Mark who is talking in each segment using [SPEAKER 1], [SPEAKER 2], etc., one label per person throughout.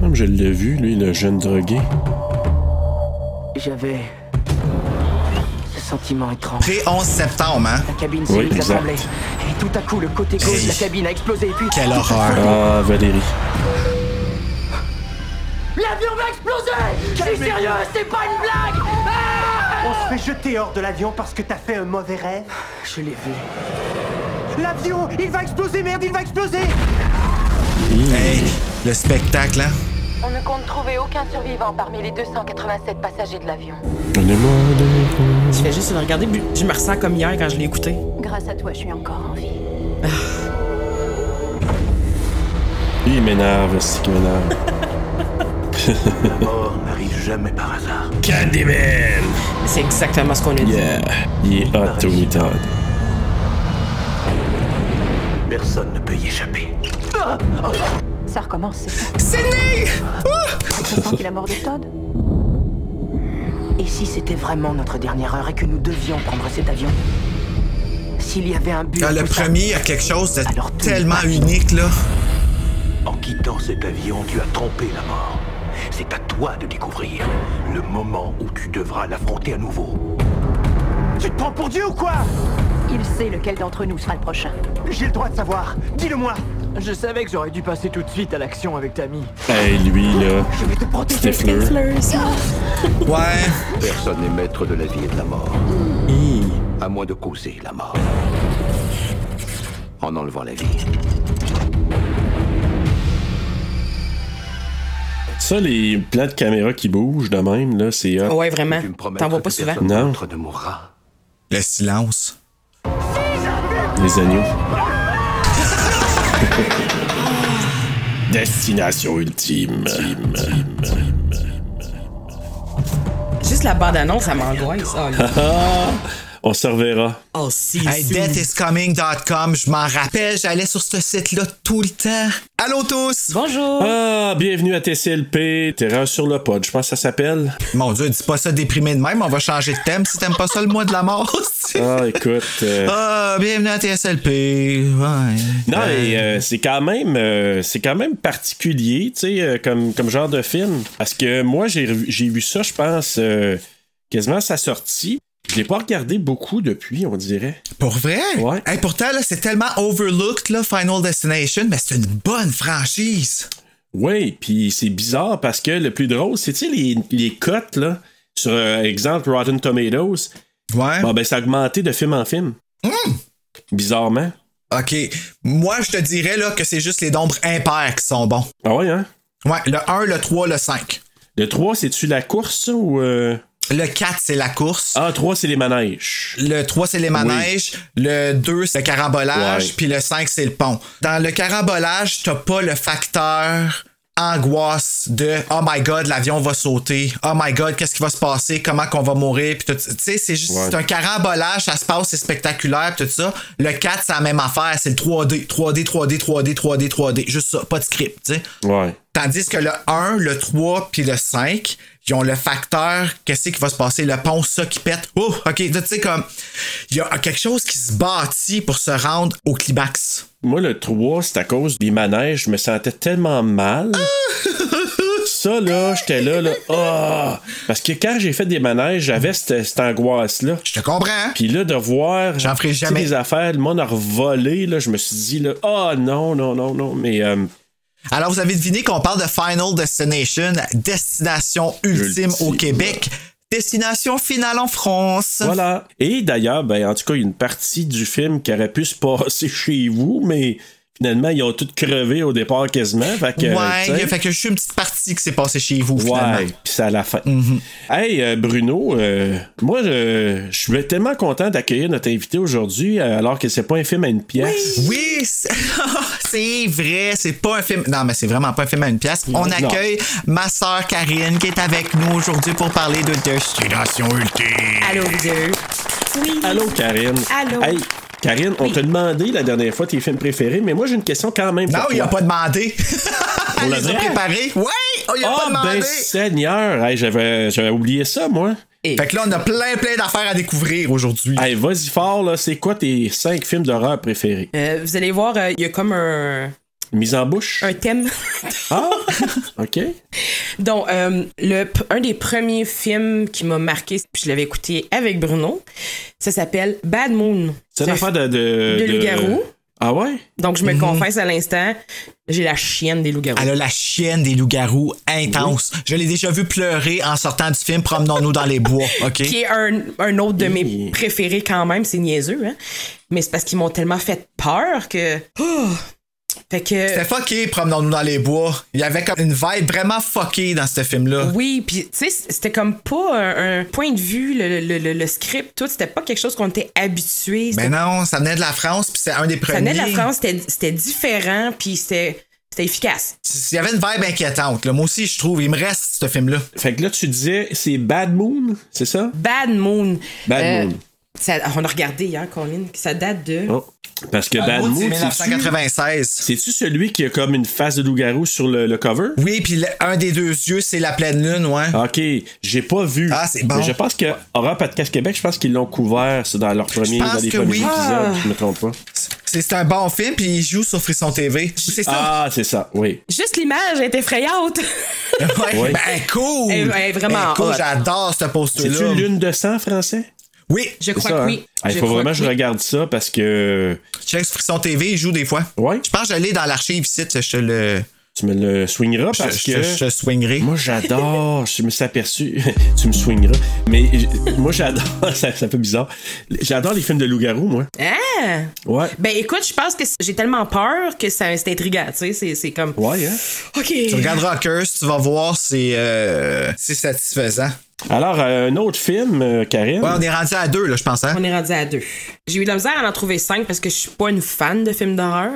[SPEAKER 1] Comme je l'ai vu, lui, le jeune drogué.
[SPEAKER 2] J'avais ce sentiment étrange.
[SPEAKER 3] Pré-11 septembre, hein?
[SPEAKER 2] La cabine
[SPEAKER 1] Oui,
[SPEAKER 2] s'est mise à
[SPEAKER 1] exact.
[SPEAKER 2] trembler. Et tout à coup, le côté gauche de la
[SPEAKER 3] Hey.
[SPEAKER 2] cabine a explosé et puis...
[SPEAKER 3] Quelle horreur.
[SPEAKER 1] Ah, Valérie.
[SPEAKER 2] L'avion va exploser C'est sérieux, c'est pas une blague Ah
[SPEAKER 4] On se fait jeter hors de l'avion parce que t'as fait un mauvais rêve.
[SPEAKER 2] Je l'ai vu.
[SPEAKER 4] L'avion, il va exploser, merde, il va exploser
[SPEAKER 3] Hey, le spectacle, hein?
[SPEAKER 5] On ne compte trouver aucun survivant parmi les 287 passagers de l'avion.
[SPEAKER 1] On est mort de-
[SPEAKER 6] Je fais juste le regarder, puis je me ressens comme hier quand je l'ai écouté.
[SPEAKER 5] Grâce à toi, je suis encore en vie.
[SPEAKER 1] Lui, il m'énerve, c'est qu'il m'énerve.
[SPEAKER 7] mort n'arrive jamais par hasard.
[SPEAKER 1] Candyman!
[SPEAKER 6] C'est exactement ce qu'on a dit.
[SPEAKER 1] Yeah! Il est hot, Tony Todd.
[SPEAKER 7] Personne ne peut y échapper.
[SPEAKER 5] Ça recommence, c'est ça C'est qu'il a mort de Todd
[SPEAKER 2] Et si c'était vraiment notre dernière heure et que nous devions prendre cet avion S'il y avait un but...
[SPEAKER 3] Dans le
[SPEAKER 2] tout ça-
[SPEAKER 3] premier, il y a quelque chose de
[SPEAKER 2] Alors, tout
[SPEAKER 3] tellement
[SPEAKER 2] est parti.
[SPEAKER 3] unique, là.
[SPEAKER 7] En quittant cet avion, tu as trompé la mort. C'est à toi de découvrir le moment où tu devras l'affronter à nouveau.
[SPEAKER 4] Tu te prends pour Dieu ou quoi
[SPEAKER 5] Il sait lequel d'entre nous sera le prochain.
[SPEAKER 4] J'ai le droit de savoir, dis-le-moi
[SPEAKER 2] Je savais que j'aurais dû passer tout de suite à l'action avec Tammy.
[SPEAKER 1] Hey, lui, là.
[SPEAKER 4] Je vais te protéger
[SPEAKER 1] C'était fleur.
[SPEAKER 3] Ouais.
[SPEAKER 7] Personne n'est maître de la vie et de la mort.
[SPEAKER 6] Hmm.
[SPEAKER 7] À moins de causer la mort. En enlevant la vie.
[SPEAKER 1] Ça, les plans de caméra qui bougent de même, là, c'est hot.
[SPEAKER 6] Ah Ouais, vraiment.
[SPEAKER 7] Tu me promets
[SPEAKER 6] T'en
[SPEAKER 7] que
[SPEAKER 6] vois pas
[SPEAKER 7] plus
[SPEAKER 6] souvent.
[SPEAKER 7] personne
[SPEAKER 1] Non.
[SPEAKER 7] d'autre ne mourra.
[SPEAKER 3] Le silence.
[SPEAKER 1] Les agneaux. Destination ultime.
[SPEAKER 6] Juste la bande-annonce, ça m'angoisse. Oh, là.
[SPEAKER 1] On se reverra.
[SPEAKER 6] oh si,
[SPEAKER 3] Hey,
[SPEAKER 6] si.
[SPEAKER 3] deathiscoming.com, je m'en rappelle, j'allais sur ce site-là tout le temps. Allô tous!
[SPEAKER 6] Bonjour.
[SPEAKER 1] Ah, bienvenue à TCLP, Terreur sur le pod, je pense que ça s'appelle.
[SPEAKER 3] Mon Dieu, dis pas ça déprimé de même, on va changer de thème si t'aimes pas ça le mois de la mort. aussi.
[SPEAKER 1] Ah, écoute. euh,
[SPEAKER 3] Ah, bienvenue à TSLP. Ouais.
[SPEAKER 1] Non, mais euh, c'est quand même euh, c'est quand même particulier, tu sais, euh, comme, comme genre de film. Parce que moi, j'ai revu- j'ai vu ça, je pense, euh, quasiment à sa sortie. Je l'ai pas regardé beaucoup depuis, on dirait.
[SPEAKER 3] Pour vrai?
[SPEAKER 1] Ouais.
[SPEAKER 3] Hey, pourtant, là, c'est tellement overlooked, là, Final Destination, mais c'est une bonne franchise.
[SPEAKER 1] Oui, puis c'est bizarre parce que le plus drôle, c'est, tu sais, les, les cotes, là, sur, euh, exemple, Rotten Tomatoes,
[SPEAKER 3] Ouais.
[SPEAKER 1] bon, ben, ça a augmenté de film en film. Bizarrement.
[SPEAKER 3] OK. Moi, je te dirais là, que c'est juste les nombres impairs qui sont bons.
[SPEAKER 1] Ah ouais, hein?
[SPEAKER 3] Ouais, le 1, le 3, le 5.
[SPEAKER 1] Le 3, c'est-tu la course, ça, ou... euh,
[SPEAKER 3] Le 4, c'est la course.
[SPEAKER 1] Ah, 3, c'est les manèges.
[SPEAKER 3] Le 3, c'est les manèges. Le 2, c'est le carambolage.
[SPEAKER 1] Ouais.
[SPEAKER 3] Puis le 5, c'est le pont. Dans le carambolage, t'as pas le facteur angoisse de Oh my god, l'avion va sauter. Oh my god, qu'est-ce qui va se passer? Comment qu'on va mourir? Puis tout- tu sais, c'est juste
[SPEAKER 1] Ouais.
[SPEAKER 3] c'est un carambolage, ça se passe, c'est spectaculaire, puis tout ça. Le 4, c'est la même affaire, c'est le 3D. 3D, 3D, 3D, 3D, 3D. Juste ça, pas de script, tu sais.
[SPEAKER 1] Ouais.
[SPEAKER 3] Tandis que le 1, le 3 puis le 5, ils ont le facteur qu'est-ce qui va se passer, le pont, ça qui pète. Oh, OK, tu sais comme il y a quelque chose qui se bâtit pour se rendre au climax.
[SPEAKER 1] Moi, le 3, c'est à cause des manèges. Je me sentais tellement mal. Ça, là, j'étais là, là. Ah! Parce que quand j'ai fait des manèges, j'avais cette, cette angoisse-là.
[SPEAKER 3] Je te comprends. hein?
[SPEAKER 1] Puis là, de voir
[SPEAKER 3] J'en ferai
[SPEAKER 1] tu sais,
[SPEAKER 3] jamais.
[SPEAKER 1] des affaires, le monde a revolé, là, je me suis dit, là, ah non, non, non, non. Mais euh,
[SPEAKER 3] Alors vous avez deviné qu'on parle de Final Destination, destination ultime,
[SPEAKER 1] Ultime.
[SPEAKER 3] au Québec, destination finale en France.
[SPEAKER 1] voilà. Et d'ailleurs, ben, en tout cas, il y a une partie du film qui aurait pu se passer chez vous, mais Finalement, ils ont tous crevé au départ quasiment. Fait que,
[SPEAKER 3] ouais,
[SPEAKER 1] tu sais,
[SPEAKER 3] fait que je suis une petite partie qui s'est passée chez vous, finalement. Mm-hmm.
[SPEAKER 1] Ouais, puis c'est à la fin. Hey, euh, Bruno, euh, moi, je, je suis tellement content d'accueillir notre invité aujourd'hui, euh, alors que c'est pas un film à une pièce.
[SPEAKER 3] Oui, c'est c'est vrai, c'est pas un film. Non, mais c'est vraiment pas un film à une pièce. On
[SPEAKER 1] Non.
[SPEAKER 3] accueille ma sœur Karine qui est avec nous aujourd'hui pour parler de Destination Ultime.
[SPEAKER 6] Ah, Allô, Dieu. Oui.
[SPEAKER 1] Allô, Karine.
[SPEAKER 6] Allô.
[SPEAKER 1] Hey, Karine, on t'a demandé la dernière fois tes films préférés, mais moi, j'ai une question quand même.
[SPEAKER 3] Non,
[SPEAKER 1] pour
[SPEAKER 3] il a
[SPEAKER 1] toi.
[SPEAKER 3] pas demandé.
[SPEAKER 1] On
[SPEAKER 3] Il
[SPEAKER 1] l'a
[SPEAKER 3] les a
[SPEAKER 1] dit?
[SPEAKER 3] préparés. Ouais, oh, il a pas
[SPEAKER 1] Ah,
[SPEAKER 3] demandé.
[SPEAKER 1] ben, Seigneur, Hey, j'avais j'avais oublié ça, moi.
[SPEAKER 3] Fait que là, on a plein, plein d'affaires à découvrir aujourd'hui.
[SPEAKER 1] Hey, vas-y fort, là, c'est quoi tes cinq films d'horreur préférés?
[SPEAKER 6] Euh, vous allez voir, euh, il y a comme un,
[SPEAKER 1] Mise en bouche?
[SPEAKER 6] un thème.
[SPEAKER 1] Ah! OK.
[SPEAKER 6] Donc, euh, le, p- un des premiers films qui m'a marqué, puis je l'avais écouté avec Bruno, ça s'appelle Bad Moon.
[SPEAKER 1] C'est une
[SPEAKER 6] un
[SPEAKER 1] affaire de. De,
[SPEAKER 6] de loup-garou.
[SPEAKER 1] Ah ouais?
[SPEAKER 6] Donc, je me confesse à l'instant, j'ai la chienne des loups-garous.
[SPEAKER 3] Elle a la chienne des loups-garous intense. Je l'ai déjà vu pleurer en sortant du film Promenons-nous dans les bois, OK?
[SPEAKER 6] Qui est un, un autre de
[SPEAKER 1] Oui.
[SPEAKER 6] mes préférés quand même, c'est niaiseux, hein. Mais c'est parce qu'ils m'ont tellement fait peur que. Oh! Fait que.
[SPEAKER 3] C'était fucké, Promenons-nous dans les bois. Il y avait comme une vibe vraiment fuckée dans ce film-là.
[SPEAKER 6] Oui, puis tu sais, c'était comme pas un, un point de vue, le, le- le- le script, tout, c'était pas quelque chose qu'on était habitué.
[SPEAKER 1] Ben
[SPEAKER 3] Mais Ben non, ça venait de la France, puis c'est un des premiers.
[SPEAKER 6] Ça venait de la France, c'était c'était différent, puis c'était c'était efficace.
[SPEAKER 3] Il y avait une vibe inquiétante. là. Moi aussi, je trouve, il me reste ce film-là.
[SPEAKER 1] Fait que là, tu disais, c'est Bad Moon, c'est ça?
[SPEAKER 6] Bad Moon.
[SPEAKER 1] Bad
[SPEAKER 6] Euh,
[SPEAKER 1] Moon.
[SPEAKER 6] ça- on a regardé hier, Colin, que ça date de.
[SPEAKER 1] Oh. Parce que Bad Moon,
[SPEAKER 3] c'est
[SPEAKER 1] c'est-tu-
[SPEAKER 3] 1996.
[SPEAKER 1] c'est-tu celui qui a comme une face de loup-garou sur le, le cover?
[SPEAKER 3] Oui, puis le- un des deux yeux, c'est la pleine lune, ouais.
[SPEAKER 1] Ok, j'ai pas vu.
[SPEAKER 3] Ah, c'est bon.
[SPEAKER 1] Mais je pense que Horreur Podcast Québec, je pense qu'ils l'ont couvert c'est dans leur premier,
[SPEAKER 3] pense
[SPEAKER 1] dans les
[SPEAKER 3] que
[SPEAKER 1] premiers
[SPEAKER 3] oui.
[SPEAKER 1] épisodes,
[SPEAKER 6] Ah.
[SPEAKER 1] si je me trompe pas.
[SPEAKER 3] C'est c'est un bon film, puis il joue sur Frisson TV. C'est ça.
[SPEAKER 1] Ah, c'est ça, oui.
[SPEAKER 6] Juste l'image est effrayante.
[SPEAKER 3] Ouais.
[SPEAKER 1] oui.
[SPEAKER 3] Ben, cool!
[SPEAKER 6] Elle- elle est vraiment
[SPEAKER 3] Ben, cool,
[SPEAKER 6] hot.
[SPEAKER 3] j'adore ce
[SPEAKER 1] C'est-tu
[SPEAKER 3] poster-là.
[SPEAKER 1] Lune de sang français?
[SPEAKER 3] Oui,
[SPEAKER 6] Je
[SPEAKER 1] C'est
[SPEAKER 6] crois
[SPEAKER 1] ça,
[SPEAKER 6] que
[SPEAKER 1] hein?
[SPEAKER 6] oui.
[SPEAKER 1] Ah, Il faut
[SPEAKER 6] crois
[SPEAKER 1] vraiment que je
[SPEAKER 6] oui.
[SPEAKER 1] regarde ça parce que.
[SPEAKER 3] check sur Frisson TV, il joue des fois.
[SPEAKER 1] Ouais.
[SPEAKER 3] Je pense que je l'ai dans l'archive ici, je te le.
[SPEAKER 1] Tu me le swingeras
[SPEAKER 3] Je,
[SPEAKER 1] parce
[SPEAKER 3] je-
[SPEAKER 1] que.
[SPEAKER 3] je te swingerai.
[SPEAKER 1] Moi, j'adore. je me suis aperçu. tu me swingeras. Mais j- moi, j'adore. ça, ça fait bizarre. J'adore les films de loup-garou, moi.
[SPEAKER 6] Ah!
[SPEAKER 1] Ouais.
[SPEAKER 6] Ben écoute, je pense que c- j'ai tellement peur que ça- c'est intriguant, tu sais, c'est- c'est comme...
[SPEAKER 1] Ouais, hein?
[SPEAKER 6] OK.
[SPEAKER 3] Tu regardes Rockers, tu vas voir, c'est euh, c'est satisfaisant.
[SPEAKER 1] Alors, euh, un autre film, euh, Karine.
[SPEAKER 3] Ouais, on est rendu à deux, là, je pense. Hein?
[SPEAKER 6] On est rendu à deux. J'ai eu de la misère à en trouver cinq parce que je suis pas une fan de films d'horreur,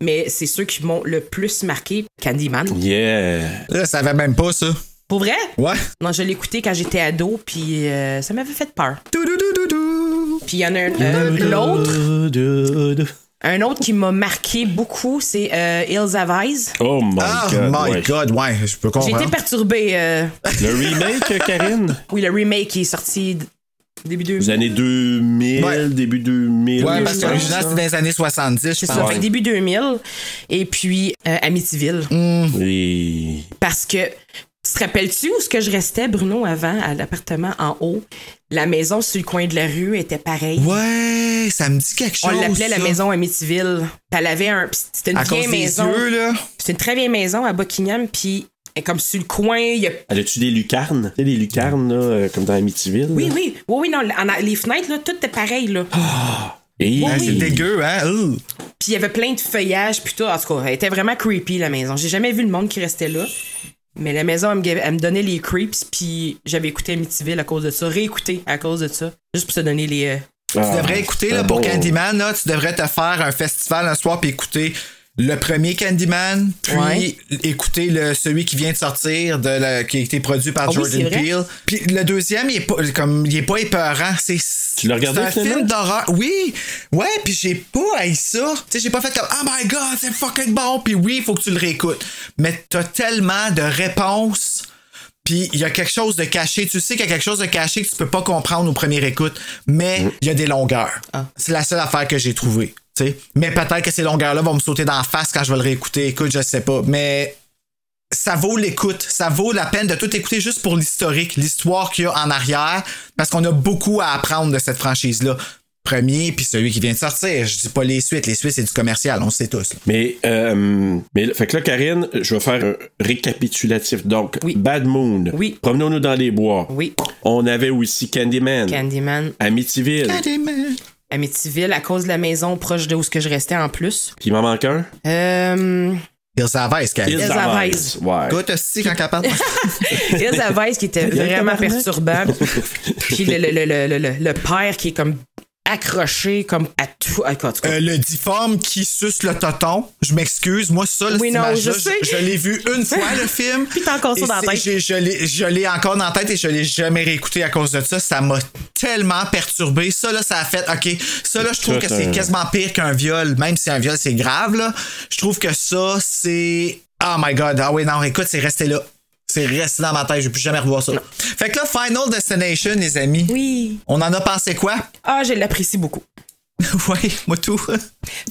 [SPEAKER 6] mais c'est ceux qui m'ont le plus marqué, Candyman.
[SPEAKER 1] Yeah.
[SPEAKER 3] Là, ça va même pas, ça.
[SPEAKER 6] Pour vrai?
[SPEAKER 3] Ouais.
[SPEAKER 6] Non, je l'ai écouté quand j'étais ado, puis euh, ça m'avait fait peur.
[SPEAKER 3] Tout, tout, tout, tout, tout.
[SPEAKER 6] Puis il y en a un, euh, l'autre,
[SPEAKER 1] L'autre.
[SPEAKER 6] un autre qui m'a marqué beaucoup, c'est euh, Hills Have Eyes.
[SPEAKER 1] Oh my
[SPEAKER 3] Oh
[SPEAKER 1] god.
[SPEAKER 3] my
[SPEAKER 1] ouais.
[SPEAKER 3] god, ouais, je peux
[SPEAKER 6] J'ai été
[SPEAKER 3] comprendre.
[SPEAKER 6] perturbée. euh,
[SPEAKER 1] Le remake, euh, Karine?
[SPEAKER 6] oui, le remake qui est sorti d- début 2000.
[SPEAKER 1] Les années 2000,
[SPEAKER 3] Ouais.
[SPEAKER 1] début 2000.
[SPEAKER 3] Ouais, parce que
[SPEAKER 1] ça.
[SPEAKER 3] l'original, c'est dans les années 70, je
[SPEAKER 6] C'est ça,
[SPEAKER 3] pense.
[SPEAKER 6] fait que début 2000. Et puis euh, Amityville.
[SPEAKER 1] Et-
[SPEAKER 6] Parce que, tu te rappelles-tu où ce que je restais, Bruno, avant, à l'appartement en haut? La maison sur le coin de la rue était pareille.
[SPEAKER 3] Ouais, ça me dit quelque
[SPEAKER 6] On
[SPEAKER 3] chose.
[SPEAKER 6] l'appelait la
[SPEAKER 3] ça.
[SPEAKER 6] maison Amityville. Puis elle avait un. puis C'était une
[SPEAKER 3] À
[SPEAKER 6] vieille
[SPEAKER 3] cause des
[SPEAKER 6] maison.
[SPEAKER 3] yeux, là.
[SPEAKER 6] C'était une très vieille maison à Buckingham. Puis, elle est comme sur le coin, il y a.
[SPEAKER 1] Elle a-tu des lucarnes? Tu sais, les lucarnes, là, euh, comme dans Amityville?
[SPEAKER 6] Oui,
[SPEAKER 1] là?
[SPEAKER 6] oui, oui, oui, non, en a- les fenêtres, là, tout était pareil, là.
[SPEAKER 3] Ah.
[SPEAKER 1] Et-
[SPEAKER 3] Ouais, C'est dégueu, hein? Ouh.
[SPEAKER 6] Puis il y avait plein de feuillages, puis tout. En tout cas, elle était vraiment creepy, la maison. J'ai jamais vu le monde qui restait là. Mais la maison, elle me, gave- elle me donnait les creeps, puis j'avais écouté Amityville à cause de ça, réécouté à cause de ça, juste pour se donner les. euh,
[SPEAKER 1] Ah,
[SPEAKER 3] Tu devrais écouter,
[SPEAKER 1] c'est
[SPEAKER 3] là,
[SPEAKER 1] un
[SPEAKER 3] pour
[SPEAKER 1] bon-
[SPEAKER 3] Candyman, là, tu devrais te faire un festival un soir puis écouter le premier Candyman, puis
[SPEAKER 6] Ouais.
[SPEAKER 3] écouter le, celui qui vient de sortir, de la- qui a été produit par
[SPEAKER 6] Ah oui,
[SPEAKER 3] Jordan
[SPEAKER 6] c'est vrai.
[SPEAKER 3] Peele. Puis le deuxième, il est pas, comme, il est pas épeurant. C'est,
[SPEAKER 1] Tu l'as regardé,
[SPEAKER 3] C'est un
[SPEAKER 1] finalement?
[SPEAKER 3] film d'horreur. Oui! Ouais, puis j'ai pas haï ça. Tu sais, j'ai pas fait comme Oh my god, c'est fucking bon, puis oui, il faut que tu le réécoutes. Mais t'as tellement de réponses. Puis il y a quelque chose de caché. Tu sais qu'il y a quelque chose de caché que tu peux pas comprendre au premier écoute, mais
[SPEAKER 1] Mm.
[SPEAKER 3] il y a des longueurs. C'est la seule affaire que j'ai trouvée. tu sais. Mais peut-être que ces longueurs-là vont me sauter dans la face quand je vais le réécouter. Écoute, je sais pas. Mais ça vaut l'écoute. Ça vaut la peine de tout écouter juste pour l'historique, l'histoire qu'il y a en arrière, parce qu'on a beaucoup à apprendre de cette franchise-là. Premier, puis celui qui vient de sortir. Je dis pas les suites. Les suites, c'est du commercial. On le sait tous. là.
[SPEAKER 1] Mais, euh, mais, là, fait que là, Karine, je vais faire un récapitulatif. Donc,
[SPEAKER 6] Oui.
[SPEAKER 1] Bad Moon.
[SPEAKER 6] Oui.
[SPEAKER 1] Promenons-nous dans les bois.
[SPEAKER 6] Oui,
[SPEAKER 1] On avait aussi Candyman.
[SPEAKER 6] Candyman.
[SPEAKER 1] Amityville.
[SPEAKER 6] Amityville à cause de la maison proche de où ce que je restais en plus.
[SPEAKER 1] Puis il m'en manque un.
[SPEAKER 6] Euh,
[SPEAKER 3] Il savait ce qu'elle
[SPEAKER 1] Ils
[SPEAKER 6] Ils
[SPEAKER 1] avaient. Ouais.
[SPEAKER 3] Écoute aussi quand elle parle.
[SPEAKER 6] Hills Have Eyes qui était vraiment perturbant. Puis le, le- le- le- le- le père qui est comme accroché comme à tout. à- en tout cas,
[SPEAKER 3] Euh, le difforme qui suce le toton. Je m'excuse. Moi, ça, là,
[SPEAKER 6] Oui,
[SPEAKER 3] cette
[SPEAKER 6] non,
[SPEAKER 3] image-là,
[SPEAKER 6] je sais.
[SPEAKER 3] je, je l'ai vu une fois, le film.
[SPEAKER 6] Puis t'as encore ça
[SPEAKER 3] Et
[SPEAKER 6] dans la
[SPEAKER 3] c'est-
[SPEAKER 6] tête.
[SPEAKER 3] j'ai- Je l'ai- je l'ai encore dans la tête et je l'ai jamais réécouté à cause de ça. Ça m'a tellement perturbé. Ça, là, ça a fait, OK, ça, là, je trouve
[SPEAKER 1] Tout
[SPEAKER 3] que c'est
[SPEAKER 1] un-
[SPEAKER 3] quasiment pire qu'un viol. Même si un viol, c'est grave, là. Je trouve que ça, c'est... Oh my God. Ah oui, non, écoute, c'est resté là. C'est resté dans ma tête. Je vais plus jamais revoir ça. Fait que là, Final Destination, les amis.
[SPEAKER 6] Oui.
[SPEAKER 3] On en a pensé quoi?
[SPEAKER 6] Ah, je l'apprécie beaucoup.
[SPEAKER 3] Oui, moi tout.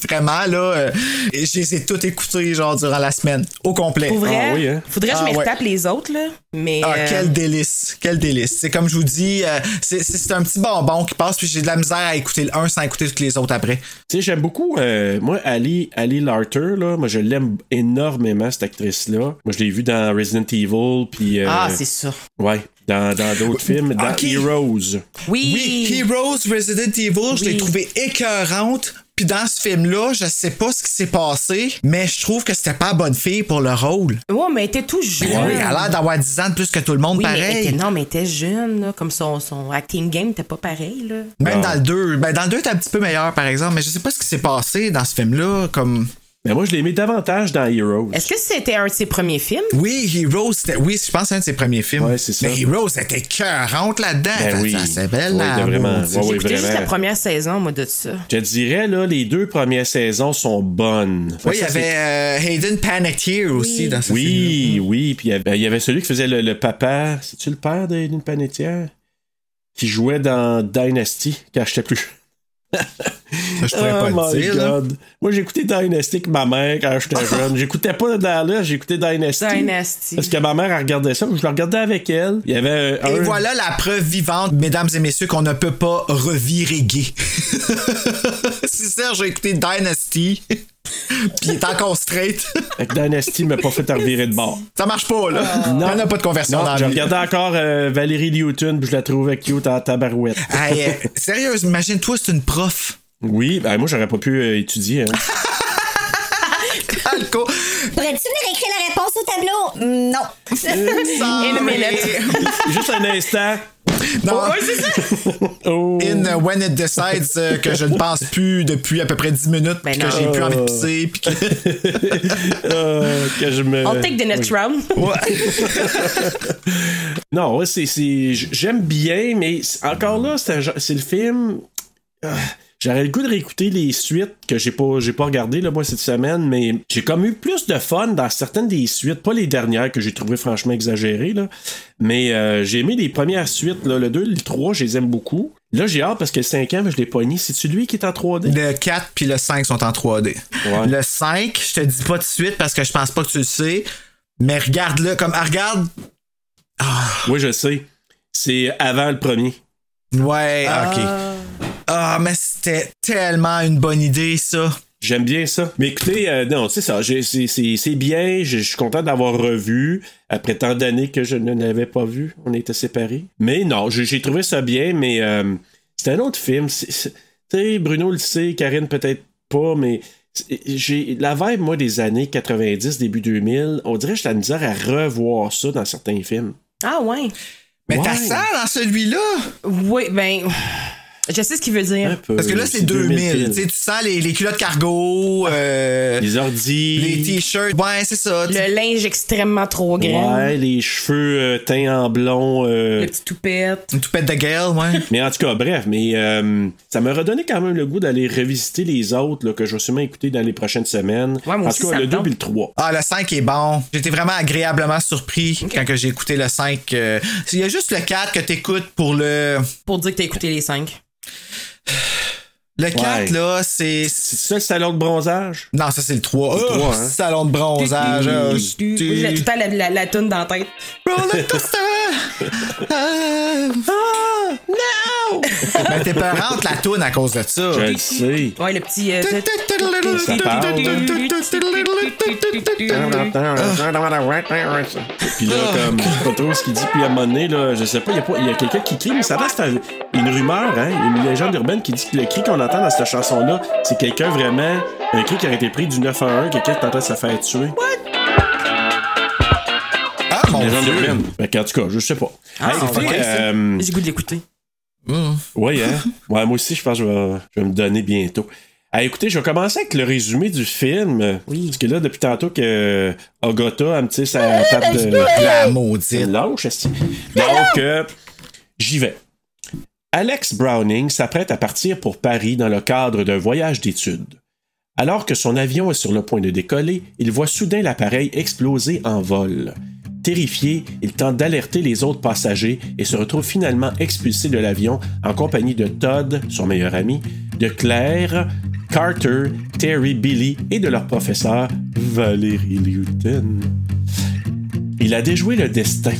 [SPEAKER 3] Vraiment, là, euh, je les ai toutes écoutées, genre, durant la semaine, au complet.
[SPEAKER 6] Pour vrai,
[SPEAKER 1] Ah oui, hein?
[SPEAKER 6] faudrait que je
[SPEAKER 3] Ah
[SPEAKER 6] me
[SPEAKER 3] ouais.
[SPEAKER 6] retape les autres, là. Mais.
[SPEAKER 3] Ah,
[SPEAKER 6] euh,
[SPEAKER 3] quel délice, quel délice. C'est comme je vous dis, euh, c'est- c'est c'est un petit bonbon qui passe, puis j'ai de la misère à écouter le 1 sans écouter tous les autres après.
[SPEAKER 1] Tu sais, j'aime beaucoup, euh, moi, Ali, Ali Larter, là, moi, je l'aime énormément, cette actrice-là. Moi, je l'ai vue dans Resident Evil, puis... euh,
[SPEAKER 6] Ah, c'est ça.
[SPEAKER 1] Ouais, dans dans d'autres films, dans
[SPEAKER 3] ok.
[SPEAKER 1] Heroes.
[SPEAKER 6] Oui.
[SPEAKER 3] Oui, Heroes Resident Evil, je l'ai trouvée écœurante. Puis dans ce film-là, je sais pas ce qui s'est passé, mais je trouve que c'était pas la bonne fille pour le rôle.
[SPEAKER 6] Ouais, mais elle était tout jeune.
[SPEAKER 3] Ben Oui, elle a l'air d'avoir 10 ans de plus que tout le monde,
[SPEAKER 6] Ah. Oui, mais elle
[SPEAKER 3] pareil.
[SPEAKER 6] était, non, mais elle était jeune, là, comme son, son acting game était pas pareil. Là.
[SPEAKER 3] Même dans le 2. Ben, dans le 2, t'es un petit peu meilleur, par exemple, mais je sais pas ce qui s'est passé dans ce film-là. Comme.
[SPEAKER 1] Mais moi, je l'ai mis davantage dans Heroes.
[SPEAKER 6] Est-ce que c'était un de ses premiers films?
[SPEAKER 3] Oui, Heroes, c'était- oui, je pense que c'est un de ses premiers films.
[SPEAKER 1] Ouais, c'est ça.
[SPEAKER 3] Mais Heroes était cœurante là-dedans.
[SPEAKER 1] Ben
[SPEAKER 3] Ça-
[SPEAKER 1] oui.
[SPEAKER 3] ça, c'est belle,
[SPEAKER 1] Oui,
[SPEAKER 3] la
[SPEAKER 1] de vraiment.
[SPEAKER 3] maudite.
[SPEAKER 1] Ouais, ouais,
[SPEAKER 6] J'écoutais juste
[SPEAKER 1] vraiment.
[SPEAKER 6] la première saison, moi, de ça.
[SPEAKER 1] Je te dirais, là, les deux premières saisons sont bonnes. Fait
[SPEAKER 3] Oui, il y
[SPEAKER 1] que ça, c'est-
[SPEAKER 3] avait euh, Hayden Panettiere aussi dans ce film.
[SPEAKER 1] Oui, oui. Puis il y avait- il y avait celui qui faisait le, le papa. C'est-tu le père de- d'une panetière? Qui jouait dans Dynasty quand j'étais plus jeune.
[SPEAKER 3] Ça, Je
[SPEAKER 1] Oh
[SPEAKER 3] pourrais pas le dire. là. Oh.
[SPEAKER 1] Moi, j'écoutais Dynasty avec ma mère quand j'étais jeune. J'écoutais pas dans là, j'écoutais Dynasty.
[SPEAKER 6] Dynasty.
[SPEAKER 1] Parce que ma mère, elle regardait ça, je le regardais avec elle. Il y avait euh,
[SPEAKER 3] Et
[SPEAKER 1] un-
[SPEAKER 3] voilà la preuve vivante, mesdames et messieurs, qu'on ne peut pas revirer gay. si Serge a écouté Dynasty, puis il est encore straight,
[SPEAKER 1] Fait que Dynasty m'a pas fait revirer de bord.
[SPEAKER 3] ça marche pas, là. Il n'y en a pas de conversion
[SPEAKER 1] Non,
[SPEAKER 3] dans
[SPEAKER 1] je
[SPEAKER 3] la vie.
[SPEAKER 1] regardais encore euh, Valérie Newton, puis je la trouvais cute en tabarouette.
[SPEAKER 3] Hey, euh, sérieux, imagine-toi, c'est une prof.
[SPEAKER 1] Oui, ben moi, j'aurais pas pu euh, étudier. hein.
[SPEAKER 3] Alco.
[SPEAKER 8] Pourrais-tu venir écrire la réponse au tableau? Mm, Non.
[SPEAKER 3] Sorry.
[SPEAKER 1] Juste un instant.
[SPEAKER 3] Non,
[SPEAKER 1] Oh.
[SPEAKER 3] in uh, When It Decides euh, que je ne pense plus depuis à peu près 10 minutes
[SPEAKER 6] Ben
[SPEAKER 3] puis que
[SPEAKER 6] non.
[SPEAKER 3] j'ai plus envie de pisser. puis que-
[SPEAKER 1] Euh, que je me...
[SPEAKER 6] On take the next round.
[SPEAKER 1] Non, ouais, c'est, c'est- j- j'aime bien, mais c'est- encore là, c'est, un genre- c'est le film. Ah, J'aurais le goût de réécouter les suites que j'ai pas, j'ai pas regardé là, moi cette semaine, mais j'ai comme eu plus de fun dans certaines des suites, pas les dernières que j'ai trouvées franchement exagérées, là, mais euh, j'ai aimé les premières suites, là, le 2, le 3, je les aime beaucoup. Là, j'ai hâte parce que le 5 ans, je l'ai pogné. C'est-tu lui qui est en 3D?
[SPEAKER 3] Le 4 puis le 5 sont en 3D.
[SPEAKER 1] Ouais.
[SPEAKER 3] Le 5, je te dis pas tout de suite parce que je pense pas que tu le sais, mais regarde-le comme. ah, regarde.
[SPEAKER 1] Oui, je sais. C'est avant le premier.
[SPEAKER 3] Ouais, ok. Ah, mais c'était tellement une bonne idée, ça.
[SPEAKER 1] J'aime bien ça. Mais écoutez, euh, non, c'est ça. j'ai- c'est- C'est c'est bien. Je je suis content d'avoir revu après tant d'années que je ne l'avais pas vu. On était séparés. Mais non, j'ai j'ai trouvé ça bien, mais euh, c'est un autre film. C'est- c'est- Tu sais, Bruno le sait, Karine peut-être pas, mais c'est- j'ai la vibe, moi, des années 90, début 2000. On dirait que j'ai de la misère à revoir ça dans certains films.
[SPEAKER 6] Ah ouais.
[SPEAKER 3] Mais t'as
[SPEAKER 1] Ouais.
[SPEAKER 3] ça dans celui-là?
[SPEAKER 6] Oui, ben. Je sais ce qu'il veut
[SPEAKER 1] Un
[SPEAKER 6] dire.
[SPEAKER 1] peu.
[SPEAKER 3] Parce que là, c'est 2000. Tu sais, tu sens les, les culottes cargo, euh,
[SPEAKER 1] Les ordi.
[SPEAKER 3] les t-shirts. Ouais, c'est ça. tu-
[SPEAKER 6] Le linge extrêmement trop grand.
[SPEAKER 1] Ouais, les cheveux euh, teints en blond. euh,
[SPEAKER 6] Le petit toupette.
[SPEAKER 3] Une toupette de gueule, ouais.
[SPEAKER 1] Mais en tout cas, bref, mais euh, ça m'a redonné quand même le goût d'aller revisiter les autres là, que je vais sûrement écouter dans les prochaines semaines.
[SPEAKER 6] Ouais, moi
[SPEAKER 1] en
[SPEAKER 6] aussi,
[SPEAKER 1] tout cas,
[SPEAKER 6] ça
[SPEAKER 1] le
[SPEAKER 6] me
[SPEAKER 1] 2
[SPEAKER 6] tente.
[SPEAKER 1] et le 3.
[SPEAKER 3] Ah, le 5 est bon. J'étais vraiment agréablement surpris quand que j'ai écouté le 5. euh, Il y a juste le 4 que t'écoutes pour le.
[SPEAKER 6] Pour dire que t'as écouté les cinq.
[SPEAKER 3] Le 4,
[SPEAKER 1] Ouais.
[SPEAKER 3] là, c'est.
[SPEAKER 1] C'est ça le salon de bronzage?
[SPEAKER 3] Non, ça, c'est le 3. Oh,
[SPEAKER 1] trois, hein.
[SPEAKER 3] Salon de bronzage. euh,
[SPEAKER 6] Oui, j'ai tout le
[SPEAKER 3] tu-
[SPEAKER 6] temps la, la, la toune dans la tête.
[SPEAKER 3] Roller coaster. Ah, ah,
[SPEAKER 6] wow!
[SPEAKER 3] Mais t'es peurante la toune à cause de ça.
[SPEAKER 1] Je le sais.
[SPEAKER 6] Ouais, le petit. euh,
[SPEAKER 1] Ça
[SPEAKER 3] Ah,
[SPEAKER 1] Puis là, comme, je sais pas trop ce qu'il dit, puis à un moment donné, là, je sais pas, il y a, pas- il y a quelqu'un qui crie, mais ça reste un- une rumeur, hein, une légende urbaine qui dit que le cri qu'on entend dans cette chanson-là, c'est quelqu'un vraiment, un cri qui aurait été pris du 9 à 1, quelqu'un qui tentait de se faire tuer.
[SPEAKER 3] Ah, mon
[SPEAKER 1] Une légende
[SPEAKER 3] Dieu.
[SPEAKER 1] urbaine. Fait qu'en tout cas, je sais pas.
[SPEAKER 6] Ah,
[SPEAKER 1] Hey,
[SPEAKER 6] c'est
[SPEAKER 1] écoutez,
[SPEAKER 6] vrai, ça.
[SPEAKER 1] euh,
[SPEAKER 6] J'ai goût de l'écouter.
[SPEAKER 3] Mmh.
[SPEAKER 1] Oui, hein? Ouais, moi aussi, je pense que je vais, je vais me donner bientôt. Ah, écoutez, je vais commencer avec le résumé du film.
[SPEAKER 6] Oui.
[SPEAKER 1] Parce que là, depuis tantôt que Agatha, elle me tire sa patte de
[SPEAKER 3] La maudite.
[SPEAKER 1] lâche. esti. Donc, euh, j'y vais. Alex Browning s'apprête à partir pour Paris dans le cadre d'un voyage d'études. Alors que son avion est sur le point de décoller, il voit soudain l'appareil exploser en vol. Terrifié, il tente d'alerter les autres passagers et se retrouve finalement expulsé de l'avion en compagnie de Todd, son meilleur ami, de Claire, Carter, Terry Billy et de leur professeur Valérie Newton. Il a déjoué le destin.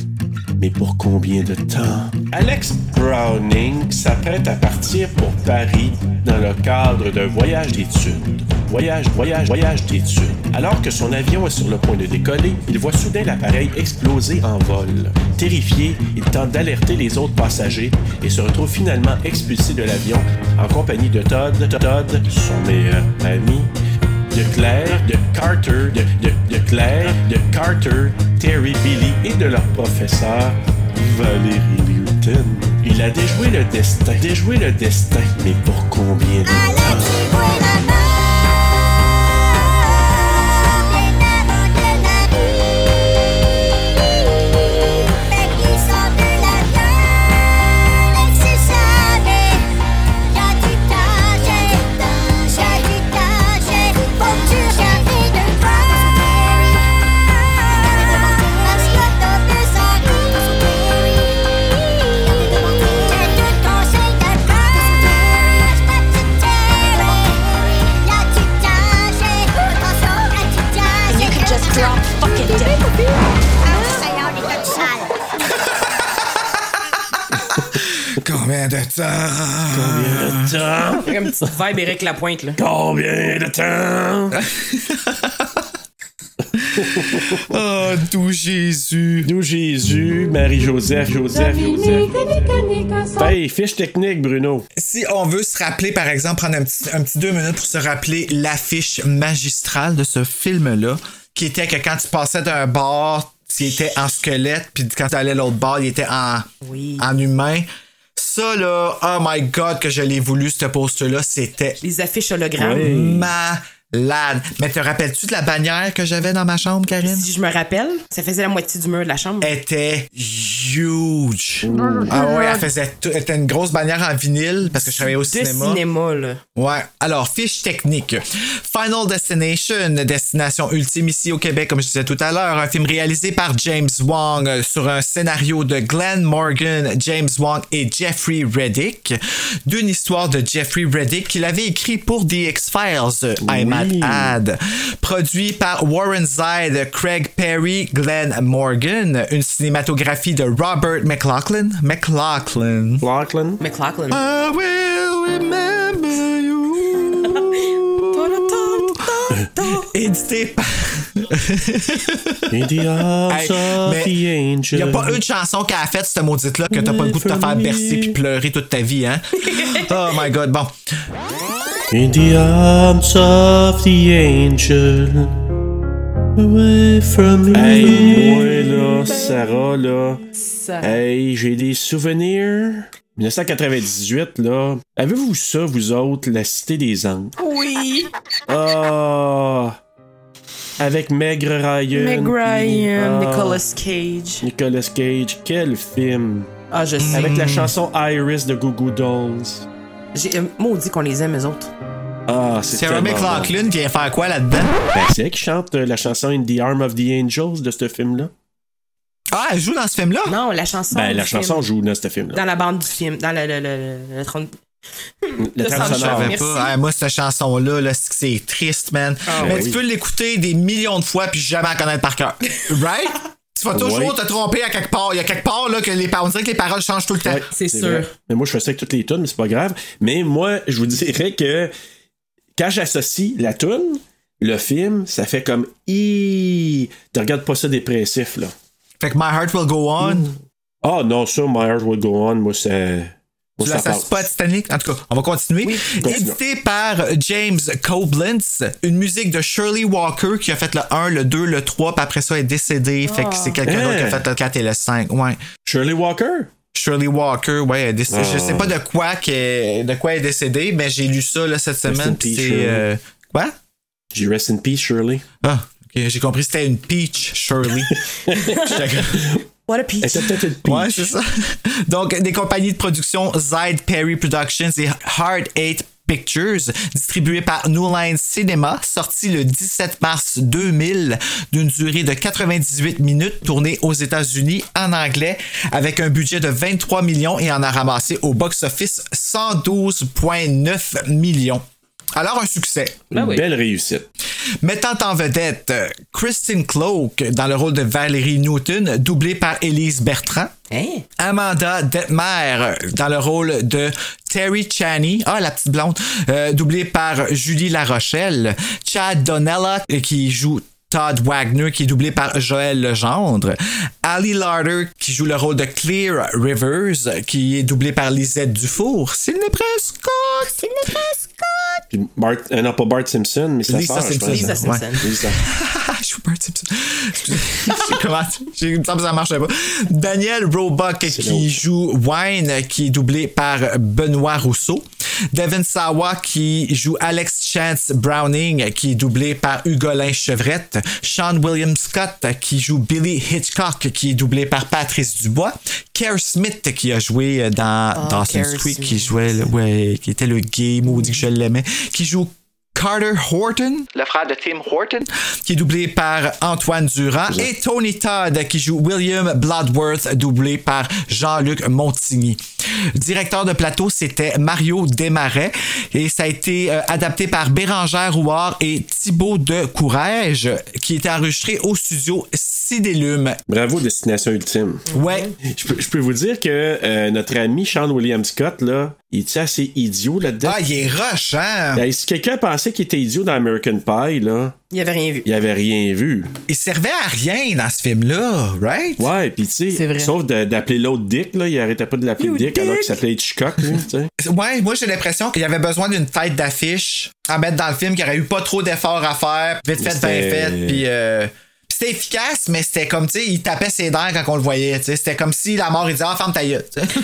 [SPEAKER 1] Mais pour combien de temps? Alex Browning s'apprête à partir pour Paris dans le cadre d'un voyage d'études. Voyage, voyage, voyage d'études. Alors que son avion est sur le point de décoller, il voit soudain l'appareil exploser en vol. Terrifié, il tente d'alerter les autres passagers et se retrouve finalement expulsé de l'avion en compagnie de Todd, Todd, son meilleur ami, de Claire, de Carter, de, de, de Claire, de Carter, Terry Billy et de leur professeur Valérie Newton. Il a déjoué le destin, déjoué le destin, mais pour combien de temps?
[SPEAKER 9] You could just drop fucking dead.
[SPEAKER 3] Combien de temps?
[SPEAKER 1] Combien de temps?
[SPEAKER 6] Comme une petite vibe Eric Lapointe, là.
[SPEAKER 1] Combien de temps?
[SPEAKER 3] Oh, doux Jésus.
[SPEAKER 1] Nous, Jésus, Marie-Joseph, Joseph, Joseph. Hey, fiche technique, Bruno.
[SPEAKER 3] Si on veut se rappeler, par exemple, prendre un petit, un petit deux minutes pour se rappeler l'affiche magistrale de ce film-là, qui était que quand tu passais d'un bar, tu étais en squelette, puis quand tu allais à l'autre bar, il était en,
[SPEAKER 6] Oui.
[SPEAKER 3] en humain. Ça, là, oh my God, que je l'ai voulu, ce poster-là, c'était
[SPEAKER 6] Les affiches hologrammes.
[SPEAKER 1] Ouais.
[SPEAKER 3] malade. Mais te rappelles-tu de la bannière que j'avais dans ma chambre, Karine?
[SPEAKER 6] Si je me rappelle, ça faisait la moitié du mur de la chambre.
[SPEAKER 3] était huge. Mm. Ah ouais, elle faisait tout- elle était une grosse bannière en vinyle parce que je travaillais au
[SPEAKER 6] de
[SPEAKER 3] cinéma.
[SPEAKER 6] cinéma. là.
[SPEAKER 3] Ouais. Alors, fiche technique. Final Destination, destination ultime ici au Québec, comme je disais tout à l'heure. Un film réalisé par James Wong euh, sur un scénario de Glenn Morgan, James Wong et Jeffrey Reddick. D'une histoire de Jeffrey Reddick qu'il avait écrit pour The X-Files, euh, I might add. Produit par Warren Zide, Craig Perry, Glenn Morgan. Une cinématographie de Robert McLaughlin. McLaughlin.
[SPEAKER 1] Lachlan.
[SPEAKER 6] McLaughlin.
[SPEAKER 1] Ah.
[SPEAKER 3] I will remember you. Édité par.
[SPEAKER 1] In the arms of
[SPEAKER 3] Hey,
[SPEAKER 1] the
[SPEAKER 3] mais
[SPEAKER 1] angel.
[SPEAKER 3] il n'y a pas une chanson qu'elle a faite, cette maudite-là, que t'as pas le goût de te faire bercer puis pleurer toute ta vie, hein? oh my god, bon.
[SPEAKER 1] In the arms of the angel, away from me. Hey, moi là, Sarah là,
[SPEAKER 6] Ça.
[SPEAKER 1] hey, j'ai des souvenirs. 1998 là, avez-vous ça vous autres, la Cité des Anges
[SPEAKER 6] Oui.
[SPEAKER 1] Ah, avec Maigre Ryan.
[SPEAKER 6] Meg
[SPEAKER 1] puis-
[SPEAKER 6] Ryan,
[SPEAKER 1] Ah,
[SPEAKER 6] Nicolas Cage.
[SPEAKER 1] Nicolas Cage, quel film!
[SPEAKER 6] Ah, je sais.
[SPEAKER 1] Avec la chanson Iris de Goo Goo Dolls.
[SPEAKER 6] J'ai euh, maudit qu'on les aime, eux autres.
[SPEAKER 1] Ah, c'est
[SPEAKER 3] Sarah
[SPEAKER 1] tellement bon.
[SPEAKER 3] McLaughlin vient faire quoi là-dedans?
[SPEAKER 1] Ben, c'est elle qui chante euh, la chanson In the Arm of the Angels de ce film-là.
[SPEAKER 3] Ah, elle joue dans ce film-là?
[SPEAKER 6] Non, la
[SPEAKER 3] Ah,
[SPEAKER 6] chanson.
[SPEAKER 1] Ben,
[SPEAKER 6] du
[SPEAKER 1] la
[SPEAKER 6] film.
[SPEAKER 1] chanson joue dans ce film-là.
[SPEAKER 6] Dans la bande du film. Dans le. le, le, le, le trente-
[SPEAKER 1] Le
[SPEAKER 6] le
[SPEAKER 1] trame
[SPEAKER 6] soundtrack.
[SPEAKER 3] Je
[SPEAKER 1] sonore.
[SPEAKER 3] savais
[SPEAKER 6] Merci.
[SPEAKER 3] pas. Hey, moi, cette chanson-là, là, c'est que c'est triste, man.
[SPEAKER 1] Ah,
[SPEAKER 3] Mais
[SPEAKER 1] oui.
[SPEAKER 3] tu peux l'écouter des millions de fois puis jamais la connaître par cœur. Right? Tu vas toujours
[SPEAKER 1] Ouais.
[SPEAKER 3] te tromper à quelque part. Il y a quelque part là, que les, pa- on dirait que les paroles changent tout le temps.
[SPEAKER 1] Ouais, vrai. Mais moi, je fais ça avec toutes les tunes, mais c'est pas grave. Mais moi, je vous dirais que quand j'associe la tune, le film, ça fait comme Iiii, Tu regardes pas ça dépressif, là.
[SPEAKER 3] Fait que My Heart Will Go On.
[SPEAKER 1] Ah non, ça, My Heart Will Go On, moi, ça. moi,
[SPEAKER 3] Tu l'as
[SPEAKER 1] passe.
[SPEAKER 3] pas Stanley. En tout cas, on va continuer.
[SPEAKER 1] continuons.
[SPEAKER 3] Édité par James Koblenz, une musique de Shirley Walker qui a fait le 1, le 2, le 3, puis après ça elle est décédée. Fait que c'est quelqu'un
[SPEAKER 1] Hein?
[SPEAKER 3] d'autre qui a fait le 4 et le 5. Ouais.
[SPEAKER 1] Shirley Walker?
[SPEAKER 3] Shirley Walker, ouais, elle est décédée.
[SPEAKER 1] Ah.
[SPEAKER 3] Je sais pas de quoi, qu'elle- de quoi elle est décédée, mais j'ai lu ça là, cette
[SPEAKER 1] in
[SPEAKER 3] semaine. puis
[SPEAKER 1] peace,
[SPEAKER 3] c'est.
[SPEAKER 1] Shirley.
[SPEAKER 3] euh, Quoi?
[SPEAKER 1] J'ai Rest in Peace, Shirley.
[SPEAKER 3] Ah, ok, j'ai compris, c'était une peach, Shirley. J'étais comme-
[SPEAKER 6] What a peach.
[SPEAKER 1] Elle était peut-être une peach.
[SPEAKER 3] Ouais, c'est ça. Donc, des compagnies de production Zyde Perry Productions et Hard Eight Pictures, distribuées par New Line Cinema, sorti le 17 mars 2000, d'une durée de 98 minutes, tournée aux États-Unis en anglais, avec un budget de 23 millions et en a ramassé au box-office 112,9 millions. Alors, un succès.
[SPEAKER 1] Une
[SPEAKER 6] Ben oui.
[SPEAKER 1] belle réussite.
[SPEAKER 3] Mettant en vedette euh, Kristen Cloak dans le rôle de Valérie Newton, doublée par Elise Bertrand.
[SPEAKER 6] Hein?
[SPEAKER 3] Amanda Detmer euh, dans le rôle de Terry Chaney, ah la petite blonde, euh, doublée par Julie La Rochelle. Chad Donella euh, qui joue Todd Wagner qui est doublé par Joël Legendre. Ali Larder qui joue le rôle de Clear Rivers euh, qui est doublé par Lisette Dufour. Sydney Prescott! Sydney Prescott!
[SPEAKER 1] Puis Bart, euh, non, pas Bart Simpson, mais sa
[SPEAKER 3] Lisa
[SPEAKER 1] sœur, je
[SPEAKER 3] Simpson.
[SPEAKER 1] pense.
[SPEAKER 6] Lisa Simpson.
[SPEAKER 3] Ouais.
[SPEAKER 1] Lisa.
[SPEAKER 3] Ah, je suis Bart Simpson. Excusez. J'ai comment- j'ai- Il me semble que ça marchait pas. Daniel Roebuck qui
[SPEAKER 1] l'autre.
[SPEAKER 3] joue Wine, qui est doublé par Benoît Rousseau. Devin Sawa qui joue Alex Chance Browning, qui est doublé par Hugolin Chevrette. Sean William Scott qui joue Billy Hitchcock, qui est doublé par Patrice Dubois. Kerr Smith qui a joué dans
[SPEAKER 6] Ah,
[SPEAKER 3] Dawson's
[SPEAKER 6] Kerr
[SPEAKER 3] Creek, qui
[SPEAKER 6] Smith.
[SPEAKER 3] jouait, le- ouais, qui était le gay maudit que je l'aimais, qui joue Carter Horton, le frère de Tim Horton, qui est doublé par Antoine Durand, et Tony Todd, qui joue William Bloodworth, doublé par Jean-Luc Montigny. Directeur de plateau, c'était Mario Desmarais, et ça a été euh, adapté par Bérangère Rouard et Thibaut de Courage, qui était enregistré au studio Sidélume.
[SPEAKER 1] Bravo, Destination Ultime.
[SPEAKER 3] Ouais,
[SPEAKER 1] Je peux, je peux vous dire que euh, notre ami Sean William Scott, là, il était assez idiot là-dedans.
[SPEAKER 3] ah, il est rush, hein?
[SPEAKER 1] Ben, si quelqu'un pensait qu'il était idiot dans American Pie, là,
[SPEAKER 6] Il y avait rien vu.
[SPEAKER 1] il avait rien vu.
[SPEAKER 3] Il servait à rien dans ce film-là, right?
[SPEAKER 1] Ouais, pis tu
[SPEAKER 6] C'est
[SPEAKER 1] sais,
[SPEAKER 6] vrai.
[SPEAKER 1] sauf de- d'appeler l'autre Dick, là, il arrêtait pas de l'appeler
[SPEAKER 6] You
[SPEAKER 1] Dick, alors
[SPEAKER 6] dick.
[SPEAKER 1] qu'il s'appelait Hitchcock, lui, tu sais.
[SPEAKER 3] Ouais, moi j'ai l'impression qu'il y avait besoin d'une tête d'affiche à mettre dans le film, qu'il n'y aurait eu pas trop d'efforts à faire, vite fait, bien
[SPEAKER 1] C'était-
[SPEAKER 3] fait, puis euh, puis c'était efficace, mais c'était comme, tu sais, il tapait ses dents quand on le voyait, tu sais, c'était comme si la mort, il disait, ah, ferme ta gueule, tu sais.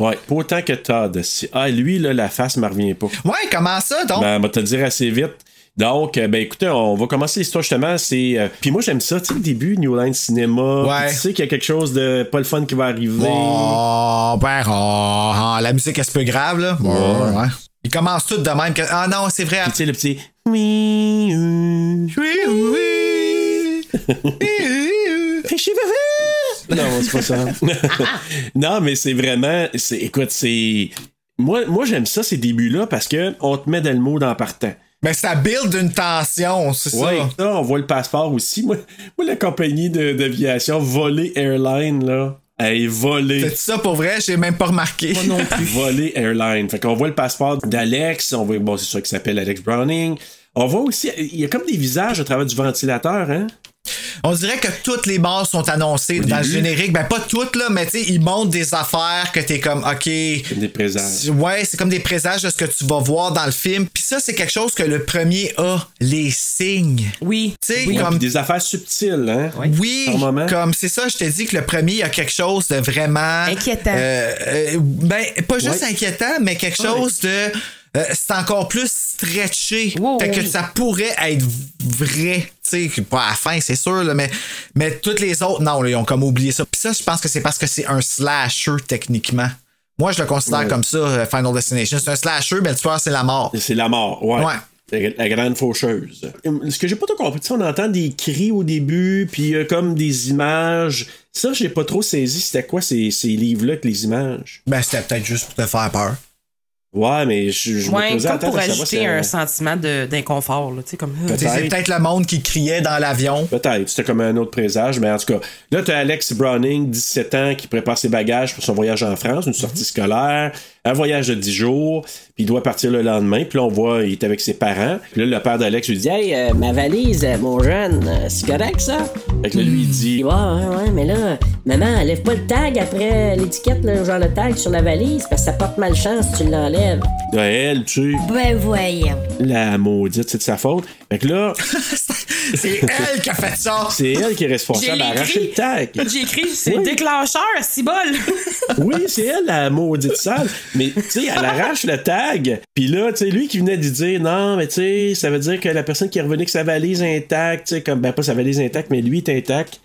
[SPEAKER 1] Ouais, pas autant que Todd. Si- Ah, lui, là, la face me revient pas.
[SPEAKER 3] Ouais, comment ça,
[SPEAKER 6] Oh.
[SPEAKER 3] donc?
[SPEAKER 1] Ben, on va te le dire assez vite. Donc, euh, ben écoutez, on va commencer l'histoire justement. C'est euh, puis moi j'aime ça, tu sais, le début New Line Cinéma.
[SPEAKER 3] Ouais.
[SPEAKER 1] Tu sais qu'il y a quelque chose de pas le fun qui va arriver.
[SPEAKER 3] Oh, ben, oh, ah, la musique, elle se peut grave, là. Ouais, ouais. Il commence tout de même que, ah non, c'est vrai.
[SPEAKER 1] Puis tu sais le petit. Oui, euh,
[SPEAKER 3] Oui, oui. Oui, oui.
[SPEAKER 1] fais chier, bébé! Non, c'est pas ça. non, mais c'est vraiment. c'est- Écoute, c'est. Moi, moi j'aime ça, ces débuts-là, parce que on te met dans le mot dans partant.
[SPEAKER 3] Mais ça build une tension, c'est
[SPEAKER 1] Ouais,
[SPEAKER 3] ça.
[SPEAKER 1] ça, on voit le passeport aussi. Moi, moi la compagnie de- d'aviation, Voler Airline, là. Elle est volée.
[SPEAKER 3] C'est ça pour vrai, j'ai même pas remarqué.
[SPEAKER 6] Moi non plus.
[SPEAKER 1] Voler Airline. Fait qu'on voit le passeport d'Alex. On voit, bon, c'est sûr qu'il s'appelle Alex Browning. On voit aussi, il y a comme des visages à travers du ventilateur, hein?
[SPEAKER 3] On dirait que toutes les morts sont annoncées
[SPEAKER 1] Au
[SPEAKER 3] dans le
[SPEAKER 1] début.
[SPEAKER 3] générique. Ben, pas toutes, là, mais tu sais, ils montrent des affaires que t'es comme, OK.
[SPEAKER 1] Comme des présages.
[SPEAKER 3] Ouais, c'est comme des présages de ce que tu vas voir dans le film. Puis ça, c'est quelque chose que le premier a, les signes.
[SPEAKER 6] Oui.
[SPEAKER 3] Tu sais,
[SPEAKER 1] Ouais,
[SPEAKER 3] comme.
[SPEAKER 1] puis des affaires subtiles, hein?
[SPEAKER 3] Oui,
[SPEAKER 1] Par moment.
[SPEAKER 3] comme c'est ça, je te dis que le premier, il y a quelque chose de vraiment.
[SPEAKER 6] Inquiétant.
[SPEAKER 3] euh, euh, ben, pas juste
[SPEAKER 1] Ouais.
[SPEAKER 3] inquiétant, mais quelque chose de. euh, c'est encore plus stretché.
[SPEAKER 6] Wow,
[SPEAKER 3] fait que
[SPEAKER 6] oui.
[SPEAKER 3] ça pourrait être vrai. Tu sais, pas à la fin, c'est sûr, là, mais, mais toutes les autres, non, là, ils ont comme oublié ça. Puis ça, je pense que c'est parce que c'est un slasher techniquement. Moi, je le considère comme ça, euh, Final Destination. C'est un slasher, mais le tueur, c'est la mort.
[SPEAKER 1] C'est la mort, ouais.
[SPEAKER 3] Ouais.
[SPEAKER 1] La, la grande faucheuse. Hum, Ce que j'ai pas trop compris, tu sais, on entend des cris au début, puis euh, comme des images. Ça, j'ai pas trop saisi c'était quoi ces, ces livres-là que les images.
[SPEAKER 3] Ben, c'était peut-être juste pour te faire peur.
[SPEAKER 1] Ouais, mais je, je
[SPEAKER 6] Ouais,
[SPEAKER 1] me posais la
[SPEAKER 6] comme
[SPEAKER 1] tête
[SPEAKER 6] pour
[SPEAKER 1] à savoir si-
[SPEAKER 6] ajouter un sentiment de- d'inconfort, là, tu sais, comme. euh,
[SPEAKER 1] Peut-être.
[SPEAKER 3] C'est peut-être le monde qui criait dans l'avion.
[SPEAKER 1] Peut-être, c'était comme un autre présage, mais en tout cas, là, tu as Alex Browning, 17 ans, qui prépare ses bagages pour son voyage en France, une
[SPEAKER 10] Mhm.
[SPEAKER 1] sortie scolaire, un voyage de 10 jours, puis il doit partir le lendemain, puis là, on voit, il est avec ses parents, puis là, le père d'Alex lui dit, Hey, euh,
[SPEAKER 10] ma valise, euh, mon jeune, euh, c'est correct ça?
[SPEAKER 1] Fait que là, lui, il dit.
[SPEAKER 10] Ouais, ouais, ouais, mais là, euh, maman, lève pas le tag après l'étiquette, là, genre le tag sur la valise, parce que ça porte malchance si tu l'enlèves.
[SPEAKER 1] Ah, elle, tu sais,
[SPEAKER 8] Ben voyons.
[SPEAKER 1] la maudite, c'est de sa faute. Fait que là,
[SPEAKER 3] C'est elle qui a fait ça.
[SPEAKER 1] c'est elle qui est
[SPEAKER 6] J'ai
[SPEAKER 1] responsable à arracher le tag.
[SPEAKER 6] écrit, j'ai écrit, c'est
[SPEAKER 1] Oui.
[SPEAKER 6] déclencheur, si bol.
[SPEAKER 1] Oui, c'est elle, la maudite sale. Mais, tu sais, elle arrache le tag. Puis là, tu sais, lui qui venait de dire, non, mais tu sais, ça veut dire que la personne qui est revenue avec sa valise intacte, tu sais, comme, ben pas sa valise intacte, mais lui est intact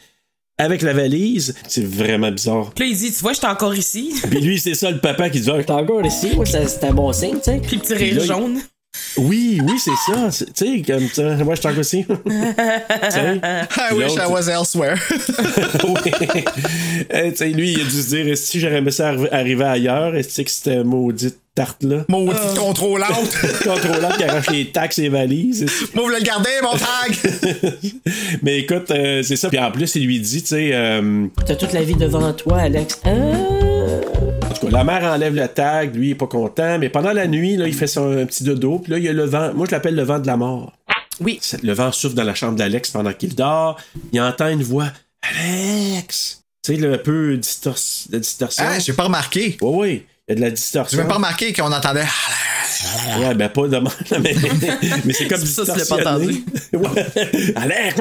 [SPEAKER 1] avec la valise. C'est vraiment bizarre.
[SPEAKER 6] Puis là, il dit, tu vois, j'étais encore ici.
[SPEAKER 1] Puis lui, c'est ça, le papa qui dit, Ah,
[SPEAKER 10] T'es encore ici, moi, ça- c'est un bon signe, tu sais.
[SPEAKER 6] Puis le petit rire
[SPEAKER 1] Puis là,
[SPEAKER 6] jaune.
[SPEAKER 1] oui, oui, c'est ça. C'est- Tu sais, comme, ça, moi, je t'en aussi. Tu sais?
[SPEAKER 3] I wish I
[SPEAKER 1] L'autre-
[SPEAKER 3] was elsewhere.
[SPEAKER 1] Ouais. Euh, tu sais, lui, il a dû se dire, si j'aurais aimé ça arri- arriver ailleurs, est-ce que c'était maudite tarte-là?
[SPEAKER 3] Maudit contrôlante.
[SPEAKER 1] Contrôlable qui arrache les taxes et valises. est-ce que-
[SPEAKER 3] Moi, vous voulez le garder, mon tag.
[SPEAKER 1] Mais écoute, euh, c'est ça. Puis en plus, il lui dit, tu sais, euh,
[SPEAKER 10] T'as toute la vie devant toi, Alex. Ah.
[SPEAKER 1] en tout cas, la mère enlève le tag, lui, il est pas content. Mais pendant la nuit, là, il fait son un petit dodo. Puis là, il y a le vent. Moi, je l'appelle le vent de la mort.
[SPEAKER 6] Oui.
[SPEAKER 1] C'est- Le vent souffle dans la chambre d'Alex pendant qu'il dort. Il entend une voix. Alex! Tu sais, là, un peu distors... de distorsion.
[SPEAKER 3] Ah, j'ai pas remarqué.
[SPEAKER 1] Oui, oui. Il y a de la distorsion.
[SPEAKER 3] J'ai même pas remarqué qu'on entendait. ah,
[SPEAKER 1] Ouais, ben pas de mais, mais c'est comme
[SPEAKER 6] Ah. C'est pour ça que tu l'as
[SPEAKER 1] distorsionné.
[SPEAKER 6] pas entendu.
[SPEAKER 1] Ouais. Alex!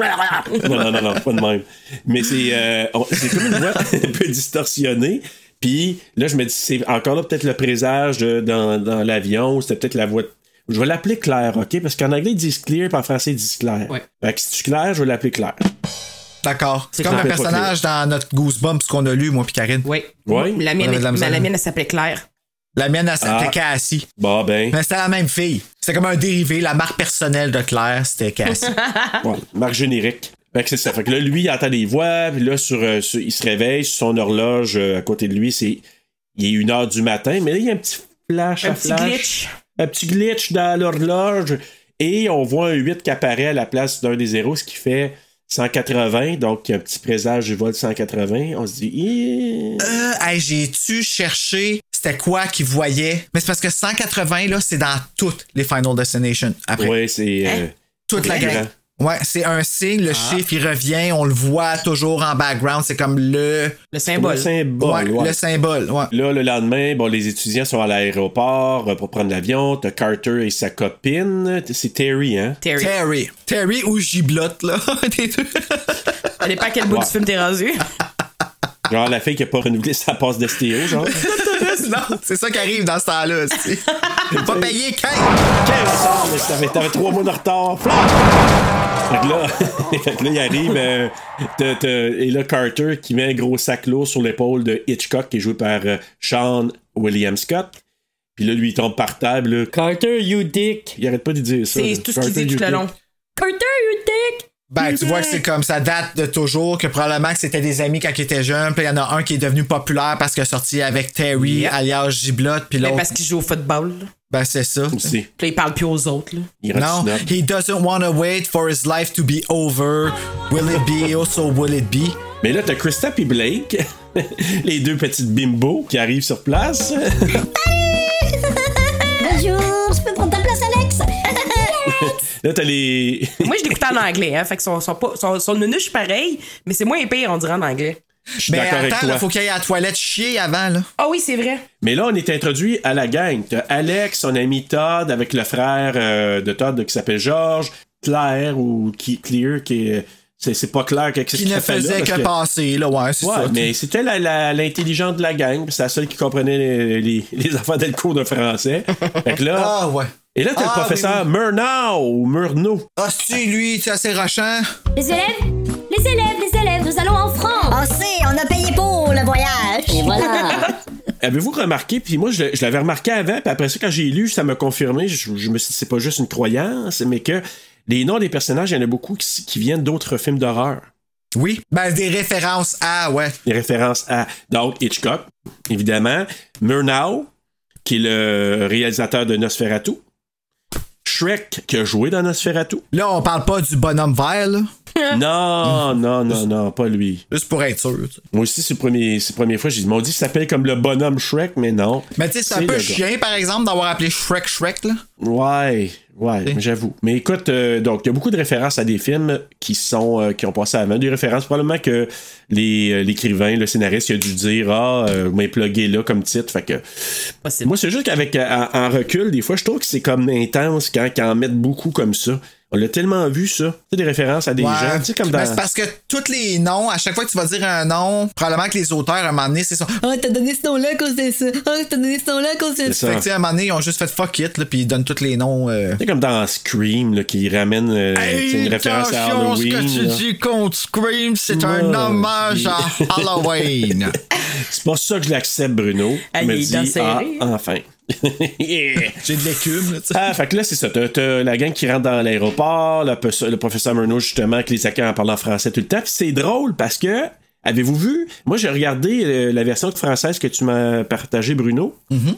[SPEAKER 1] Non, non, non, non, pas de même. Mais c'est euh, on- c'est comme une voix un peu distorsionnée. Puis là, je me dis, c'est encore là peut-être le présage de- dans, dans l'avion, c'était peut-être la voix. de- Je vais l'appeler Claire, OK? Parce qu'en anglais, ils disent clear, puis en français, ils disent Claire.
[SPEAKER 6] Ouais.
[SPEAKER 1] Fait que si tu Claire, je vais l'appeler Claire.
[SPEAKER 3] D'accord. C'est comme
[SPEAKER 1] clair.
[SPEAKER 3] le personnage dans notre Goosebumps qu'on a lu, moi puis Karine.
[SPEAKER 6] Oui.
[SPEAKER 1] Ouais.
[SPEAKER 3] On
[SPEAKER 6] La
[SPEAKER 3] avait
[SPEAKER 6] mienne,
[SPEAKER 3] de la misère.
[SPEAKER 6] ma- la mienne, elle s'appelait Claire.
[SPEAKER 3] La mienne, elle s'appelait
[SPEAKER 1] Ah.
[SPEAKER 3] Cassie.
[SPEAKER 1] Bon, ben.
[SPEAKER 3] Mais c'était la même fille. C'était comme un dérivé. La marque personnelle de Claire, c'était Cassie.
[SPEAKER 1] Ouais, marque générique. Fait que c'est ça. Fait que là, lui, il entend des voix, puis là, sur, euh, sur- il se réveille, sur son horloge euh, à côté de lui, c'est. Il est 1h du matin, mais là, il y a un petit flash
[SPEAKER 6] Un
[SPEAKER 1] à
[SPEAKER 6] petit
[SPEAKER 1] flash.
[SPEAKER 6] glitch.
[SPEAKER 1] Un petit glitch dans l'horloge. Et on voit un 8 qui apparaît à la place d'un des zéros, ce qui fait 180, donc un petit présage du vol 180. On se dit. Ih.
[SPEAKER 3] Euh, hey, j'ai-tu cherché c'était quoi qu'ils voyaient? Mais c'est parce que 180, là, c'est dans toutes les Final Destination. Après,
[SPEAKER 1] Ouais, c'est. Ah. euh,
[SPEAKER 6] Hein?
[SPEAKER 3] toute la
[SPEAKER 1] Vraiment?
[SPEAKER 3] gang. Ouais, c'est un signe, le chiffre, il revient, on le voit toujours en background, c'est comme le,
[SPEAKER 6] Le
[SPEAKER 1] le
[SPEAKER 6] symbole.
[SPEAKER 1] symbole,
[SPEAKER 3] ouais,
[SPEAKER 1] ouais.
[SPEAKER 3] le symbole. Ouais.
[SPEAKER 1] Là, le lendemain, bon, les étudiants sont à l'aéroport euh, pour prendre l'avion. T'as Carter et sa copine. C'est Terry, hein?
[SPEAKER 6] Terry.
[SPEAKER 3] Terry. Terry ou Giblotte, là. des deux.
[SPEAKER 6] Ça dépend à quel bout
[SPEAKER 1] Ouais.
[SPEAKER 6] du film t'es rendu.
[SPEAKER 1] Genre la fille qui a pas renouvelé sa passe de stéo, genre.
[SPEAKER 3] non, c'est ça qui arrive dans ce temps-là. c'est- Pas payé 15.
[SPEAKER 1] Quel retard, mais t'avais, t'avais trois mois de retard. Flash! Fait que là, fait que là, il arrive, euh, t'as- t'as- et là, Carter qui met un gros sac lourd sur l'épaule de Hitchcock, qui est joué par euh, Sean William Scott. Puis là, lui, il tombe par table. là.
[SPEAKER 10] Carter, you dick.
[SPEAKER 1] Il arrête pas de dire ça. là.
[SPEAKER 6] C'est tout ce qu'il
[SPEAKER 1] Carter,
[SPEAKER 6] dit tout
[SPEAKER 1] you
[SPEAKER 6] le long.
[SPEAKER 10] Carter, you dick.
[SPEAKER 3] Ben, tu vois que c'est comme ça date de toujours, que probablement que c'était des amis quand ils étaient jeunes, puis il y en a un qui est devenu populaire parce qu'il a sorti avec Terry, alias Giblotte, puis
[SPEAKER 1] Ben,
[SPEAKER 6] Mais
[SPEAKER 3] l'autre,
[SPEAKER 6] parce qu'il joue au football. là.
[SPEAKER 3] ben c'est ça.
[SPEAKER 1] Aussi.
[SPEAKER 6] Puis là, il parle plus aux autres. là.
[SPEAKER 1] Il
[SPEAKER 3] Non,
[SPEAKER 1] rate snob.
[SPEAKER 3] he doesn't want to wait for his life to be over. Will it be? Also, will it be?
[SPEAKER 1] Mais là, t'as Krista et Blake, les deux petites bimbos qui arrivent sur place.
[SPEAKER 8] Bonjour, je peux prendre ta place, Alex?
[SPEAKER 1] là, t'as les.
[SPEAKER 6] Moi, je l'écoutais en anglais. Hein, fait que son, son, pas- son, son nunuche pareil, mais c'est moins pire, on dirait, en anglais.
[SPEAKER 1] Je suis
[SPEAKER 3] Mais
[SPEAKER 1] d'accord avec
[SPEAKER 3] Ben, attends,
[SPEAKER 1] toi.
[SPEAKER 3] il faut qu'il aille à la toilette chier avant, là.
[SPEAKER 6] Ah oui, c'est vrai.
[SPEAKER 1] Mais là, on est introduit à la gang. T'as Alex, son ami Todd, avec le frère euh, de Todd qui s'appelle George, Claire ou qui, Clear, qui est. C'est, c'est pas clair qu'est-ce
[SPEAKER 3] Qui
[SPEAKER 1] qu'elle
[SPEAKER 3] ne
[SPEAKER 1] fait là,
[SPEAKER 3] faisait
[SPEAKER 1] parce
[SPEAKER 3] que passer, là, ouais, c'est
[SPEAKER 1] Ouais,
[SPEAKER 3] ça.
[SPEAKER 1] mais c'était la, la- l'intelligente de la gang, puis c'est la seule qui comprenait les, les, les affaires de le cours de français. Fait que là,
[SPEAKER 3] Ah, ouais.
[SPEAKER 1] et là, t'as
[SPEAKER 3] Ah,
[SPEAKER 1] le professeur Murnau ou Murnau.
[SPEAKER 3] Ah, si, lui, tu es assez rochant.
[SPEAKER 9] Les élèves Les élèves, les élèves, nous allons en France
[SPEAKER 8] on sait, Oh, on a payé pour le voyage.
[SPEAKER 10] Et voilà.
[SPEAKER 1] Avez-vous remarqué, puis moi je, l'ai- je l'avais remarqué avant, puis après ça, quand j'ai lu, ça m'a confirmé, je, je me suis dit, c'est pas juste une croyance, mais que les noms des personnages, il y en a beaucoup qui, s- qui viennent d'autres films d'horreur.
[SPEAKER 3] Oui. Ben, des références à, ouais.
[SPEAKER 1] Des références à, donc, Hitchcock, évidemment, Murnau, qui est le réalisateur de Nosferatu. Shrek, qui a joué dans Nosferatu.
[SPEAKER 3] Là, on parle pas du bonhomme vert, là.
[SPEAKER 1] Non, non, non, non, pas lui.
[SPEAKER 3] Juste pour être sûr.
[SPEAKER 1] Moi aussi, c'est la première premières fois, j'ai m'ont dit qu'il s'appelle comme le bonhomme Shrek, mais non.
[SPEAKER 3] Mais tu sais, c'est un
[SPEAKER 1] le
[SPEAKER 3] peu
[SPEAKER 1] gars.
[SPEAKER 3] chien, par exemple, d'avoir appelé Shrek Shrek, là.
[SPEAKER 1] Ouais, ouais, j'avoue. Mais écoute, euh, donc, il y a beaucoup de références à des films qui sont euh, qui ont passé avant. Des références, probablement que les, euh, l'écrivain, le scénariste, il a dû dire Ah, euh, vous m'avez plugué là comme titre. Fait que. Moi, c'est juste qu'avec euh, en, en recul, des fois, je trouve que c'est comme intense quand, quand en mettent beaucoup comme ça. On l'a tellement vu, ça. Tu sais, des références à des
[SPEAKER 3] Ouais.
[SPEAKER 1] gens. Tu sais, comme
[SPEAKER 3] Ben,
[SPEAKER 1] dans.
[SPEAKER 3] c'est parce que tous les noms, à chaque fois que tu vas dire un nom, probablement que les auteurs, à un moment donné, c'est ça. Ah, t'as donné ce nom-là à cause de ça. Ah, t'as donné ce nom-là à cause de
[SPEAKER 1] C'est
[SPEAKER 3] ça.
[SPEAKER 1] ça.
[SPEAKER 3] Fait que, tu sais, à un moment donné, ils ont juste fait fuck it, là, puis ils donnent tous les noms. euh.
[SPEAKER 1] C'est comme dans Scream, là, qui ramène euh, tu sais, une référence à Halloween. là.
[SPEAKER 3] dis contre Scream, c'est
[SPEAKER 1] Maudit.
[SPEAKER 3] Halloween.
[SPEAKER 1] C'est pas ça que je l'accepte, Bruno.
[SPEAKER 3] Ah,
[SPEAKER 1] Je me
[SPEAKER 3] il est
[SPEAKER 1] dis,
[SPEAKER 3] dans hein? serré.
[SPEAKER 1] ah, enfin. J'ai
[SPEAKER 3] de l'écume, là, tu sais.
[SPEAKER 1] Ah, fait que là, c'est ça. T'as, t'as la gang qui rentre dans l'aéroport, le, pe- le professeur Murnau, justement, qui les accueille en parlant français tout le temps. Puis c'est drôle parce que, avez-vous vu? Moi, j'ai regardé euh, la version française que tu m'as partagée, Bruno.
[SPEAKER 3] Mm-hmm.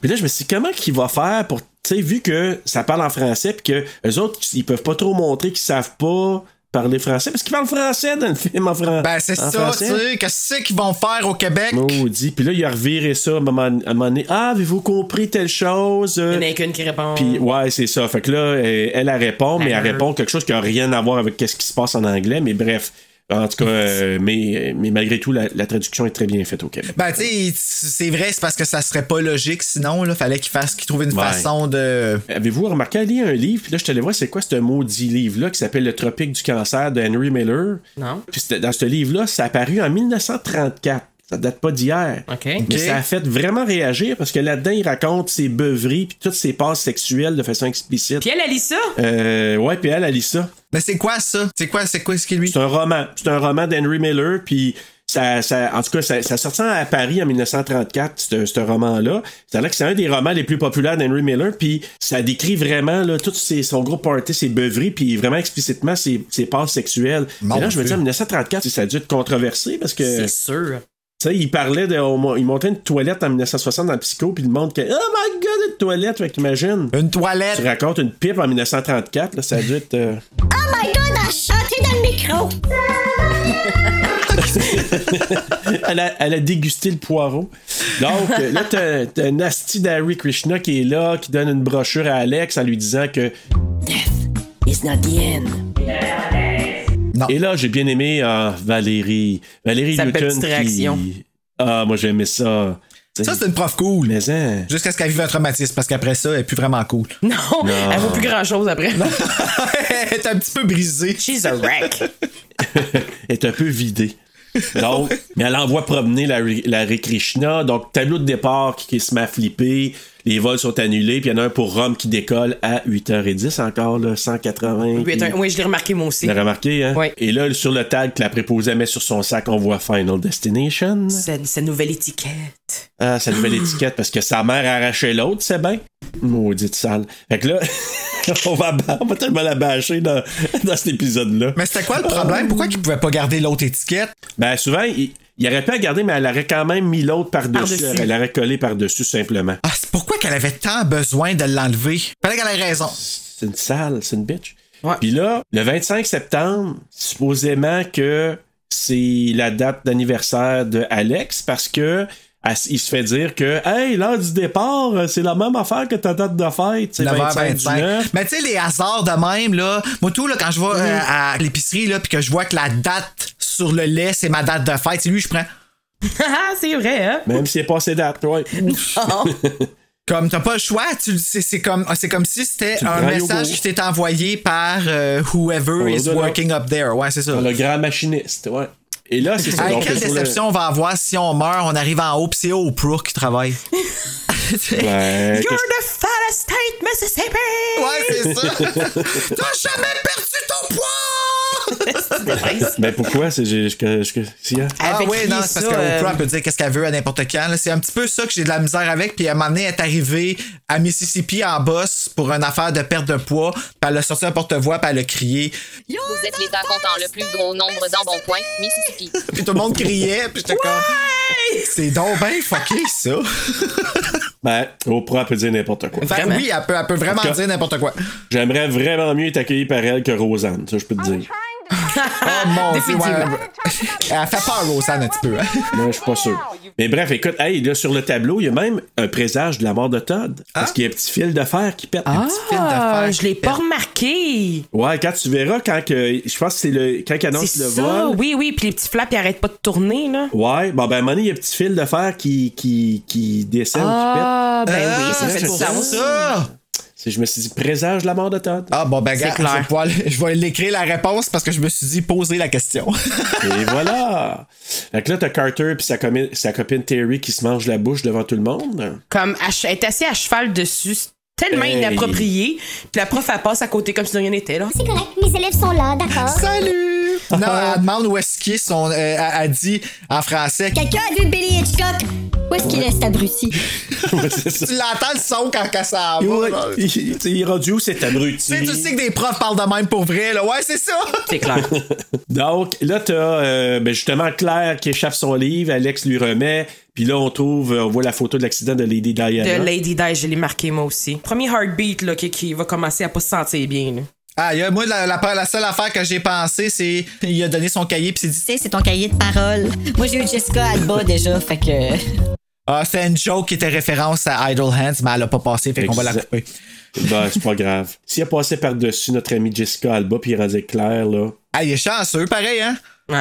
[SPEAKER 1] Puis là, je me suis dit, comment qu'il va faire pour, tu sais, vu que ça parle en français, puis que eux autres, ils peuvent pas trop montrer qu'ils savent pas parler français, parce qu'ils parlent français dans le film en, français.
[SPEAKER 3] Ben, c'est
[SPEAKER 1] en
[SPEAKER 3] ça, tu
[SPEAKER 1] français.
[SPEAKER 3] sais. Qu'est-ce qu'ils vont faire au Québec?
[SPEAKER 1] Maudit. Puis là, il a reviré ça à un moment, à un moment donné. Ah, avez-vous compris telle chose?
[SPEAKER 6] Il y en a qu'une qui répond.
[SPEAKER 1] Puis ouais, c'est ça. Fait que là, euh, elle, elle, elle répond, mais elle répond quelque chose qui a rien à voir avec ce qui se passe en anglais. Mais bref, en tout cas, euh, mais, mais malgré tout, la, la traduction est très bien faite au Québec.
[SPEAKER 3] Ben, tu sais, c'est vrai, c'est parce que ça serait pas logique sinon, là. Fallait qu'ils fassent, qu'ils trouvent une
[SPEAKER 1] Ouais.
[SPEAKER 3] façon de.
[SPEAKER 1] Avez-vous remarqué, elle lit un livre, puis là, je te allé voir, c'est quoi ce maudit livre-là qui s'appelle Le Tropique du cancer de Henry Miller?
[SPEAKER 6] Non.
[SPEAKER 1] Puis c'était- dans ce livre-là, ça a apparu en 1934. Ça date pas d'hier.
[SPEAKER 6] OK.
[SPEAKER 1] Mais ça a fait vraiment réagir parce que là-dedans, il raconte ses beuveries puis toutes ses passes sexuelles de façon explicite.
[SPEAKER 6] Puis elle, elle lit ça?
[SPEAKER 1] Euh, ouais, puis elle, elle lit ça.
[SPEAKER 3] Mais c'est quoi ça? C'est quoi, c'est quoi ce qu'il lui?
[SPEAKER 1] C'est un roman. C'est un roman d'Henry Miller, puis ça, ça- en tout cas, ça, ça sortit à Paris en 1934, ce ce roman-là. C'est là que c'est un des romans les plus populaires d'Henry Miller, puis ça décrit vraiment là, tout ses- son gros party, ses beuveries, puis vraiment explicitement ses, ses passes sexuelles.
[SPEAKER 3] Mon
[SPEAKER 1] Mais là, je me
[SPEAKER 3] Dieu.
[SPEAKER 1] dis, en 1934, ça a dû être controversé, parce que...
[SPEAKER 6] C'est sûr.
[SPEAKER 1] Tu sais, il parlait de. on mo- il montait une toilette en 1960 dans le Psycho, puis il montre que. Oh my god, une toilette! Fait qu'imagine.
[SPEAKER 3] Une toilette!
[SPEAKER 1] Tu racontes une pipe en 1934, là, ça a dû être. euh,
[SPEAKER 9] Oh my god, elle a chanté dans le micro!
[SPEAKER 1] elle, a, elle a dégusté le poireau. Donc, euh, là, t'as, t'as Nasty d'Harry Krishna qui est là, qui donne une brochure à Alex en lui disant que.
[SPEAKER 10] It's not the end.
[SPEAKER 1] Et là, j'ai bien aimé euh, Valérie. Valérie
[SPEAKER 6] Sa
[SPEAKER 1] Newton.
[SPEAKER 6] petite
[SPEAKER 1] qui-
[SPEAKER 6] réaction.
[SPEAKER 1] Ah, moi, j'aimais ça.
[SPEAKER 3] Ça, c'est une prof cool.
[SPEAKER 1] Mais, hein,
[SPEAKER 3] Jusqu'à ce qu'elle vive un traumatisme, parce qu'après ça, elle est plus vraiment cool.
[SPEAKER 6] Non, elle vaut plus grand-chose après.
[SPEAKER 3] elle est un petit peu brisée.
[SPEAKER 6] She's a wreck.
[SPEAKER 1] elle est un peu vidée. Donc, mais elle envoie promener la, la Hare Krishna. Donc, tableau de départ qui, qui se met à flipper. Les vols sont annulés. Puis il y en a un pour Rome qui décolle à 8h10 encore, là, 180.
[SPEAKER 6] Lui est un- Oui, je l'ai remarqué moi aussi.
[SPEAKER 1] Tu l'as remarqué, hein?
[SPEAKER 6] Ouais.
[SPEAKER 1] Et là, sur le tag que la préposée met sur son sac, on voit Final Destination.
[SPEAKER 6] Sa, sa nouvelle étiquette.
[SPEAKER 1] Ah, sa nouvelle étiquette, parce que sa mère a arraché l'autre, c'est bien. Maudite sale. Fait que là, on va, on va tellement la bâcher dans, dans cet épisode-là.
[SPEAKER 3] Mais c'était quoi le problème? Pourquoi qu'ils pouvaient pas garder l'autre étiquette?
[SPEAKER 1] Ben, souvent, il, il aurait pu la garder, mais elle aurait quand même mis l'autre par-dessus.
[SPEAKER 6] Par-dessus.
[SPEAKER 1] elle l'aurait collé par-dessus, simplement.
[SPEAKER 3] Ah, c'est pourquoi qu'elle avait tant besoin de l'enlever? Fallait qu'elle ait raison.
[SPEAKER 1] C'est une sale, c'est une bitch.
[SPEAKER 6] Ouais.
[SPEAKER 1] Puis là, le 25 septembre, supposément que c'est la date d'anniversaire de Alex parce que elle s- il se fait dire que hey l'heure du départ euh, c'est la même affaire que ta date de fête c'est 25 du
[SPEAKER 3] 9h25.
[SPEAKER 1] 9.
[SPEAKER 3] Mais tu sais, les hasards de même, là. Moi, tout, là, quand je vais euh, à l'épicerie, là, puis que je vois que la date sur le lait, c'est ma date de fête, c'est lui, je prends.
[SPEAKER 6] Ah, c'est vrai, hein?
[SPEAKER 1] même si c'est passé date ouais.
[SPEAKER 3] Comme t'as pas le choix, tu le- c'est c'est comme ah, c'est comme si c'était
[SPEAKER 1] Tu le
[SPEAKER 3] un
[SPEAKER 1] prends
[SPEAKER 3] message
[SPEAKER 1] yogourt.
[SPEAKER 3] qui t'est envoyé par euh, whoever
[SPEAKER 1] On
[SPEAKER 3] is
[SPEAKER 1] le donne.
[SPEAKER 3] working up there. Ouais, c'est ça.
[SPEAKER 1] le grand machiniste ouais et là c'est ça
[SPEAKER 3] Hey,
[SPEAKER 1] donc,
[SPEAKER 3] quelle
[SPEAKER 1] sur le-
[SPEAKER 3] déception on va avoir si on meurt, on arrive en haut, pis c'est Oprah qui travaille.
[SPEAKER 1] Ouais,
[SPEAKER 6] You're
[SPEAKER 1] qu'est-ce-
[SPEAKER 6] the fattest state, Mississippi!
[SPEAKER 3] Ouais, c'est ça. T'as jamais perdu ton poids!
[SPEAKER 1] ben pourquoi c'est j'ai- je- je- je- si, hein?
[SPEAKER 3] Ah
[SPEAKER 6] Avec
[SPEAKER 3] oui,
[SPEAKER 6] qui
[SPEAKER 3] non, c'est
[SPEAKER 6] ça,
[SPEAKER 3] parce que
[SPEAKER 6] euh,
[SPEAKER 3] Oprah elle peut dire qu'est-ce qu'elle veut à n'importe quand. là. C'est un petit peu ça que j'ai de la misère avec. Puis à un moment donné, elle est arrivée à Mississippi en boss pour une affaire de perte de poids. Puis elle a sorti un porte-voix, puis elle a crié.
[SPEAKER 11] Vous êtes l'État comptant le plus gros nombre d'embonpoints, Mississippi.
[SPEAKER 3] Puis tout le monde criait, puis j'étais comme. C'est donc bien fucké, ça.
[SPEAKER 1] Ben, Oprah peut dire n'importe quoi.
[SPEAKER 3] Ben oui, elle peut, elle peut vraiment
[SPEAKER 1] En tout cas,
[SPEAKER 3] dire n'importe quoi.
[SPEAKER 1] J'aimerais vraiment mieux être accueilli par elle que Rosanne, ça je peux te dire. Ah,
[SPEAKER 6] Ah,
[SPEAKER 3] Oh mon dieu, ouais. Elle fait peur, Rosanne, un petit peu. hein.
[SPEAKER 1] Non, je suis pas sûr. Mais bref, écoute, hey, là, sur le tableau, il y a même un présage de la mort de Todd. Parce qu'il y a un petit fil de fer qui pète.
[SPEAKER 6] Ah, je l'ai pas remarqué.
[SPEAKER 1] Ouais, quand tu verras, quand que, je pense que c'est le, quand il annonce
[SPEAKER 6] C'est
[SPEAKER 1] le
[SPEAKER 6] ça,
[SPEAKER 1] vol.
[SPEAKER 6] oui, oui. Puis les petits flaps, ils arrêtent pas de tourner, là.
[SPEAKER 1] Ouais, bon, ben, à un moment donné, il y a un petit fil de fer qui, qui, qui descend
[SPEAKER 6] Ah,
[SPEAKER 1] ou qui pète.
[SPEAKER 6] ben oui, ça fait
[SPEAKER 1] je-
[SPEAKER 6] du sens.
[SPEAKER 1] C'est- Je me suis dit, présage de la mort de Todd.
[SPEAKER 3] Ah, bon, ben,
[SPEAKER 1] C'est
[SPEAKER 3] gars,
[SPEAKER 1] clair.
[SPEAKER 3] je vais, pouvoir- je vais l'écrire la réponse parce que je me suis dit poser la question.
[SPEAKER 1] Et voilà! Fait que là, t'as Carter puis sa, comi- sa copine Terry qui se mange la bouche devant tout le monde.
[SPEAKER 6] Comme à che- être assis à cheval dessus, c'est tellement
[SPEAKER 1] Hey.
[SPEAKER 6] inapproprié. Puis la prof, elle passe à côté comme si de rien n'était, là.
[SPEAKER 9] C'est correct, mes élèves sont là, d'accord.
[SPEAKER 3] Salut! non, elle demande où est-ce qu'il est son. euh, elle, elle dit en français.
[SPEAKER 9] Quelqu'un a vu Billy Hitchcock? Où est-ce qu'il est, cet abruti?
[SPEAKER 3] Tu l'entends le son quand elle s'en va.
[SPEAKER 1] Ouais,
[SPEAKER 3] là.
[SPEAKER 1] il- il il est rendu où cet abruti?
[SPEAKER 3] Tu sais, tu sais que des profs parlent de même pour vrai, là. Ouais, c'est ça!
[SPEAKER 6] C'est clair.
[SPEAKER 1] Donc, là, t'as euh, ben, justement Claire qui échappe son livre, Alex lui remet, puis là, on trouve, euh, on voit la photo de l'accident de Lady Diana.
[SPEAKER 6] De Lady Di, je l'ai marqué moi aussi. Premier heartbeat là, qui, qui va commencer à pas se sentir bien. là.
[SPEAKER 3] Ah, y a- moi, la, la- la seule affaire que j'ai pensée, c'est. Il a donné son cahier, puis s'est dit.
[SPEAKER 8] Tu sais, c'est ton cahier de parole. Moi, j'ai eu Jessica Alba déjà, fait que.
[SPEAKER 9] Oh
[SPEAKER 3] Ah, c'est une joke qui était référence à Idle Hands, mais elle a pas passé, fait qu'on va la
[SPEAKER 1] Exact.
[SPEAKER 3] couper.
[SPEAKER 1] Ben, c'est pas grave. S'il a passé par-dessus notre ami Jessica Alba, puis il rasait Claire, là,
[SPEAKER 3] Ah, il est chanceux, pareil, hein?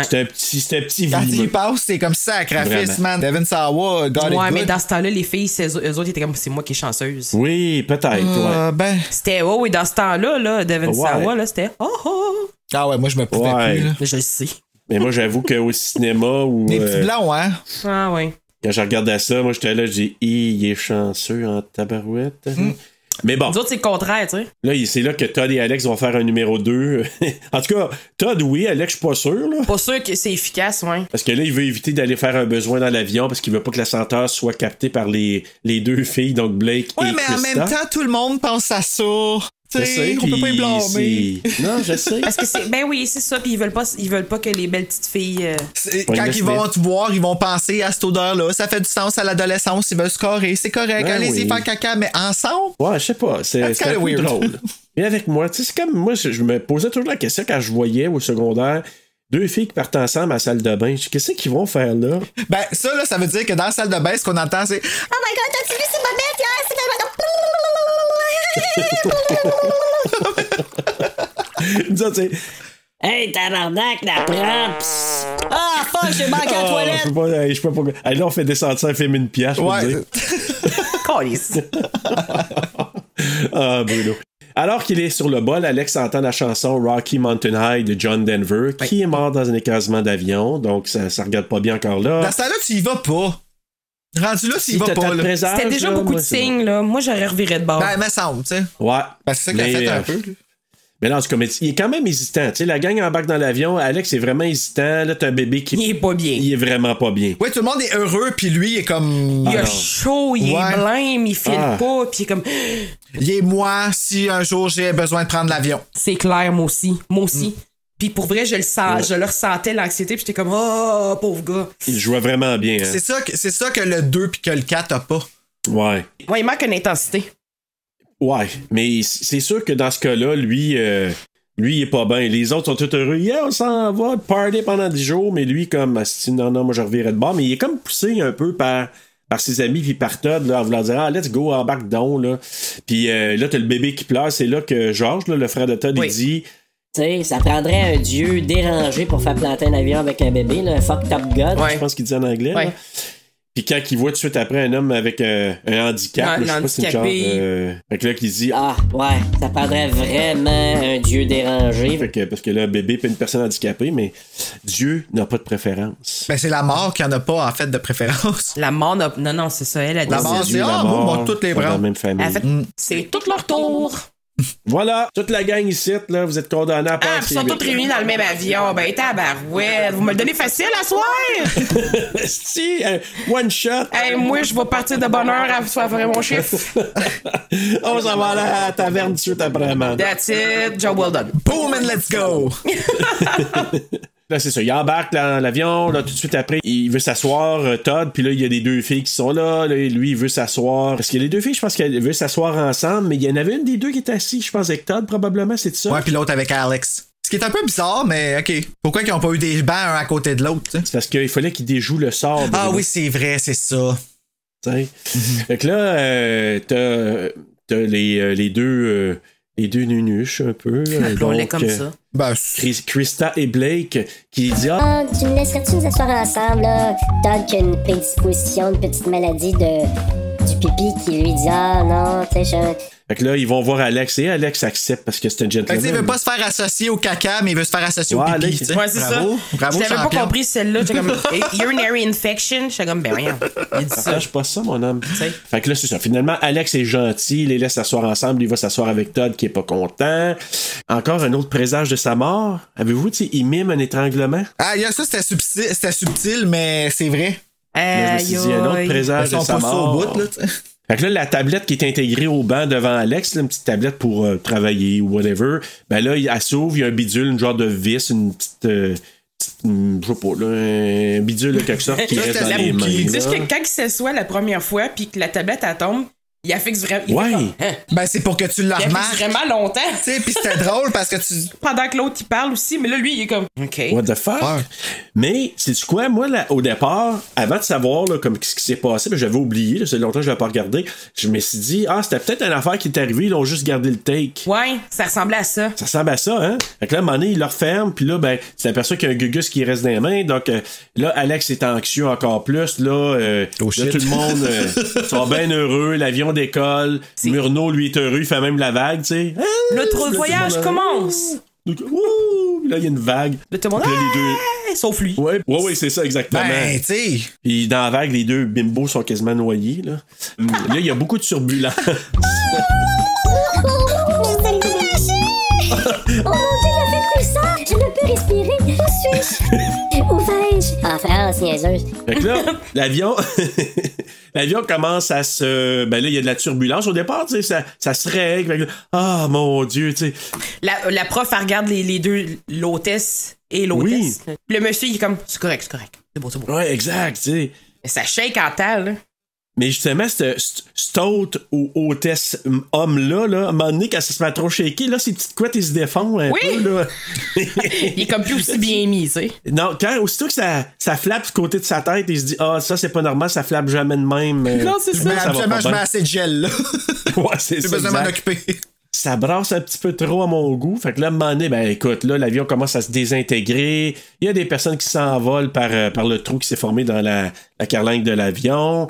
[SPEAKER 1] c'est un petit, c'est un petit
[SPEAKER 3] Quand
[SPEAKER 1] vimeux.
[SPEAKER 3] il passe, c'est comme ça, sacrifice,
[SPEAKER 1] Vraiment.
[SPEAKER 3] man. Devin Sawa, got it
[SPEAKER 6] ouais, mais
[SPEAKER 3] good.
[SPEAKER 6] dans ce temps-là, les filles, c'est- eux autres, étaient comme c'est moi qui est chanceuse.
[SPEAKER 1] Oui, peut-être, ouais.
[SPEAKER 3] Ah, ben.
[SPEAKER 6] C'était oh oui, dans ce temps-là, là, Devin
[SPEAKER 1] Ouais.
[SPEAKER 6] Sawa, là, c'était oh oh.
[SPEAKER 3] Ah, ouais, moi, je me pouvais
[SPEAKER 1] Ouais.
[SPEAKER 3] plus, là.
[SPEAKER 6] Je le sais.
[SPEAKER 1] Mais moi, j'avoue qu'au cinéma ou.
[SPEAKER 3] Des
[SPEAKER 1] euh,
[SPEAKER 3] petits blonds, hein?
[SPEAKER 6] Ah ouais.
[SPEAKER 1] Quand je regardais ça, moi, j'étais là, je dis, Hi, il est chanceux en tabarouette. Mais bon,
[SPEAKER 6] Les autres, c'est le contraire, tu sais.
[SPEAKER 1] là, il- c'est là que Todd et Alex vont faire un numéro 2. en tout cas, Todd, oui, Alex, je suis pas sûr, là.
[SPEAKER 6] Pas sûr que c'est efficace, ouais.
[SPEAKER 1] Parce que là, il veut éviter d'aller faire un besoin dans l'avion parce qu'il veut pas que la senteur soit captée par les, les deux filles, donc Blake
[SPEAKER 3] Ouais,
[SPEAKER 1] et
[SPEAKER 3] mais en
[SPEAKER 1] Krista.
[SPEAKER 3] même temps, tout le monde pense à ça. Tu
[SPEAKER 1] Je
[SPEAKER 3] sais, on peut
[SPEAKER 1] puis
[SPEAKER 3] pas y blâmer.
[SPEAKER 1] c'est- Non, je sais.
[SPEAKER 6] Parce que c'est ben oui, c'est ça. Puis ils veulent pas, ils veulent pas que les belles petites filles. euh,
[SPEAKER 3] C'est-
[SPEAKER 1] Point
[SPEAKER 3] Quand
[SPEAKER 1] de
[SPEAKER 3] ils vont
[SPEAKER 1] Smith.
[SPEAKER 3] te voir, ils vont penser à cette odeur-là. Ça fait du sens à l'adolescence, ils veulent scorer, c'est correct.
[SPEAKER 1] Ben
[SPEAKER 3] Allez-y
[SPEAKER 1] oui.
[SPEAKER 3] faire caca, mais ensemble?
[SPEAKER 1] Ouais, je sais pas. C'est
[SPEAKER 3] That's
[SPEAKER 1] c'est un
[SPEAKER 3] kinda
[SPEAKER 1] peu
[SPEAKER 3] weird.
[SPEAKER 1] drôle. Mais avec moi, tu sais, c'est comme moi, je je me posais toujours la question quand je voyais au secondaire deux filles qui partent ensemble à la salle de bain. Je dis, Qu'est-ce qu'ils vont faire là?
[SPEAKER 3] Ben, ça, là, ça veut dire que dans la salle de bain, ce qu'on entend, c'est
[SPEAKER 9] Oh my god, t'as-tu vu c'est ma bête hier? C'est vraiment.
[SPEAKER 1] Ça, tu sais,
[SPEAKER 10] Hey, tabarnak, la prends! pss. Ah, fuck, j'ai manqué la
[SPEAKER 1] Ah,
[SPEAKER 10] toilette!
[SPEAKER 1] je peux pas. hey, Je peux pas. Hey, là, on fait descendre ça, elle fait une pièce. je peux
[SPEAKER 3] Ouais.
[SPEAKER 1] te dire.
[SPEAKER 6] câlisses.
[SPEAKER 1] Ah, Bruno. Alors qu'il est sur le bol, Alex entend la chanson Rocky Mountain High de John Denver, qui est mort dans un écrasement d'avion, donc ça, ça regarde pas bien encore là.
[SPEAKER 3] Dans ce temps-là, tu y vas pas. Rendu là, tu y
[SPEAKER 1] Si
[SPEAKER 3] vas
[SPEAKER 1] t'as
[SPEAKER 3] pas.
[SPEAKER 1] tant de
[SPEAKER 3] là.
[SPEAKER 1] présage,
[SPEAKER 6] C'était déjà
[SPEAKER 1] là,
[SPEAKER 6] beaucoup
[SPEAKER 1] moi,
[SPEAKER 6] de
[SPEAKER 1] c'est bon.
[SPEAKER 6] signes, là. Moi, j'aurais reviré de bord.
[SPEAKER 3] Ben, me semble, tu sais.
[SPEAKER 1] Ouais.
[SPEAKER 3] Ben, c'est ça qu'elle
[SPEAKER 1] Mais,
[SPEAKER 3] fait un
[SPEAKER 1] euh,
[SPEAKER 3] peu. là.
[SPEAKER 1] Mais là, en tout cas, mais il est quand même hésitant. Tu sais, la gang embarque dans l'avion. Alex est vraiment hésitant. Là, t'as un bébé qui.
[SPEAKER 6] il est pas bien.
[SPEAKER 1] Il est vraiment pas bien.
[SPEAKER 3] Ouais, tout le monde est heureux, puis lui, il est comme.
[SPEAKER 6] Il a chaud, il
[SPEAKER 3] Ah Ouais.
[SPEAKER 6] est blême, il file
[SPEAKER 1] Ah.
[SPEAKER 6] pas, puis il est comme
[SPEAKER 3] Il est moi si un jour j'ai besoin de prendre l'avion.
[SPEAKER 6] c'est clair moi aussi, moi aussi. Puis pour vrai, je le sens, je le ressentais l'anxiété, puis j'étais comme oh pauvre gars.
[SPEAKER 1] Il jouait vraiment bien. hein.
[SPEAKER 3] C'est ça, que- c'est ça que le 2 puis que le 4 a pas.
[SPEAKER 1] Ouais.
[SPEAKER 6] Ouais, il manque une intensité.
[SPEAKER 1] Ouais. Mais c- c'est sûr que dans ce cas-là, lui, euh, lui, il est pas bien. Les autres sont tout heureux. Yeah, on s'en va, party pendant 10 jours. Mais lui, comme, ah, si, non, non, moi, je revirai de bord. Mais il est comme poussé un peu par. Par ses amis puis par Todd, là, en voulant dire Ah, let's go, embarque donc. Là. Puis euh, là, t'as le bébé qui pleure. C'est là que Georges, là, le frère de Todd,
[SPEAKER 6] Oui.
[SPEAKER 1] il dit
[SPEAKER 10] Tu sais, ça prendrait un dieu dérangé pour faire planter un avion avec un bébé, là, un fuck top god.
[SPEAKER 1] je
[SPEAKER 6] Ouais.
[SPEAKER 1] pense qu'il dit en anglais.
[SPEAKER 6] Ouais.
[SPEAKER 1] là. Puis quand il voit tout de suite après un homme avec euh, un handicap,
[SPEAKER 6] Ouais,
[SPEAKER 1] là, je sais pas si c'est genre.
[SPEAKER 6] l'handicapé.
[SPEAKER 1] Euh, fait que là, qu'il dit. Ah,
[SPEAKER 10] Ah, ouais, ça prendrait vraiment un dieu dérangé.
[SPEAKER 1] fait que, parce que là, un bébé peut une personne handicapée, mais Dieu n'a pas de préférence.
[SPEAKER 3] Ben, c'est la mort qui en a pas, en fait, de préférence.
[SPEAKER 6] La mort n'a- non non, c'est ça elle a dit.
[SPEAKER 3] La mort,
[SPEAKER 1] Dieu,
[SPEAKER 3] c'est ah,
[SPEAKER 1] la
[SPEAKER 3] moi,
[SPEAKER 1] mort,
[SPEAKER 3] moi, toutes les
[SPEAKER 1] sont dans la
[SPEAKER 3] branches.
[SPEAKER 1] même famille.
[SPEAKER 6] En fait, c'est tout leur tour.
[SPEAKER 1] Voilà, toute la gang ici, là, vous êtes condamnés à
[SPEAKER 6] Ah,
[SPEAKER 1] passer
[SPEAKER 6] puis ils sont
[SPEAKER 1] vite.
[SPEAKER 6] tous réunis dans le même avion. Ben tabarouette, vous me le donnez facile à soir.
[SPEAKER 1] si, euh, one shot,
[SPEAKER 6] hey, moi je vais partir de bonne heure à faire mon chiffre.
[SPEAKER 1] on s'en va aller à la taverne tout de suite après, man.
[SPEAKER 6] That's it, job well done.
[SPEAKER 3] Boom and let's go!
[SPEAKER 1] Là, c'est ça. Il embarque dans l'avion. Là, tout de suite après, il veut s'asseoir, euh, Todd. Puis là, il y a les deux filles qui sont là. là lui, il veut s'asseoir. Parce que les deux filles, je pense qu'elles veulent s'asseoir ensemble. Mais il y en avait une des deux qui était assise, je pense, avec Todd, probablement, c'est ça.
[SPEAKER 3] Ouais, puis l'autre avec Alex. Ce qui est un peu bizarre, mais OK. Pourquoi qu'ils n'ont pas eu des bancs un à côté de l'autre?
[SPEAKER 1] C'est parce qu'il fallait qu'ils déjouent le sort. de
[SPEAKER 3] Ah
[SPEAKER 1] l'autre.
[SPEAKER 3] oui, c'est vrai, c'est ça.
[SPEAKER 1] T'sais.
[SPEAKER 6] Mhm.
[SPEAKER 1] fait que là, euh, t'as, t'as les, euh, les deux. euh, les deux nunuches, un peu. là.
[SPEAKER 6] Appelons-les
[SPEAKER 1] Donc,
[SPEAKER 6] comme
[SPEAKER 1] euh,
[SPEAKER 6] ça.
[SPEAKER 3] Ben,
[SPEAKER 1] Chris- Krista et Blake qui disent Ah,
[SPEAKER 9] Ah, tu me laisserais-tu nous asseoir ensemble, là? Todd qui a une prédisposition, une petite maladie de du pipi qui lui dit Ah non, tu sais, je.
[SPEAKER 1] Fait que là, ils vont voir Alex et Alex accepte parce que c'est un
[SPEAKER 3] Fait que,
[SPEAKER 1] gentleman.
[SPEAKER 3] Ben, tu sais, il veut pas se faire associer au caca, mais il veut se faire associer
[SPEAKER 1] Ouais,
[SPEAKER 3] au
[SPEAKER 1] là,
[SPEAKER 3] pipi.
[SPEAKER 1] il-
[SPEAKER 3] tu sais.
[SPEAKER 6] Ouais, c'est ça.
[SPEAKER 3] bravo, Bravo,
[SPEAKER 6] je l'avais pas
[SPEAKER 3] champion.
[SPEAKER 6] compris celle-là. J'étais comme urinary infection. J'étais comme ben rien. Il dit ça.
[SPEAKER 1] Partage pas ça, mon homme. Fait que là, c'est ça. Finalement, Alex est gentil, il les laisse s'asseoir ensemble, il va s'asseoir avec Todd qui est pas content. Encore un autre présage de sa mort. Avez-vous, tu sais, il mime un étranglement?
[SPEAKER 3] Ah, il y a ça, c'était subtil, c'était subtil, mais c'est vrai.
[SPEAKER 1] Là, je me suis dit, un autre présage
[SPEAKER 3] Ils
[SPEAKER 1] de
[SPEAKER 3] sont
[SPEAKER 1] sa
[SPEAKER 3] pas
[SPEAKER 1] mort.
[SPEAKER 3] au bout, là, tu sais.
[SPEAKER 1] Fait que là, la tablette qui est intégrée au banc devant Alex, là, une petite tablette pour euh, travailler ou whatever, ben là, il- elle s'ouvre, il y a un bidule, une genre de vis, une petite. euh, petite, hum, je sais pas, là, un bidule de quelque sorte qui
[SPEAKER 6] Ça,
[SPEAKER 1] reste
[SPEAKER 6] c'était
[SPEAKER 1] dans
[SPEAKER 6] la
[SPEAKER 1] les mains.
[SPEAKER 6] bouquille.
[SPEAKER 1] là.
[SPEAKER 6] Juste que quand il s'assoit la première fois puis que la tablette elle tombe, il affixe vraiment. il fait
[SPEAKER 1] Ouais.
[SPEAKER 6] comme, Hein?
[SPEAKER 3] Ben, c'est pour que tu la
[SPEAKER 6] Il affixe
[SPEAKER 3] remarques.
[SPEAKER 6] vraiment longtemps.
[SPEAKER 3] Tu sais, puis c'était drôle parce que tu.
[SPEAKER 6] Pendant que l'autre il parle aussi, mais là lui il est comme OK.
[SPEAKER 1] What the fuck? Mais, c'est quoi, moi, là, au départ, avant de savoir là, comme, ce qui s'est passé, ben, j'avais oublié, là, ça fait longtemps que je l'avais pas regardé, je me suis dit, ah, c'était peut-être une affaire qui est arrivée, ils ont juste gardé le take.
[SPEAKER 6] Ouais, ça ressemblait à ça.
[SPEAKER 1] Ça ressemble à ça, hein? Fait que là, à un moment donné, il le referme, puis là, ben, tu t'aperçois qu'il y a un gugus qui reste dans les mains, donc euh, là, Alex est anxieux encore plus, là, euh, là,
[SPEAKER 3] shit.
[SPEAKER 1] tout le monde euh, sont bien heureux, l'avion décolle, Murnau, lui, est heureux, il fait même la vague, tu sais. Ah,
[SPEAKER 6] Notre
[SPEAKER 1] là, tout le
[SPEAKER 6] voyage
[SPEAKER 1] monde-
[SPEAKER 6] commence.
[SPEAKER 1] Donc, Ouh! Là, il y a une vague.
[SPEAKER 6] Là, tout le monde,
[SPEAKER 1] Puis là, les deux-
[SPEAKER 6] Ah, sauf lui.
[SPEAKER 1] Ouais, ouais, ouais, c'est ça, exactement.
[SPEAKER 3] Ben, tu sais.
[SPEAKER 1] Puis dans la vague, les deux bimbos sont quasiment noyés. Là, Hum, là, il y a beaucoup de turbulences.
[SPEAKER 9] Je vais lâcher! Oh mon Oh, dieu, il a fait tout ça! Je ne peux respirer! Où suis-je? Où vais-je? En Ah, France, niaiseuse.
[SPEAKER 1] Fait que là, l'avion, l'avion commence à se. Ben là, il y a de la turbulence. Au départ, tu sais, ça, ça se règle. Fait que là, Ah, mon Dieu, tu sais.
[SPEAKER 6] La, la prof elle regarde les, les deux l'hôtesse et l'hôtesse. Le monsieur il est comme c'est correct, c'est correct. C'est beau, c'est beau.
[SPEAKER 1] Ouais, exact, tu sais.
[SPEAKER 6] Mais ça shake en tal. là.
[SPEAKER 1] Mais justement, ce- ce- cet hôte ou hôtesse hum, homme-là, là, à un moment donné, quand ça se met trop shaker, là, ces petites couettes, ils se défendent un
[SPEAKER 6] Oui.
[SPEAKER 1] peu, là.
[SPEAKER 6] Il est comme plus aussi bien mis, tu sais.
[SPEAKER 1] Non, quand, aussitôt que ça, ça flappe du côté de sa tête, il se dit Ah, ça, c'est pas normal, ça flappe jamais de même. Euh,
[SPEAKER 6] Non, c'est
[SPEAKER 3] Mais
[SPEAKER 1] va
[SPEAKER 3] habituellement,
[SPEAKER 1] pas
[SPEAKER 3] je
[SPEAKER 1] bien.
[SPEAKER 3] mets assez de gel, là.
[SPEAKER 1] Ouais, c'est
[SPEAKER 3] J'ai
[SPEAKER 1] ça.
[SPEAKER 3] besoin de m'en
[SPEAKER 1] exact.
[SPEAKER 3] occuper.
[SPEAKER 1] Ça brasse un petit peu trop à mon goût. Fait que là, à un moment donné, ben écoute, là, l'avion commence à se désintégrer. Il y a des personnes qui s'envolent par, euh, par le trou qui s'est formé dans la, la carlingue de l'avion.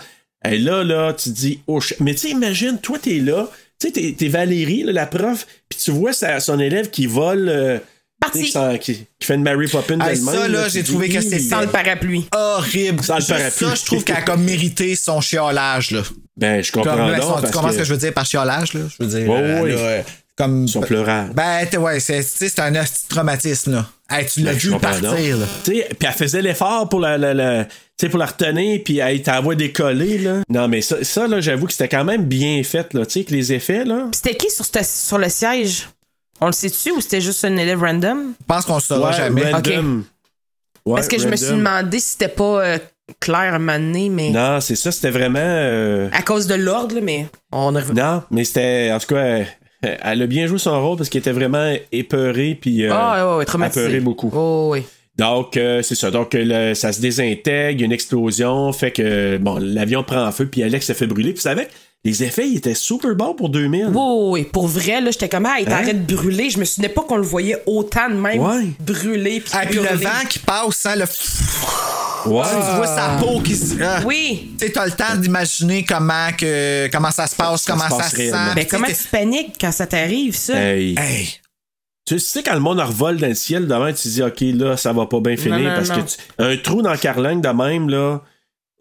[SPEAKER 1] Et là, là, tu te dis, oh, ch- mais tu sais, imagine, toi, t'es là, tu sais, t'es, t'es Valérie, là, la prof, puis tu vois sa- son élève qui vole, euh,
[SPEAKER 6] Parti.
[SPEAKER 1] tu sais, qui, s'en- qui- qui fait une Mary Poppins
[SPEAKER 3] Hey,
[SPEAKER 1] d'elle-même.
[SPEAKER 3] ça, là,
[SPEAKER 1] tu
[SPEAKER 3] j'ai
[SPEAKER 1] dis,
[SPEAKER 3] trouvé que
[SPEAKER 1] Hi.
[SPEAKER 3] c'est
[SPEAKER 6] Sans le parapluie.
[SPEAKER 3] horrible.
[SPEAKER 1] Sans le
[SPEAKER 3] Juste
[SPEAKER 1] parapluie.
[SPEAKER 3] Ça, je trouve qu'elle a comme mérité son chiolage, là.
[SPEAKER 1] Ben, je
[SPEAKER 3] Comme,
[SPEAKER 1] comprends
[SPEAKER 3] ben,
[SPEAKER 1] donc,
[SPEAKER 3] son- tu
[SPEAKER 1] parce
[SPEAKER 3] comprends
[SPEAKER 1] que-
[SPEAKER 3] ce que je veux dire par chiolage, là? Je veux dire.
[SPEAKER 1] Ouais,
[SPEAKER 3] euh,
[SPEAKER 1] ouais,
[SPEAKER 3] là,
[SPEAKER 1] ouais.
[SPEAKER 3] euh, comme.
[SPEAKER 1] Son pleurant.
[SPEAKER 3] Ben, t'es- ouais, c'est tu sais, c'est un hostie de traumatisme, là. Hey, tu l'as
[SPEAKER 1] Ben, je
[SPEAKER 3] vu
[SPEAKER 1] comprends
[SPEAKER 3] partir,
[SPEAKER 1] donc.
[SPEAKER 3] là.
[SPEAKER 1] Tu sais, puis elle faisait l'effort pour la, la- la- tu sais, pour la retenir, puis elle t'envoie décoller, là. Non, mais ça, ça là, j'avoue que c'était quand même bien fait, là. Tu sais, que les effets, là.
[SPEAKER 6] Puis C'était qui sur, cette- sur le siège? On le sait-tu ou c'était juste un élève random?
[SPEAKER 3] Je pense qu'on le saura jamais.
[SPEAKER 1] random. Ouais,
[SPEAKER 6] Parce que je me suis
[SPEAKER 1] random.
[SPEAKER 6] demandé si c'était pas euh, clair à un moment donné, mais
[SPEAKER 1] Non, c'est ça, c'était vraiment. euh,
[SPEAKER 6] à cause de l'ordre, là, mais on a...
[SPEAKER 1] Non, mais c'était. En tout cas, euh, euh, elle a bien joué son rôle parce qu'elle était vraiment épeurée, puis. euh,
[SPEAKER 6] Ah, ouais, ouais, ouais, traumatisé.
[SPEAKER 1] apeurée beaucoup.
[SPEAKER 6] Oh, oui.
[SPEAKER 1] Donc, euh, c'est ça. Donc, euh, le- ça se désintègre, il y a une explosion, fait que bon, l'avion prend en feu, puis Alex se fait brûler. Puis, avec les effets, ils étaient super bons pour 2000.
[SPEAKER 6] Oui, oui, oui. Pour vrai, là, j'étais comme, ah, il
[SPEAKER 1] Hein?
[SPEAKER 6] t'arrête de brûler. Je me souvenais pas qu'on le voyait autant de même
[SPEAKER 1] Ouais.
[SPEAKER 6] brûler. Puis
[SPEAKER 3] Ah, puis le
[SPEAKER 6] hurler.
[SPEAKER 3] vent qui passe, hein, le. Tu
[SPEAKER 1] Ouais.
[SPEAKER 3] vois sa peau qui se. Ah.
[SPEAKER 6] Oui.
[SPEAKER 3] Tu sais, t'as le temps d'imaginer comment, que, comment ça se passe,
[SPEAKER 1] Ça
[SPEAKER 3] comment
[SPEAKER 1] se
[SPEAKER 3] ça
[SPEAKER 1] passe
[SPEAKER 3] se sent.
[SPEAKER 1] réellement.
[SPEAKER 6] Ben,
[SPEAKER 3] Puis
[SPEAKER 6] comment
[SPEAKER 3] t'es-
[SPEAKER 6] tu paniques quand ça t'arrive, ça?
[SPEAKER 1] Hey.
[SPEAKER 3] Hey,
[SPEAKER 1] Tu sais, quand le monde revole dans le ciel, demain, tu te dis, OK, là, ça va pas bien finir.
[SPEAKER 6] non,
[SPEAKER 1] parce
[SPEAKER 6] non.
[SPEAKER 1] que tu- un trou dans la carlingue de même, là,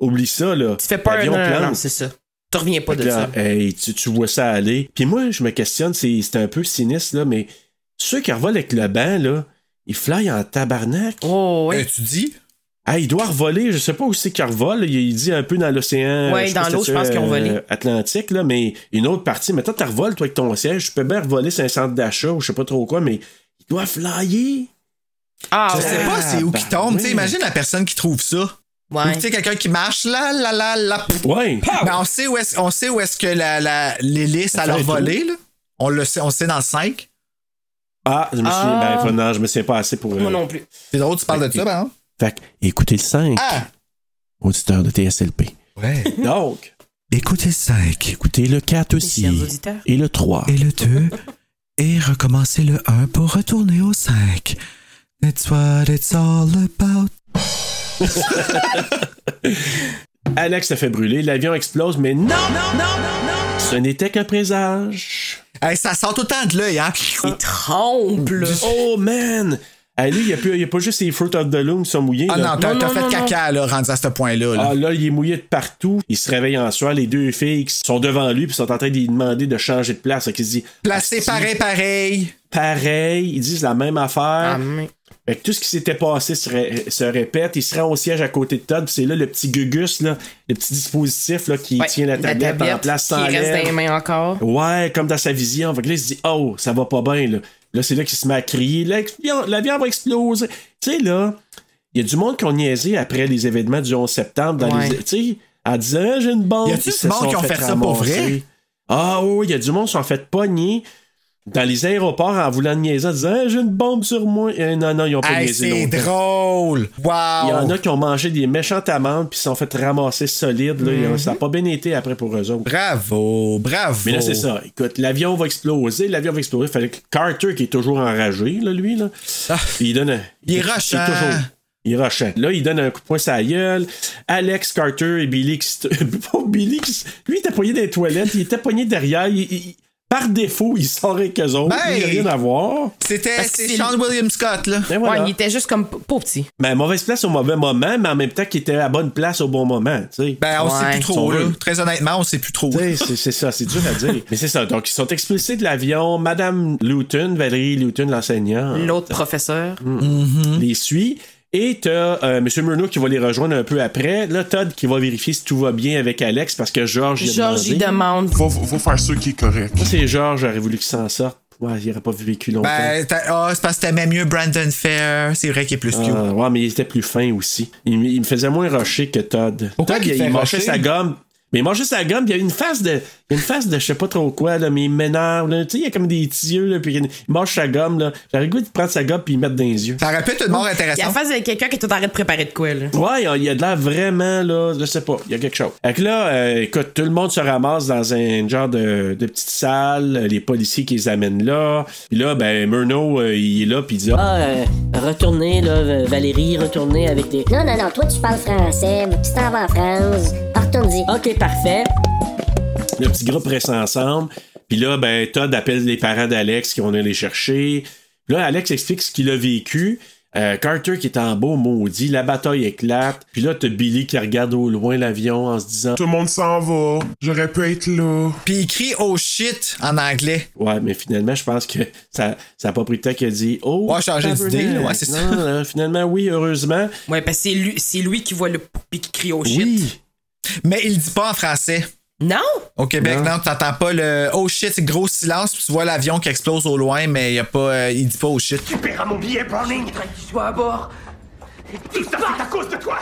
[SPEAKER 1] oublie ça, là.
[SPEAKER 6] Tu fais peur.
[SPEAKER 1] L'avion
[SPEAKER 6] Non, non, non,
[SPEAKER 1] plante.
[SPEAKER 6] non, c'est ça. Tu reviens pas
[SPEAKER 1] Fait que
[SPEAKER 6] de ça.
[SPEAKER 1] là, hey, tu, tu vois ça aller. Puis moi, je me questionne, c'est c'est un peu sinistre, là, mais ceux qui revolent avec le banc, là, ils flyent en tabarnak.
[SPEAKER 6] Oh, oui.
[SPEAKER 3] euh, tu dis?
[SPEAKER 1] Ah, il doit revoler, je sais pas où c'est qu'il revole. Il, il dit un peu dans l'océan.
[SPEAKER 6] Ouais,
[SPEAKER 1] je sais pas
[SPEAKER 6] dans
[SPEAKER 1] si
[SPEAKER 6] l'eau,
[SPEAKER 1] c'était
[SPEAKER 6] je pense qu'ils ont volé.
[SPEAKER 1] euh, Atlantique, là, mais une autre partie. Mais toi, tu revoles, toi, avec ton siège. Tu peux bien revoler, c'est un centre d'achat ou je sais pas trop quoi, mais il doit flyer.
[SPEAKER 6] Ah,
[SPEAKER 3] je sais
[SPEAKER 6] ouais.
[SPEAKER 3] pas c'est où qui tombe.
[SPEAKER 1] Ah, ben
[SPEAKER 3] Tu sais, imagine la personne qui trouve ça.
[SPEAKER 6] Ouais.
[SPEAKER 3] Ou Tu sais, quelqu'un qui marche, là, là, là, là. pff.
[SPEAKER 1] Ouais.
[SPEAKER 3] Mais Ben, on sait où est-ce, on sait où est-ce que la, la, l'hélice
[SPEAKER 1] Ça
[SPEAKER 3] a leur
[SPEAKER 1] fait
[SPEAKER 3] volé,
[SPEAKER 1] tout.
[SPEAKER 3] là. On le sait, on le sait dans le 5.
[SPEAKER 1] Ah, je me souviens.
[SPEAKER 3] Ah.
[SPEAKER 1] Ben, faut- non, je me souviens pas assez pour. euh,
[SPEAKER 6] plus.
[SPEAKER 3] C'est drôle, tu parles de ça, par exemple.
[SPEAKER 1] Fait que, écoutez le 5,
[SPEAKER 3] Ah!
[SPEAKER 1] auditeur de TSLP.
[SPEAKER 3] Ouais.
[SPEAKER 1] Donc,
[SPEAKER 3] écoutez le 5.
[SPEAKER 1] Écoutez le 4 aussi.
[SPEAKER 6] chers auditeurs.
[SPEAKER 1] Et le 3.
[SPEAKER 3] Et le 2. Et recommencer le 1 pour retourner au 5. That's what it's all about.
[SPEAKER 1] Alex se fait brûler, l'avion explose, mais non, ce n'était qu'un présage.
[SPEAKER 3] Hey, ça sort tout le temps de l'œil, hein?
[SPEAKER 6] Il trompe, là.
[SPEAKER 1] Oh man! Allez, il n'y a, plus- y a pas juste les Fruit of the Loom qui sont mouillés.
[SPEAKER 3] Ah
[SPEAKER 1] là.
[SPEAKER 3] non, t'as,
[SPEAKER 6] Non,
[SPEAKER 3] t'as
[SPEAKER 6] non,
[SPEAKER 3] fait
[SPEAKER 6] non,
[SPEAKER 3] caca, là, rendu à ce point-là. là.
[SPEAKER 1] Ah là, il est mouillé de partout. Il se réveille en soir, les deux filles qui sont devant lui puis sont en train de lui demander de changer de place. Fait qu'il se dit
[SPEAKER 3] Placé
[SPEAKER 1] Asti,
[SPEAKER 3] pareil, pareil.
[SPEAKER 1] pareil, ils disent la même affaire.
[SPEAKER 6] Ah, mais-
[SPEAKER 1] Fait que tout ce qui s'était passé se, ré- se répète. Il se rend au siège à côté de Todd, puis c'est là le petit gugus, là, le petit dispositif là, qui
[SPEAKER 6] Ouais,
[SPEAKER 1] tient la tablette, en place sans
[SPEAKER 6] qui reste
[SPEAKER 1] lèvres.
[SPEAKER 6] dans les mains encore.
[SPEAKER 1] Ouais, comme dans sa vision. Fait que là, il se dit, oh, ça va pas bien, là. Là, c'est là qu'il se met à crier, l'avion l'avion va exploser. Tu sais, là, il y a du monde qui ont niaisé après les événements du 11 septembre, dans
[SPEAKER 6] Ouais.
[SPEAKER 1] les, tu sais, en disant, Ah, j'ai une bombe.
[SPEAKER 3] Y a-tu
[SPEAKER 1] Ils
[SPEAKER 3] du
[SPEAKER 1] se
[SPEAKER 3] monde
[SPEAKER 1] sont
[SPEAKER 3] qui ont fait ça pour
[SPEAKER 1] ramasser.
[SPEAKER 3] vrai?
[SPEAKER 1] Ah oui, il y a du monde qui s'en fait pogner dans les aéroports en voulant niaiser, en disant, Ah, j'ai une bombe sur moi. Euh, non, non, ils ont pas
[SPEAKER 3] Hey,
[SPEAKER 1] niaisé
[SPEAKER 3] c'est
[SPEAKER 1] longtemps.
[SPEAKER 3] drôle.
[SPEAKER 1] Il y en
[SPEAKER 3] Wow.
[SPEAKER 1] a qui ont mangé des méchantes amendes puis se sont fait ramasser solide. là.
[SPEAKER 3] Mm-hmm.
[SPEAKER 1] Ils ont- Ça n'a pas bien été après pour eux autres.
[SPEAKER 3] Bravo, bravo.
[SPEAKER 1] Mais là, c'est ça. Écoute, l'avion va exploser, l'avion va exploser. Fallait que Carter, qui est toujours enragé, là, lui, là,
[SPEAKER 3] Ah.
[SPEAKER 1] il donne un.
[SPEAKER 3] Il est rushant.
[SPEAKER 1] toujours- Il est rushant. Là, il donne un coup de poing sur la gueule. Alex, Carter et Billy qui se- Pas Billy qui se- Lui, il était poigné dans les toilettes, il était poigné derrière. il- il- il- Par défaut, il sort avec eux autres.
[SPEAKER 3] Ben,
[SPEAKER 1] Il n'y a rien à voir.
[SPEAKER 3] C'était
[SPEAKER 6] Parce que
[SPEAKER 3] c'est
[SPEAKER 6] c'est-
[SPEAKER 3] Sean William Scott, là.
[SPEAKER 1] Ben,
[SPEAKER 6] Ouais,
[SPEAKER 1] voilà.
[SPEAKER 6] il était juste comme p- pauvre petit.
[SPEAKER 1] Ben, mauvaise place au mauvais moment, mais en même temps qu'il était à bonne place au bon moment. tu sais.
[SPEAKER 3] Ben, on sait
[SPEAKER 6] Ouais.
[SPEAKER 3] plus
[SPEAKER 1] Son
[SPEAKER 3] trop, là.
[SPEAKER 1] rôle.
[SPEAKER 3] Très honnêtement, on sait plus trop.
[SPEAKER 1] Tu sais, c'est c'est ça, c'est dur à dire. Mais c'est ça. Donc, ils sont expulsés de l'avion. Madame Luton, Valérie Luton, l'enseignant,
[SPEAKER 6] L'autre professeur.
[SPEAKER 1] les suit. Et t'as euh, M. Murnau qui va les rejoindre un peu après. Là, Todd qui va vérifier si tout va bien avec Alex parce que George. il a
[SPEAKER 6] Georges, il
[SPEAKER 1] demandé.
[SPEAKER 6] demande.
[SPEAKER 12] Va, va faire ce qui est correct.
[SPEAKER 1] Moi, c'est George, j'aurais voulu qu'il s'en sorte. Ouais, il n'aurait pas vécu longtemps.
[SPEAKER 3] Ben, t'as- ah, c'est parce que t'aimais mieux Brandon Fair. C'est vrai qu'il est plus
[SPEAKER 12] Euh.
[SPEAKER 3] cute.
[SPEAKER 1] Ah, ouais, mais il était plus fin aussi. Il, me- il me faisait moins rusher que Todd.
[SPEAKER 12] Pourquoi
[SPEAKER 1] Todd,
[SPEAKER 12] qu'il
[SPEAKER 1] il,
[SPEAKER 12] fait
[SPEAKER 1] il mangeait
[SPEAKER 12] rusher?
[SPEAKER 1] sa gomme. Mais il mangeait sa gomme, puis il y a une face de. Il y a une face de je sais pas trop quoi, là, mais il m'énerve. là. Tu sais, il y a comme des petits yeux, là, puis il mange sa gomme. là. J'aurais le goût de prendre sa gomme puis il mettre dans les yeux.
[SPEAKER 3] Ça aurait pu être une mort
[SPEAKER 6] Il y a la
[SPEAKER 3] intéressante.
[SPEAKER 6] face de quelqu'un qui est tout arrêt de préparer de quoi, là.
[SPEAKER 1] Ouais, il y a- il y a de l'air vraiment, là, je sais pas, il y a quelque chose. Fait que là, euh, écoute, tout le monde se ramasse dans un genre de, de petite salle, les policiers qui les amènent là. Puis là, ben, Murnau, euh, il est là, puis il dit
[SPEAKER 10] Ah, euh, retournez, là, euh, Valérie, retournez avec des...
[SPEAKER 9] Non, non, non, toi tu parles français, tu t'en vas en France, Ah, retourne-y.
[SPEAKER 11] Hein?
[SPEAKER 10] OK, parfait.
[SPEAKER 1] Le petit groupe reste ensemble. Puis là, ben, Todd appelle les parents d'Alex qui vont aller les chercher. Là, Alex explique ce qu'il a vécu. Euh, Carter qui est en beau maudit, la bataille éclate. Puis là, t'as Billy qui regarde au loin l'avion en se disant
[SPEAKER 12] Tout le monde s'en va. J'aurais pu être là.
[SPEAKER 3] Puis il crie oh shit en anglais.
[SPEAKER 1] Ouais, mais finalement, je pense que ça ça a pas pris le temps qu'il a dit Oh,
[SPEAKER 3] Ouais, changer d'idée,
[SPEAKER 1] tabarnak.
[SPEAKER 3] là, ouais, c'est ça.
[SPEAKER 1] Non, non, finalement, oui, heureusement.
[SPEAKER 6] Ouais, parce que c'est lui, c'est lui qui voit le poupée qui crie au shit.
[SPEAKER 1] Oui.
[SPEAKER 3] Mais il dit pas en français.
[SPEAKER 6] Non?
[SPEAKER 3] Au Québec,
[SPEAKER 1] Non.
[SPEAKER 3] non, t'entends pas le oh shit, c'est gros silence, puis tu vois l'avion qui explose au loin, mais y a pas, euh, il dit pas oh shit.
[SPEAKER 4] Tu paieras mon billet, Burning Je voudrais que tu sois à bord. Tout ça, c'est à cause de toi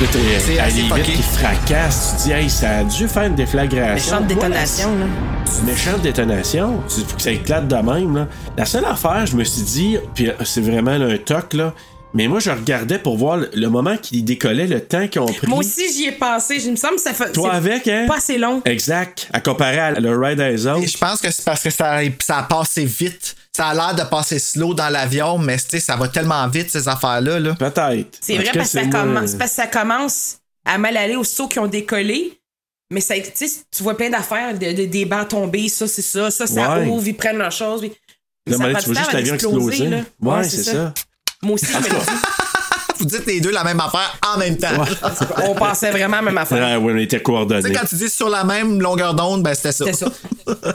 [SPEAKER 1] Là, t'es-
[SPEAKER 3] C'est
[SPEAKER 1] à la
[SPEAKER 3] assez
[SPEAKER 1] limite,
[SPEAKER 3] fucké.
[SPEAKER 1] il fracasse. Tu te dis, hey, ça a dû faire une déflagration.
[SPEAKER 6] Méchante
[SPEAKER 1] Ouais,
[SPEAKER 6] détonation, là.
[SPEAKER 1] c'est une méchante détonation. Tu faut que ça éclate de même. là. La seule affaire, je me suis dit, puis euh, c'est vraiment là, un toc, là. Mais moi, je regardais pour voir le, le moment qu'il décollait, le temps qu'ils ont pris.
[SPEAKER 6] Moi aussi, j'y ai passé. Il me semble que ça fait.
[SPEAKER 1] Toi
[SPEAKER 6] c'est
[SPEAKER 1] avec, hein?
[SPEAKER 6] Pas assez long.
[SPEAKER 1] Exact. À comparer à le Ride à les
[SPEAKER 3] Et
[SPEAKER 1] autres.
[SPEAKER 3] je pense que c'est parce que ça, ça a passé vite. Ça a l'air de passer slow dans l'avion, mais tu sais, ça va tellement vite ces affaires-là. Là.
[SPEAKER 1] Peut-être.
[SPEAKER 6] C'est
[SPEAKER 1] En
[SPEAKER 6] vrai
[SPEAKER 1] tout cas,
[SPEAKER 6] parce que, ça
[SPEAKER 1] c'est euh, moins-
[SPEAKER 6] commence, parce que ça commence à mal aller aux sauts qui ont décollé. Mais ça, tu sais, tu vois plein d'affaires, de, de- des bancs tombés, ça, c'est ça, ça, ça
[SPEAKER 1] Ouais.
[SPEAKER 6] ouvre, ils prennent leurs choses. puis-
[SPEAKER 1] Là,
[SPEAKER 6] ça
[SPEAKER 1] mais là,
[SPEAKER 6] prend
[SPEAKER 1] tu
[SPEAKER 6] du
[SPEAKER 1] vois
[SPEAKER 6] temps
[SPEAKER 1] juste
[SPEAKER 6] à
[SPEAKER 1] l'avion
[SPEAKER 6] l'exploser,
[SPEAKER 1] exploser.
[SPEAKER 6] là.
[SPEAKER 1] Ouais, c'est ça.
[SPEAKER 6] Moi aussi, je me le dis,
[SPEAKER 3] Vous dites les deux la même affaire en même temps.
[SPEAKER 6] on pensait vraiment à la même affaire.
[SPEAKER 1] Ah, ouais, on était
[SPEAKER 3] Tu sais,
[SPEAKER 1] coordonnés.
[SPEAKER 3] quand tu dis sur la même longueur d'onde, ben c'était ça.
[SPEAKER 6] C'était ça.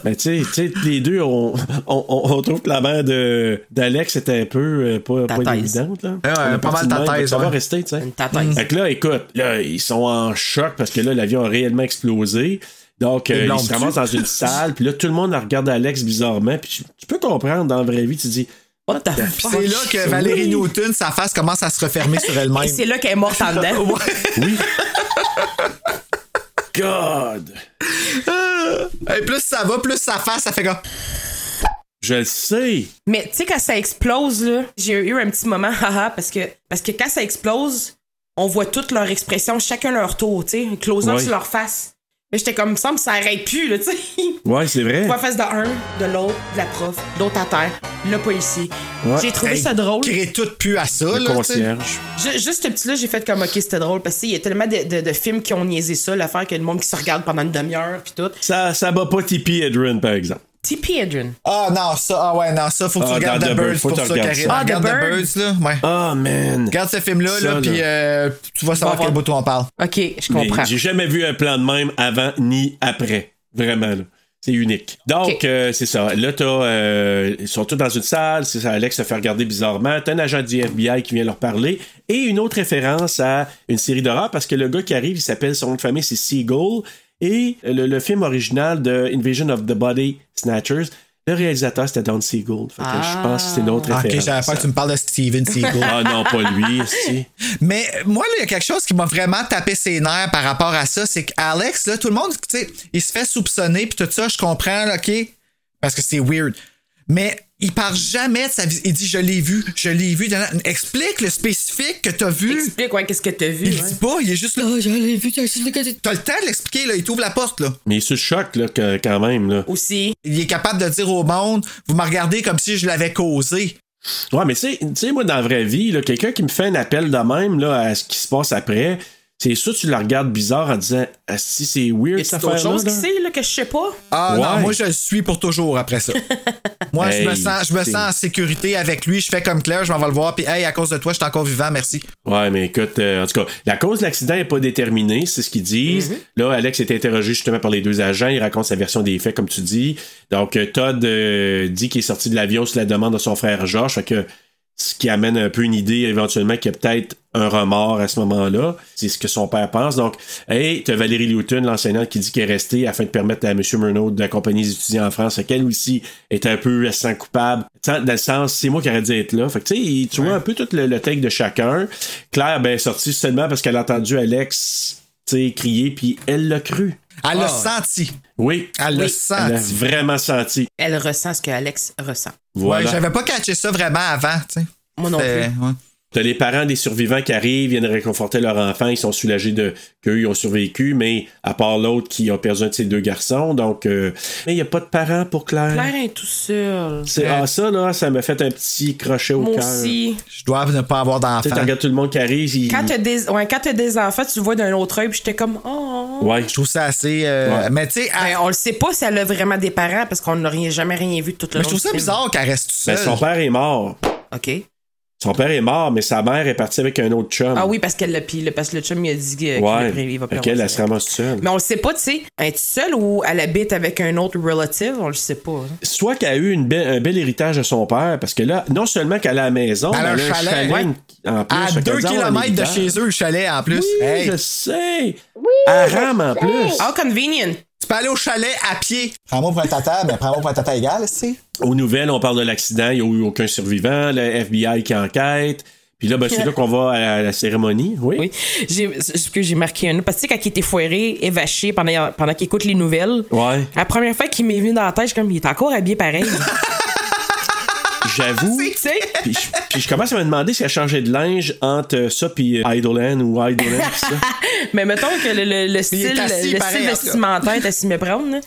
[SPEAKER 1] Mais tu sais, tu sais, les deux, on, on, on- on trouve que la mère de- d'Alex était un peu euh, pas,
[SPEAKER 6] Ta
[SPEAKER 1] pas
[SPEAKER 6] thèse.
[SPEAKER 1] évidente. Là.
[SPEAKER 3] Ouais, ouais,
[SPEAKER 1] On est
[SPEAKER 3] pas
[SPEAKER 1] parti
[SPEAKER 3] mal
[SPEAKER 1] de
[SPEAKER 3] ta
[SPEAKER 1] même,
[SPEAKER 3] thèse,
[SPEAKER 1] Ça va
[SPEAKER 3] ouais.
[SPEAKER 1] rester, tu sais.
[SPEAKER 6] Ta
[SPEAKER 3] Mm.
[SPEAKER 6] thèse.
[SPEAKER 1] Fait que là, écoute, là, ils sont en choc parce que là, l'avion a réellement explosé. Donc, euh, ils
[SPEAKER 3] blâment
[SPEAKER 1] se ramassent dans une salle, puis là, tout le monde regarde Alex bizarrement, puis tu, tu peux comprendre dans la vraie vie, tu dis
[SPEAKER 6] What the
[SPEAKER 3] Puis Ah, c'est là que Valérie Newton, sa face commence à se refermer sur
[SPEAKER 6] Et
[SPEAKER 3] elle-même.
[SPEAKER 6] c'est là qu'elle est morte en dedans.
[SPEAKER 3] Oui.
[SPEAKER 1] God!
[SPEAKER 3] Et plus ça va, plus sa face, ça fait comme.
[SPEAKER 1] Je le sais.
[SPEAKER 6] Mais tu sais, quand ça explose, là, j'ai eu un petit moment, haha, parce que, parce que quand ça explose, on voit toutes leurs expressions, chacun leur tour, tu sais, un close-up
[SPEAKER 1] Ouais.
[SPEAKER 6] sur leur face. Mais j'étais comme, ça me ça arrête plus, là, tu sais.
[SPEAKER 1] Ouais, c'est vrai.
[SPEAKER 6] Trois faces de un, de l'autre, de la prof, l'autre à terre, le policier.
[SPEAKER 1] Ouais.
[SPEAKER 6] J'ai trouvé
[SPEAKER 1] Hey,
[SPEAKER 6] ça drôle.
[SPEAKER 3] Crée tout pu à ça,
[SPEAKER 1] Le
[SPEAKER 3] là. tu sais.
[SPEAKER 1] concierge.
[SPEAKER 6] Ju- Juste ce petit-là, j'ai fait comme, ok, c'était drôle, parce qu'il y a tellement de, de- de films qui ont niaisé ça, l'affaire que le monde qui se regarde pendant une demi-heure, puis tout.
[SPEAKER 1] Ça, ça bat pas Tippy Edrin, par exemple.
[SPEAKER 6] T.P. Adrian.
[SPEAKER 3] Ah non, ça, ah ouais, non, ça, faut que tu
[SPEAKER 1] Ah,
[SPEAKER 3] regardes
[SPEAKER 1] dans
[SPEAKER 3] The
[SPEAKER 1] The
[SPEAKER 3] Birds
[SPEAKER 1] Birds, faut
[SPEAKER 3] pour
[SPEAKER 1] que
[SPEAKER 3] ça,
[SPEAKER 1] tu regardes
[SPEAKER 3] Karine.
[SPEAKER 1] ça. Ah,
[SPEAKER 3] Regarde
[SPEAKER 1] The
[SPEAKER 3] The Birds, là, ouais.
[SPEAKER 1] Ah, man.
[SPEAKER 3] Regarde ce film-là,
[SPEAKER 1] Ça,
[SPEAKER 3] là,
[SPEAKER 1] là.
[SPEAKER 3] puis euh, tu vas savoir
[SPEAKER 6] Bon,
[SPEAKER 3] quel
[SPEAKER 6] bon.
[SPEAKER 3] bout on parle.
[SPEAKER 6] Ok, je
[SPEAKER 1] Mais
[SPEAKER 6] comprends.
[SPEAKER 1] J'ai jamais vu un plan de même avant ni après. Vraiment, là. C'est unique. Donc,
[SPEAKER 6] Ok.
[SPEAKER 1] euh, c'est ça. Là, t'as, euh, ils sont tous dans une salle. C'est ça, Alex se fait regarder bizarrement. T'as un agent du FBI qui vient leur parler. Et une autre référence à une série d'horreur parce que le gars qui arrive, il s'appelle, son nom de famille, c'est Seagull. Et le, le film original de Invasion of the Body Snatchers, le réalisateur, c'était Don Seagull. Fait que je pense que c'est une autre
[SPEAKER 3] Ah, ok,
[SPEAKER 1] référence.
[SPEAKER 3] j'avais peur que tu me parles de Steven Seagal.
[SPEAKER 1] Ah non, pas lui, si.
[SPEAKER 3] Mais moi, là, il y a quelque chose qui m'a vraiment tapé ses nerfs par rapport à ça, c'est qu'Alex, là, tout le monde, tu sais, il se fait soupçonner puis tout ça, je comprends, là, OK? Parce que c'est weird. Mais il parle jamais de sa vie. Il dit je l'ai vu, je l'ai vu. Explique le spécifique que t'as vu.
[SPEAKER 6] Explique, ouais, qu'est-ce que t'as vu.
[SPEAKER 3] Il
[SPEAKER 6] ouais.
[SPEAKER 3] dit pas, il est juste là, Oh, je l'ai vu, je l'ai vu. T'as le temps de l'expliquer, là, il t'ouvre la porte, là.
[SPEAKER 1] Mais il se choque, là, que- quand même, là.
[SPEAKER 6] Aussi.
[SPEAKER 3] Il est capable de dire au monde, vous me regardez comme si je l'avais causé.
[SPEAKER 1] Ouais, mais tu sais- tu sais, moi, dans la vraie vie, là, quelqu'un qui me fait un appel de même là, à ce qui se passe après, c'est sûr tu le regardes bizarre en disant Ah, si c'est weird
[SPEAKER 6] C'est
[SPEAKER 1] cette
[SPEAKER 6] autre
[SPEAKER 1] affaire-là.
[SPEAKER 6] chose qui
[SPEAKER 1] là.
[SPEAKER 6] sait, là, que je sais pas.
[SPEAKER 3] Ah non,
[SPEAKER 1] Ouais.
[SPEAKER 3] moi je le suis pour toujours après ça. moi je me
[SPEAKER 1] Hey,
[SPEAKER 3] sens je me
[SPEAKER 1] c'est-
[SPEAKER 3] sens en sécurité avec lui, je fais comme Claire, je m'en vais le voir puis hey à cause de toi, je suis encore vivant, merci.
[SPEAKER 1] Ouais, mais écoute, euh, en tout cas, la cause de l'accident n'est pas déterminée, c'est ce qu'ils disent.
[SPEAKER 6] Mm-hmm.
[SPEAKER 1] Là, Alex est interrogé justement par les deux agents, il raconte sa version des faits, comme tu dis. Donc, euh, Todd euh, dit qu'il est sorti de l'avion sur la demande de son frère George, fait que ce qui amène un peu une idée éventuellement qu'il y a peut-être un remords à ce moment-là. C'est ce que son père pense. Donc, hey, t'as Valérie Newton, l'enseignante, qui dit qu'elle est restée afin de permettre à M. Murnau d'accompagner les étudiants en France, fait qu'elle aussi est un peu elle se sent coupable. Tu sais, Dans le sens, c'est moi qui aurais dû être là. Fait que, tu sais, il- tu vois un peu tout le, le take de chacun. Claire, ben, est sortie seulement parce qu'elle a entendu Alex, tu sais, crier, puis elle l'a cru.
[SPEAKER 3] Elle l'a
[SPEAKER 1] Ah.
[SPEAKER 3] senti.
[SPEAKER 1] Oui.
[SPEAKER 3] Elle l'a
[SPEAKER 1] Oui. Elle l'a
[SPEAKER 3] senti.
[SPEAKER 1] vraiment senti.
[SPEAKER 6] Elle ressent ce que Alex ressent.
[SPEAKER 1] Voilà.
[SPEAKER 3] Ouais, j'avais pas catché ça vraiment avant, tu sais.
[SPEAKER 6] Moi non
[SPEAKER 3] C'était-
[SPEAKER 6] plus.
[SPEAKER 3] ouais.
[SPEAKER 1] T'as les parents des survivants qui arrivent, viennent réconforter leur enfant, ils sont soulagés de qu'eux ils ont survécu, mais à part l'autre qui a perdu un de ses deux garçons, donc euh, mais il n'y a pas de parents pour Claire.
[SPEAKER 6] Claire est tout seul.
[SPEAKER 1] C'est ah, ça là, ça m'a fait un petit crochet au
[SPEAKER 6] Moi
[SPEAKER 1] cœur. Tu
[SPEAKER 6] aussi.
[SPEAKER 3] Je dois ne pas avoir d'enfant.
[SPEAKER 1] sais, tu regardes tout le monde qui arrive, il...
[SPEAKER 6] Quand t'as des, ouais, quand t'as des enfants, tu le vois d'un autre œil, puis j'étais comme, oh.
[SPEAKER 1] ouais.
[SPEAKER 3] Je trouve ça assez euh,
[SPEAKER 1] Ouais.
[SPEAKER 3] mais tu sais elle-
[SPEAKER 6] Ben, on le sait pas si elle a vraiment des parents, parce qu'on n'a rien- jamais rien vu de toute la
[SPEAKER 3] mais je trouve ça bizarre qu'elle reste toute
[SPEAKER 1] Ben,
[SPEAKER 3] seule.
[SPEAKER 1] son père est mort.
[SPEAKER 6] OK.
[SPEAKER 1] Son père est mort, mais sa mère est partie avec un autre chum.
[SPEAKER 6] Ah oui, parce qu'elle l'a pile, parce que le chum, il a dit que- qu'il
[SPEAKER 1] ouais.
[SPEAKER 6] l'a pris, il va
[SPEAKER 1] Fait
[SPEAKER 6] plus
[SPEAKER 1] qu'elle,
[SPEAKER 6] avoir
[SPEAKER 1] elle
[SPEAKER 6] ça.
[SPEAKER 1] se ramasse seule.
[SPEAKER 6] Mais on le sait pas, tu sais. Elle est seule ou elle habite avec un autre relative? On le sait pas. hein.
[SPEAKER 1] soit qu'elle a eu une belle- un bel héritage de son père, parce que là, non seulement qu'elle a la maison,
[SPEAKER 3] Elle
[SPEAKER 1] mais
[SPEAKER 3] a Ben, un
[SPEAKER 1] elle a un
[SPEAKER 3] chalet,
[SPEAKER 1] chalet,
[SPEAKER 3] ouais.
[SPEAKER 1] en plus.
[SPEAKER 3] à
[SPEAKER 1] Fait qu'elle
[SPEAKER 3] 2
[SPEAKER 1] dit, Ah, ouais,
[SPEAKER 3] km de
[SPEAKER 1] l'héritage.
[SPEAKER 3] chez eux, le chalet en plus.
[SPEAKER 1] Oui,
[SPEAKER 3] Hey,
[SPEAKER 1] je sais. Elle rame en plus.
[SPEAKER 6] Ah, convenient.
[SPEAKER 3] Tu peux aller au chalet à pied. Prends-moi pour un tata, mais prends-moi pour un tata égal, tu sais.
[SPEAKER 1] Aux nouvelles, on parle de l'accident. Il n'y a eu aucun survivant. Le FBI qui enquête. Puis là, ben, c'est là qu'on va à la cérémonie. Oui.
[SPEAKER 6] Oui. J'ai, ce que j'ai marqué un nom. Parce que, tu sais, quand il était foiré, évaché pendant, pendant qu'il écoute les nouvelles,
[SPEAKER 1] Ouais.
[SPEAKER 6] la première fois qu'il m'est venu dans la tête, je suis comme, il est encore habillé pareil.
[SPEAKER 1] J'avoue.
[SPEAKER 6] tu sais?
[SPEAKER 1] Puis je, puis je commence à me demander si elle a changé de linge entre ça puis euh, Idol End ou Idol End, pis ça.
[SPEAKER 6] Mais mettons que le, le- le
[SPEAKER 3] il est
[SPEAKER 6] style,
[SPEAKER 3] assis
[SPEAKER 6] le
[SPEAKER 3] pareil,
[SPEAKER 6] style
[SPEAKER 3] en tout cas.
[SPEAKER 6] vestimentaire est à s'y méprendre. là.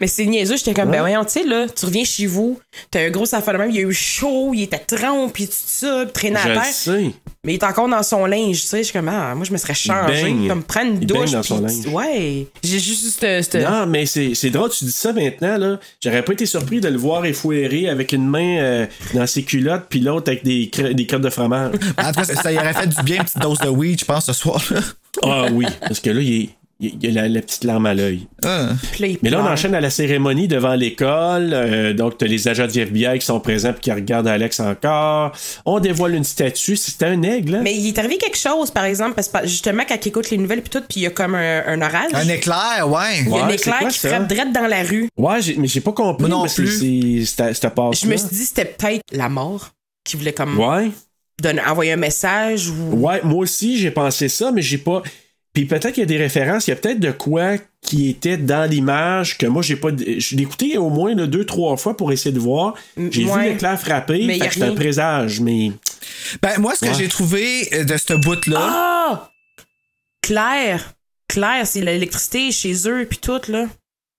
[SPEAKER 6] Mais c'est niaiseux, j'étais comme, ben
[SPEAKER 1] Ouais.
[SPEAKER 6] voyons, tu sais, là, tu reviens chez vous, t'as un gros affaire de même, il y a eu chaud, il était trempe, puis tout ça, puis traîné à
[SPEAKER 1] Je le
[SPEAKER 6] terre.
[SPEAKER 1] sais.
[SPEAKER 6] Mais il est encore dans son linge, tu sais. Je suis comme, ah, moi, je me serais changé.
[SPEAKER 1] baigne.
[SPEAKER 6] Comme prendre une
[SPEAKER 1] Il
[SPEAKER 6] douche.
[SPEAKER 1] baigne dans
[SPEAKER 6] puis
[SPEAKER 1] son
[SPEAKER 6] tu-
[SPEAKER 1] linge.
[SPEAKER 6] Ouais. J'ai juste. cette- cette-
[SPEAKER 1] Non, mais c'est c'est drôle, tu dis ça maintenant, là. J'aurais pas été surpris de le voir effouéré avec une main euh, dans ses culottes, puis l'autre avec des, cre- des crottes de fromage.
[SPEAKER 3] En tout cas, ça y aurait fait du bien, une petite dose de weed, je pense, ce soir-là.
[SPEAKER 1] Ah oui, parce que là, il, est- il- il a la, la petite larme à l'œil.
[SPEAKER 3] Ah.
[SPEAKER 6] Puis là, il
[SPEAKER 1] Mais là, on
[SPEAKER 6] pleure.
[SPEAKER 1] enchaîne à la cérémonie devant l'école. Euh, donc, t'as les agents du FBI qui sont présents puis qui regardent Alex encore. On dévoile une statue. C'était un aigle, hein?
[SPEAKER 6] Mais il est arrivé quelque chose, par exemple, parce que justement, quand il écoute les nouvelles, puis tout, puis il y a comme un, un orage.
[SPEAKER 3] Un éclair, ouais.
[SPEAKER 6] Il y a un
[SPEAKER 1] Ouais,
[SPEAKER 6] éclair
[SPEAKER 1] c'est quoi,
[SPEAKER 6] qui
[SPEAKER 1] ça?
[SPEAKER 6] frappe direct dans la rue.
[SPEAKER 1] Ouais, j'ai- mais j'ai pas compris.
[SPEAKER 3] Moi non
[SPEAKER 1] parce que
[SPEAKER 3] plus.
[SPEAKER 1] c'est- c'est- C'était pas
[SPEAKER 6] Je me suis dit, c'était peut-être la mort. qui voulait comme
[SPEAKER 1] Ouais.
[SPEAKER 6] donner, envoyer un message ou.
[SPEAKER 1] Ouais, moi aussi, j'ai pensé ça, mais j'ai pas. Puis peut-être qu'il y a des références, il y a peut-être de quoi qui était dans l'image que moi j'ai pas. Je l'ai écouté au moins là, deux, trois fois pour essayer de voir. J'ai
[SPEAKER 6] ouais.
[SPEAKER 1] vu l'éclair frapper,
[SPEAKER 6] Mais
[SPEAKER 1] fait
[SPEAKER 6] y a
[SPEAKER 1] que c'est un
[SPEAKER 6] rien.
[SPEAKER 1] présage, mais.
[SPEAKER 3] Ben, moi, ce que
[SPEAKER 1] Ouais.
[SPEAKER 3] j'ai trouvé euh, de ce bout-là.
[SPEAKER 6] Ah! Claire! Claire, c'est l'électricité chez eux, puis tout, là.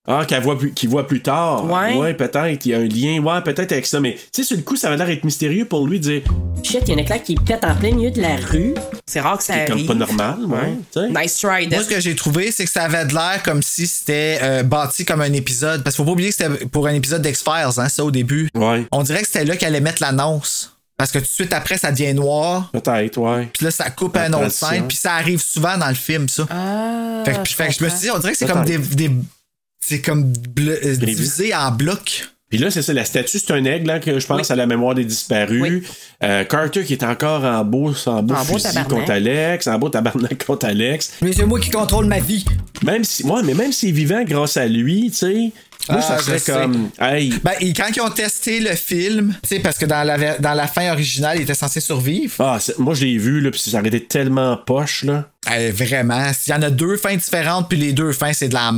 [SPEAKER 1] Ah, qu'elle voit plus, qu'il voit plus tard.
[SPEAKER 6] Ouais.
[SPEAKER 1] peut-être, il y a un lien, ouais, peut-être avec ça, mais tu sais, sur le coup, ça va l'air être mystérieux pour lui de dire
[SPEAKER 10] Shit, il y a une éclair qui pète en plein milieu de la rue.
[SPEAKER 6] C'est rare que ça
[SPEAKER 1] c'est comme
[SPEAKER 6] arrive.
[SPEAKER 1] pas normal, ouais. tu sais.
[SPEAKER 6] Nice try,
[SPEAKER 3] Moi, ce que j'ai trouvé, c'est que ça avait de l'air comme si c'était euh, bâti comme un épisode. Parce qu'il faut pas oublier que c'était pour un épisode d'X-Files, hein, ça, au début.
[SPEAKER 1] Ouais.
[SPEAKER 3] On dirait que c'était là qu'elle allait mettre l'annonce. Parce que tout de suite après, ça devient noir.
[SPEAKER 1] Peut-être, ouais.
[SPEAKER 3] Puis là, ça coupe à un autre
[SPEAKER 1] Attention.
[SPEAKER 3] scène. Puis ça arrive souvent dans le film, ça.
[SPEAKER 6] Ah,
[SPEAKER 3] fait que, puis- fait que je me suis dit, on dirait que c'est comme des. des- c'est comme bleu- euh, divisé en blocs.
[SPEAKER 1] Puis là, c'est ça, la statue, c'est un aigle, hein, que je pense à la mémoire des disparus. Euh, Carter qui est encore en beau, en beau
[SPEAKER 10] En beau
[SPEAKER 1] fusil
[SPEAKER 10] tabarnak.
[SPEAKER 1] contre Alex, en beau tabarnak contre Alex.
[SPEAKER 10] Mais c'est moi qui contrôle ma vie.
[SPEAKER 1] Même si, ouais, mais même s'il est vivant grâce à lui, tu sais, moi,
[SPEAKER 3] Ah,
[SPEAKER 1] ça
[SPEAKER 3] je
[SPEAKER 1] serait
[SPEAKER 3] sais.
[SPEAKER 1] comme, hey,
[SPEAKER 3] Ben, et quand ils ont testé le film, tu sais, parce que dans la, ver- dans la fin originale, il était censé survivre.
[SPEAKER 1] ah, c'est- moi, je l'ai vu, là, puis ça aurait été tellement poche, là.
[SPEAKER 3] Eh, vraiment, s'il y en a deux fins différentes, puis les deux fins, c'est de la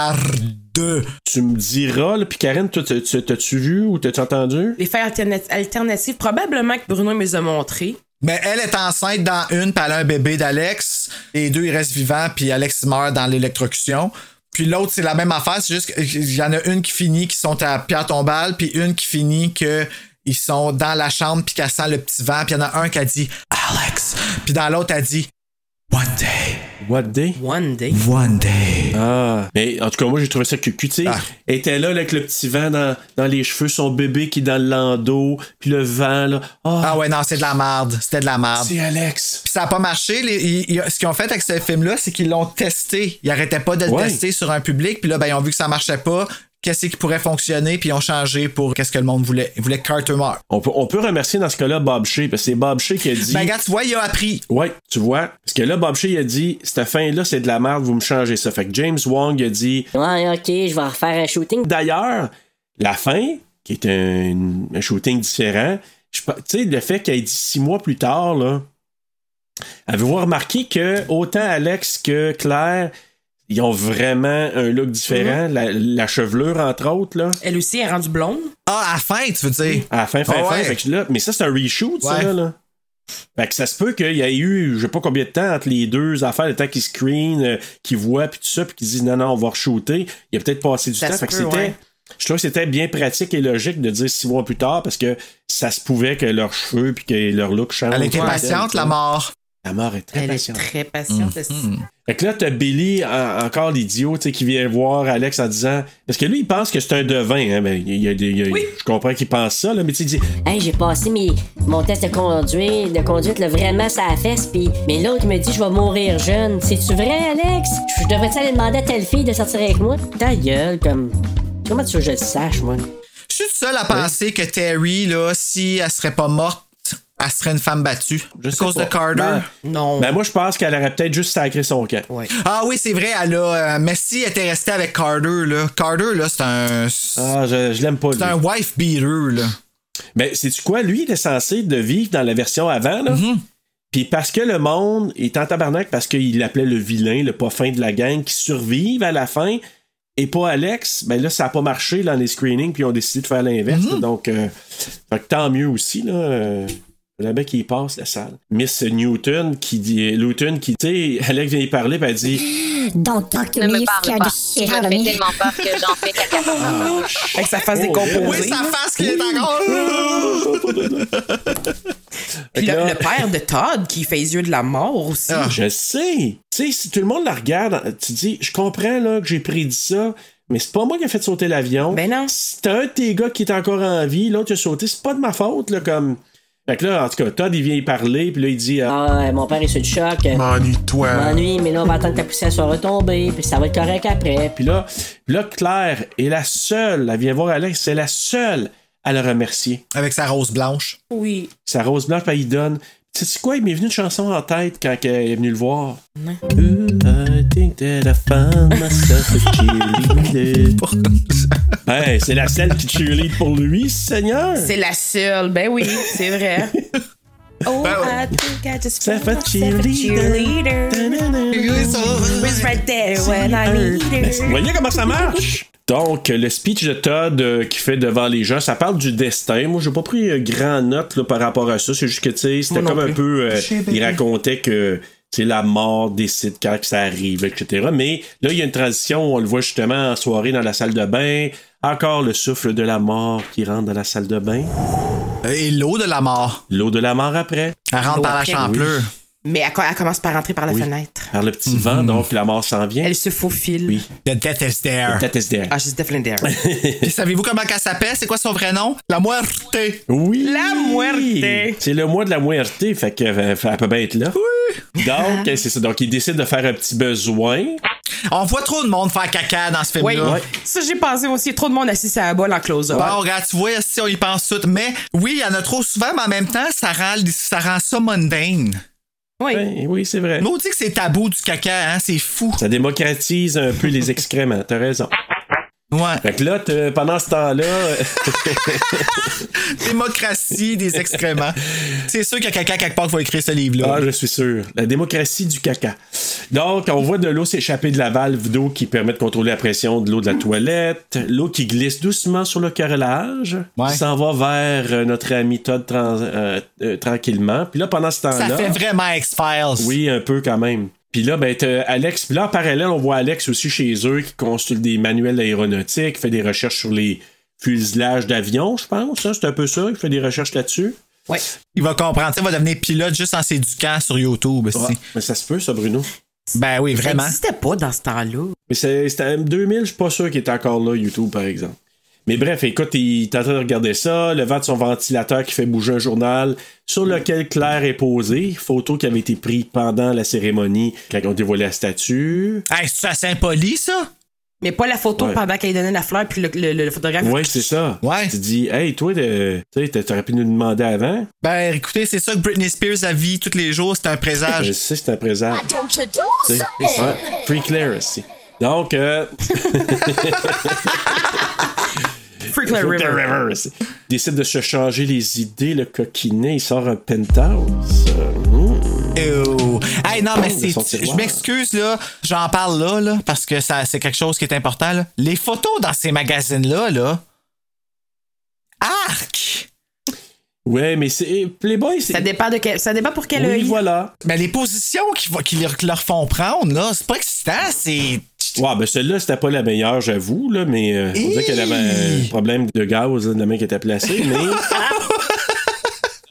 [SPEAKER 3] merde.
[SPEAKER 1] Tu me diras, là, puis Karen, toi, t'as- t'as- t'as-tu vu ou t'as-tu entendu?
[SPEAKER 6] Les faits alterna- alternatifs, probablement que Bruno me les a montrés.
[SPEAKER 3] Mais elle est enceinte dans une, puis elle a un bébé d'Alex. Les deux, ils restent vivants, puis Alex meurt dans l'électrocution. Puis l'autre, c'est la même affaire, c'est juste qu'il y en a une qui finit qui sont à pierre tombale, puis une qui finit que ils sont dans la chambre, puis qu'elle sent le petit vent, puis il y en a un qui a dit Alex, puis dans l'autre, elle dit One day.
[SPEAKER 1] What day?
[SPEAKER 6] One day.
[SPEAKER 3] One day.
[SPEAKER 1] Ah. Mais en tout cas, moi, j'ai trouvé ça cucu. Tu sais, elle était là, là, avec le petit vent dans, dans les cheveux, son bébé qui est dans le landau, puis le vent, là. Ah,
[SPEAKER 3] Ah ouais, non, c'est de la merde. C'était de la merde.
[SPEAKER 1] c'est Alex.
[SPEAKER 3] Puis ça n'a pas marché. Les- ils- ils- ce qu'ils ont fait avec ce film-là, c'est qu'ils l'ont testé. Ils arrêtaient pas de le
[SPEAKER 1] Ouais.
[SPEAKER 3] tester sur un public. Puis là, ben, ils ont vu que ça marchait pas. Qu'est-ce qui pourrait fonctionner? Puis ils ont changé pour qu'est-ce que le monde voulait. Ils voulaient que Carter meure.
[SPEAKER 1] On peut, on peut remercier dans ce cas-là Bob Shea, parce que c'est Bob Shea qui a dit.
[SPEAKER 3] Ben, regarde, tu vois, il a appris.
[SPEAKER 1] Ouais, tu vois. Parce que là, Bob Shea, il a dit, cette fin-là, c'est de la merde, vous me changez ça. Fait que James Wong, il a dit,
[SPEAKER 10] Ouais, ok, je vais refaire un shooting.
[SPEAKER 1] d'ailleurs, la fin, qui est un, un shooting différent, je pe- tu sais, le fait qu'elle ait dit six mois plus tard, là, avez-vous remarqué que autant Alex que Claire, ils ont vraiment un look différent, la, la chevelure, entre autres, là.
[SPEAKER 6] Elle aussi est rendue blonde.
[SPEAKER 3] Ah, à la fin, tu veux dire?
[SPEAKER 1] À la fin, fin,
[SPEAKER 3] Ah
[SPEAKER 1] fin.
[SPEAKER 3] ouais.
[SPEAKER 1] Fait que là, mais ça, c'est un reshoot, ça,
[SPEAKER 3] Ouais.
[SPEAKER 1] là. Fait que ça se peut qu'il y ait eu, je sais pas combien de temps entre les deux affaires, le temps qu'ils screen, euh, qu'ils voient, puis tout ça, puis qu'ils disent non, non, on va re-shooter. Il a peut-être passé du
[SPEAKER 6] Ça
[SPEAKER 1] temps.
[SPEAKER 6] se
[SPEAKER 1] Fait que
[SPEAKER 6] peut,
[SPEAKER 1] c'était.
[SPEAKER 6] ouais.
[SPEAKER 1] Je trouve que c'était bien pratique et logique de dire six mois plus tard parce que ça se pouvait que leurs cheveux puis que leur look change.
[SPEAKER 3] Elle était patiente, la mort.
[SPEAKER 1] La mort est très
[SPEAKER 6] Elle est
[SPEAKER 1] patiente.
[SPEAKER 6] très
[SPEAKER 1] Mm-hmm.
[SPEAKER 6] patiente. aussi.
[SPEAKER 1] Fait que là, t'as Billy, en- encore l'idiot, tu sais, qui vient voir Alex en disant. Parce que lui, il pense que c'est un devin. Hein, ben, il y a des- il y a- Je comprends qu'il pense ça, là, mais tu sais, il dit
[SPEAKER 8] Hey, j'ai passé mes, mon test de conduite, de conduite là, vraiment ça la fesse, pis, mais l'autre me dit je vais mourir jeune. C'est-tu vrai, Alex? Je je devrais-tu aller demander à telle fille de sortir avec moi? Ta gueule, comme. Comment tu veux que je le sache, moi?
[SPEAKER 3] Je suis tout seul à penser que Terry, là, si elle serait pas morte, elle serait une femme battue.
[SPEAKER 1] Je
[SPEAKER 3] à
[SPEAKER 1] sais
[SPEAKER 3] cause
[SPEAKER 1] pas.
[SPEAKER 3] de Carter.
[SPEAKER 1] Ben,
[SPEAKER 6] Non.
[SPEAKER 1] Ben moi je pense qu'elle aurait peut-être juste sacré son camp.
[SPEAKER 3] Ah oui, c'est vrai, elle a. euh, mais si elle était restée avec Carter, là. Carter, là, c'est un. C'est
[SPEAKER 1] Ah, je, je l'aime pas lui.
[SPEAKER 3] un wife beater, là.
[SPEAKER 1] Mais c'est-tu quoi? Lui, il est censé de vivre dans la version avant, là.
[SPEAKER 3] Mm-hmm.
[SPEAKER 1] Puis parce que le monde est en tabarnak parce qu'il l'appelait le vilain, le pas fin de la gang, qui survive à la fin, et pas Alex, ben là, ça n'a pas marché dans les screenings, puis ils ont décidé de faire l'inverse.
[SPEAKER 3] Mm-hmm.
[SPEAKER 1] là. Donc, euh, fait que tant mieux aussi, là. euh, là-bas qui passe la salle. Miss Newton qui dit. Newton qui, tu sais, Alex vient y parler, puis elle dit.
[SPEAKER 9] Don't talk to
[SPEAKER 11] Ne
[SPEAKER 9] me,
[SPEAKER 11] me
[SPEAKER 9] you
[SPEAKER 11] parle
[SPEAKER 9] scared the
[SPEAKER 11] pas.
[SPEAKER 9] shit
[SPEAKER 11] Tu
[SPEAKER 9] out
[SPEAKER 11] me
[SPEAKER 9] of
[SPEAKER 11] fais
[SPEAKER 9] me.
[SPEAKER 11] tellement peur que j'en fais caca.
[SPEAKER 6] Avec sa face
[SPEAKER 1] Oh,
[SPEAKER 6] décomposée.
[SPEAKER 3] Oui, sa face qui est encore.
[SPEAKER 1] Fait
[SPEAKER 6] Puis
[SPEAKER 1] que
[SPEAKER 6] le,
[SPEAKER 1] là- Ah.
[SPEAKER 6] le père de Todd qui fait les yeux de la mort aussi.
[SPEAKER 1] Je sais. Tu sais, si tout le monde la regarde, tu dis, je comprends là, que j'ai prédit ça, mais c'est pas moi qui a fait sauter l'avion.
[SPEAKER 6] Ben non.
[SPEAKER 1] C'est un de tes gars qui est encore en vie, l'autre il a sauté, c'est pas de ma faute, là, comme. Fait que là, en tout cas, Todd, il vient y parler, puis là, il dit, ah,
[SPEAKER 10] Ah, euh, mon père est sur le choc. Je
[SPEAKER 12] M'ennuie-toi.
[SPEAKER 10] M'ennuie, mais là, on va attendre que ta poussière soit retombée, puis ça va être correct après.
[SPEAKER 1] puis là, puis là, Claire est la seule, elle vient voir Alex, c'est la seule à le remercier.
[SPEAKER 3] Avec sa rose blanche.
[SPEAKER 6] Oui.
[SPEAKER 1] Sa rose blanche, elle lui donne. Tu sais quoi, il m'est venu une chanson en tête quand elle est venue le voir. Good était la femme à sa Hey, c'est la seule qui cheerlead pour lui, Seigneur!
[SPEAKER 6] C'est la seule, ben oui, c'est vrai. Oh, I think I just
[SPEAKER 1] Ben Ça fait
[SPEAKER 6] found myself a
[SPEAKER 1] cheerleader.
[SPEAKER 6] cheerleader. Was right there when I
[SPEAKER 1] Ben,
[SPEAKER 6] needed
[SPEAKER 1] Vous voyez comment ça marche? Donc, euh, le speech de Todd euh, qui fait devant les gens, ça parle du destin. Moi, j'ai pas pris euh, grand note là, par rapport à ça. C'est juste que, tu sais, c'était
[SPEAKER 12] Moi non
[SPEAKER 1] comme un
[SPEAKER 12] plus.
[SPEAKER 1] peu. euh,
[SPEAKER 12] Touché, bébé.
[SPEAKER 1] il racontait que, tu sais, la mort décide quand que ça arrive, etc. Mais là, il y a une transition. On le voit justement en soirée dans la salle de bain. Encore le souffle de la mort qui rentre dans la salle de bain.
[SPEAKER 3] Et l'eau de la mort.
[SPEAKER 1] L'eau de la mort après.
[SPEAKER 3] Elle rentre par la
[SPEAKER 1] Oui.
[SPEAKER 3] champleur.
[SPEAKER 6] Mais elle, co- elle commence par rentrer par la fenêtre.
[SPEAKER 1] Par le petit vent, donc la mort s'en vient.
[SPEAKER 6] Elle se faufile.
[SPEAKER 1] Oui.
[SPEAKER 3] The death is there.
[SPEAKER 1] Peut-être est-ce derrière.
[SPEAKER 6] Ah, she's definitely there.
[SPEAKER 3] Puis savez-vous comment elle s'appelle? C'est quoi son vrai nom? La muerte.
[SPEAKER 1] Oui.
[SPEAKER 6] La muerte.
[SPEAKER 1] C'est le mois de la muerte, fait que euh, elle peut bien être là. Oui. Donc, euh, c'est ça. Donc, il décide de faire un petit besoin.
[SPEAKER 3] On voit trop de monde faire caca dans ce film-là.
[SPEAKER 6] Oui, ça j'ai pensé aussi. Trop de monde assis à la balle en close-up.
[SPEAKER 3] Bon, regarde, tu vois, si on y pense tout. Mais oui, il y en a trop souvent, mais en même temps, ça rend, ça, rend ça mundane.
[SPEAKER 6] Oui.
[SPEAKER 1] Ben, oui, c'est vrai.
[SPEAKER 3] Maudit que c'est tabou du caca, hein? C'est fou.
[SPEAKER 1] Ça démocratise un peu les excréments. T'as raison.
[SPEAKER 3] Ouais.
[SPEAKER 1] Fait que là, t'as- pendant ce temps-là, euh,
[SPEAKER 3] Démocratie des excréments. C'est sûr qu'il y a quelqu'un quelque part qui va écrire ce livre-là.
[SPEAKER 1] ah, je suis sûr, la démocratie du caca. Donc, on voit de l'eau s'échapper de la valve d'eau qui permet de contrôler la pression de l'eau de la toilette, l'eau qui glisse doucement sur le carrelage,
[SPEAKER 3] Ouais.
[SPEAKER 1] qui s'en va vers euh, notre ami Todd tran- euh, euh, tranquillement. Puis là, pendant ce temps-là,
[SPEAKER 3] ça fait vraiment X-Files.
[SPEAKER 1] Ah, Oui, un peu quand même. Puis là, ben, t'as Alex. Puis là, en parallèle, on voit Alex aussi chez eux qui construit des manuels aéronautiques, fait des recherches sur les fuselages d'avions, je pense. hein. C'est un peu ça. Il fait des recherches là-dessus.
[SPEAKER 6] Ouais.
[SPEAKER 3] Il va comprendre. ça, Il va devenir pilote juste en s'éduquant sur YouTube. aussi.
[SPEAKER 1] Ouais, mais ça se peut, ça, Bruno.
[SPEAKER 3] Ben oui,
[SPEAKER 6] Ça
[SPEAKER 3] vraiment.
[SPEAKER 6] n'existait pas dans ce temps-là.
[SPEAKER 1] Mais c'est- c'était en 2000, je suis pas sûr qu'il était encore là, YouTube, par exemple. Mais bref, écoute, il est en train de regarder ça, le vent de son ventilateur qui fait bouger un journal sur lequel Claire est posée, photo qui avait été prise pendant la cérémonie quand on dévoilait la statue.
[SPEAKER 3] Hey, c'est à Saint-Pauli, ça?
[SPEAKER 6] Mais pas la photo
[SPEAKER 1] Ouais.
[SPEAKER 6] pendant qu'elle donnait la fleur, puis le, le- le photographe.
[SPEAKER 1] Ouais, c'est ça.
[SPEAKER 3] Ouais.
[SPEAKER 1] Tu dis, hey, toi, de- tu sais, t'aurais pu nous demander avant.
[SPEAKER 3] Ben écoutez, c'est ça que Britney Spears a vie tous les jours. C'est un
[SPEAKER 1] Je
[SPEAKER 6] Ah,
[SPEAKER 3] présage.
[SPEAKER 1] sais, c'est un présent.
[SPEAKER 9] Don't you do
[SPEAKER 1] tu sais. Ouais, Free Claire aussi. Donc, euh,
[SPEAKER 6] Freak the River.
[SPEAKER 1] River aussi. Il décide de se changer les idées, le coquinet, il sort un penthouse. Euh, hmm.
[SPEAKER 3] Oh. Hey, non, mais
[SPEAKER 1] Oh, de
[SPEAKER 3] c'est.
[SPEAKER 1] son tiroir.
[SPEAKER 3] Je m'excuse, là. J'en parle là, là, parce que ça, c'est quelque chose qui est important, là. Les photos dans ces magazines-là, là. Arc!
[SPEAKER 1] Ouais, mais c'est. Playboy, c'est.
[SPEAKER 6] Ça dépend de quel. Ça dépend pour quel
[SPEAKER 1] Oui,
[SPEAKER 6] œil.
[SPEAKER 1] voilà.
[SPEAKER 3] Ben, les positions qu'ils va- qu'ils leur- qu'ils leur font prendre, là, c'est pas excitant, c'est.
[SPEAKER 1] Ouais, ben celle-là, c'était pas la meilleure, j'avoue, là, mais euh, on dirait qu'elle avait un problème de gaz là, de la main qui était placée, mais.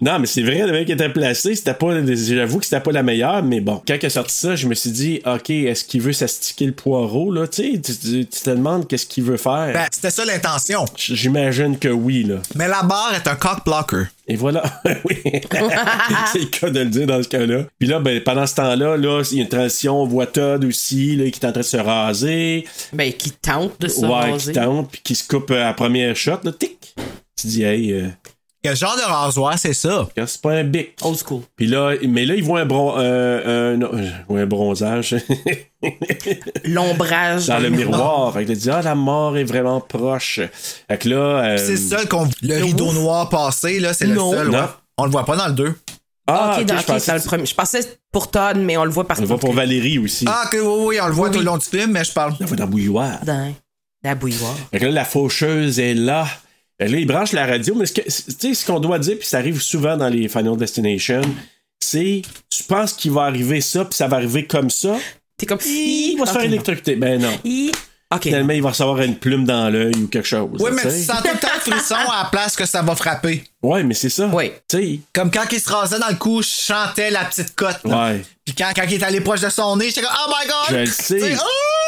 [SPEAKER 1] Non, mais c'est vrai, la main qui était placée, c'était pas. J'avoue que c'était pas la meilleure, mais bon. Quand il a sorti ça, je me suis dit, OK, est-ce qu'il veut s'astiquer le poireau, là? Tu sais, tu- tu tu te demandes qu'est-ce qu'il veut faire.
[SPEAKER 3] Ben, c'était ça l'intention.
[SPEAKER 1] J- J'imagine que oui, là.
[SPEAKER 3] Mais la barre est un cock blocker.
[SPEAKER 1] Et voilà. oui. c'est le cas de le dire dans ce cas-là. Puis là, ben, pendant ce temps-là, là, il y a une transition. On voit Todd aussi, là, qui est en train de se raser.
[SPEAKER 6] Ben, qui tente de se
[SPEAKER 1] ouais,
[SPEAKER 6] raser.
[SPEAKER 1] qui tente, puis qui se coupe euh, à la première shot, là, tic. Tu dis, hey, euh,
[SPEAKER 3] Quel genre de rasoir, c'est ça?
[SPEAKER 1] regarde, c'est pas un bic.
[SPEAKER 6] Old school.
[SPEAKER 1] Puis là, mais là, il voit un, bron- euh, un- non, euh, ouais, un bronzage
[SPEAKER 6] L'ombrage.
[SPEAKER 1] dans le miroir. Fait que là, il dit, ah, la mort est vraiment proche. Fait que là. euh,
[SPEAKER 3] C'est ça qu'on. Le rideau noir passé, là, c'est le
[SPEAKER 1] Non.
[SPEAKER 3] seul. ouais.
[SPEAKER 1] Non.
[SPEAKER 3] On le voit pas dans le 2.
[SPEAKER 1] Ah,
[SPEAKER 6] ok,
[SPEAKER 1] ok,
[SPEAKER 6] dans,
[SPEAKER 1] je
[SPEAKER 6] ok,
[SPEAKER 1] pensais-
[SPEAKER 6] dans le premier. Je pensais pour Todd, mais on le voit
[SPEAKER 1] On le
[SPEAKER 6] partout.
[SPEAKER 1] voit pour Valérie aussi.
[SPEAKER 3] Ah, que oui, oui, on le voit tout le long du film, mais je parle.
[SPEAKER 1] On le voit dans Bouilloire.
[SPEAKER 6] Dans la bouilloire.
[SPEAKER 1] Fait que là, la faucheuse est là. Et là, il branche la radio, mais ce que- tu sais, ce qu'on doit dire, puis ça arrive souvent dans les Final Destination, c'est tu penses qu'il va arriver ça, puis ça va arriver comme ça.
[SPEAKER 6] T'es comme.
[SPEAKER 1] Il va se
[SPEAKER 6] Ok,
[SPEAKER 1] faire
[SPEAKER 6] non.
[SPEAKER 1] électrocuter. Ben non.
[SPEAKER 6] Hi. Ok.
[SPEAKER 1] Finalement, il va recevoir une plume dans l'œil ou quelque chose.
[SPEAKER 3] Oui,
[SPEAKER 1] là,
[SPEAKER 3] mais
[SPEAKER 1] tu
[SPEAKER 3] tu
[SPEAKER 1] sais.
[SPEAKER 3] sens tout le temps le frisson à la place que ça va frapper.
[SPEAKER 1] Ouais, mais c'est ça.
[SPEAKER 6] Oui.
[SPEAKER 1] Tu sais,
[SPEAKER 3] Comme quand il se rasait dans le cou, je chantais la petite cote. là.
[SPEAKER 1] Ouais.
[SPEAKER 3] Puis quand, quand il est allé proche de son nez, j'étais comme Oh my god!
[SPEAKER 1] je le sais.
[SPEAKER 3] Tu
[SPEAKER 1] Tu
[SPEAKER 3] sais, Ah!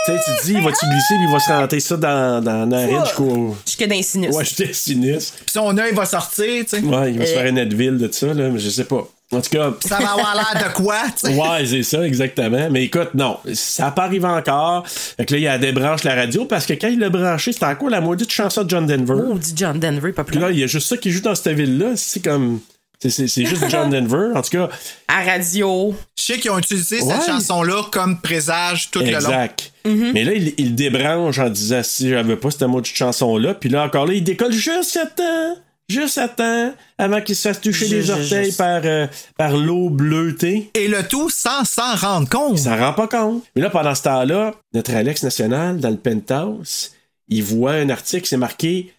[SPEAKER 1] sais, tu dis, il va-tu glisser, puis il va se rentrer ça dans, dans la narine jusqu'au.
[SPEAKER 6] Jusque dans les sinus.
[SPEAKER 1] Ouais, j'étais sinistre.
[SPEAKER 3] Puis son œil va sortir, tu sais.
[SPEAKER 1] Ouais, il va se
[SPEAKER 6] Euh.
[SPEAKER 1] faire une Advil de ça, là, mais je sais pas. En tout cas.
[SPEAKER 3] Ça va avoir l'air de quoi, tu sais.
[SPEAKER 1] Ouais, c'est ça, exactement. Mais écoute, non, ça pas arrivé encore. Fait que là, il a débranche la radio parce que quand il l'a branché, c'était encore la maudite chanson de John Denver.
[SPEAKER 6] Oh, dit John Denver, pas plus.
[SPEAKER 1] Puis là, il y a juste ça qui joue dans cette ville-là. C'est comme. C'est- C'est c'est juste John Denver. En tout cas,
[SPEAKER 6] À radio.
[SPEAKER 3] Je sais qu'ils ont utilisé cette
[SPEAKER 1] Ouais.
[SPEAKER 3] chanson-là comme présage tout le long. Mm-hmm.
[SPEAKER 1] exact. Mais là, il, il débranche en disant si j'avais pas cette maudite chanson-là. Puis là, encore là, il décolle juste à temps. Juste à temps. Avant qu'il se fasse toucher
[SPEAKER 3] Je-
[SPEAKER 1] les
[SPEAKER 3] je-
[SPEAKER 1] orteils
[SPEAKER 3] je-
[SPEAKER 1] par, euh, par l'eau bleutée.
[SPEAKER 3] Et le tout sans s'en rendre compte.
[SPEAKER 1] Ça rend pas compte. Mais là, pendant ce temps-là, notre Alex National, dans le penthouse, il voit un article, c'est marqué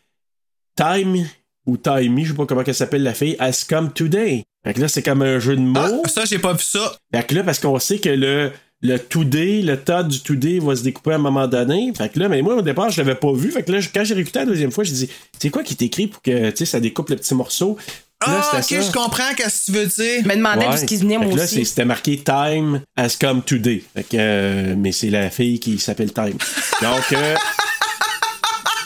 [SPEAKER 1] Time ou Timey, je sais pas comment elle s'appelle la fille, has come today. Fait que là, c'est comme un jeu de mots.
[SPEAKER 3] Ah, ça, j'ai pas vu ça.
[SPEAKER 1] Fait que là, parce qu'on sait que le, le today, le tas du today va se découper à un moment donné. Fait que là, mais moi, au départ, je l'avais pas vu. Fait que là, je- quand j'ai réécouté la deuxième fois, j'ai dit, c'est quoi qui t'écrit pour que, tu sais, ça découpe le petit morceau? Puis là,
[SPEAKER 3] Ah, ok,
[SPEAKER 1] c'était ça.
[SPEAKER 3] je comprends qu'est-ce que tu veux dire.
[SPEAKER 6] Je me demandais d'où
[SPEAKER 1] Ouais.
[SPEAKER 6] ce qui venait,
[SPEAKER 1] Fait
[SPEAKER 6] moi
[SPEAKER 1] que là, c'est-
[SPEAKER 6] aussi.
[SPEAKER 1] C'était marqué Time as come today. Fait que, euh, mais c'est la fille qui s'appelle Time. Donc. euh,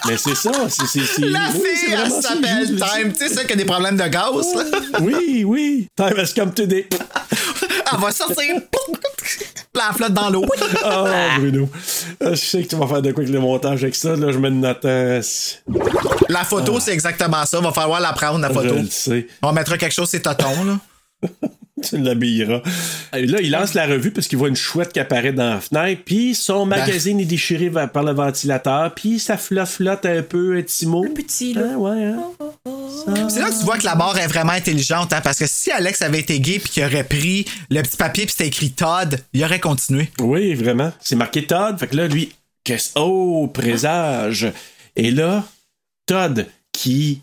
[SPEAKER 1] mais c'est ça. c'est- c'est- c'est-
[SPEAKER 3] La
[SPEAKER 1] oui, c'est
[SPEAKER 3] fille, elle
[SPEAKER 1] vraiment ça,
[SPEAKER 3] s'appelle
[SPEAKER 1] je vous le dis.
[SPEAKER 3] Time. Tu sais, ça qui a des problèmes de gaz, là.
[SPEAKER 1] Oui, oui. Time as come today.
[SPEAKER 3] Elle va sortir. pouf, La flotte dans l'eau.
[SPEAKER 1] Oh, Bruno. Euh, Je sais que tu vas faire de quoi avec le montage avec ça. Là, je mets une note. euh,
[SPEAKER 3] La photo, c'est exactement ça. Va falloir la prendre, la photo.
[SPEAKER 1] Je le sais.
[SPEAKER 3] On mettra quelque chose, c'est toton, là.
[SPEAKER 1] Tu l'habilleras. Et Là, il lance la revue parce qu'il voit une chouette qui apparaît dans la fenêtre. Puis son magazine est déchiré va- par le ventilateur. Puis ça flotte, flotte un peu, un petit mot.
[SPEAKER 6] petit, là.
[SPEAKER 1] ouais, hein.
[SPEAKER 3] C'est là que tu vois que la barre est vraiment intelligente, hein, parce que si Alex avait été gay puis qu'il aurait pris le petit papier puis c'était écrit Todd, il aurait continué.
[SPEAKER 1] Oui, vraiment. C'est marqué Todd. Fait que là, lui, qu'est-ce. Oh, présage. Et là, Todd, qui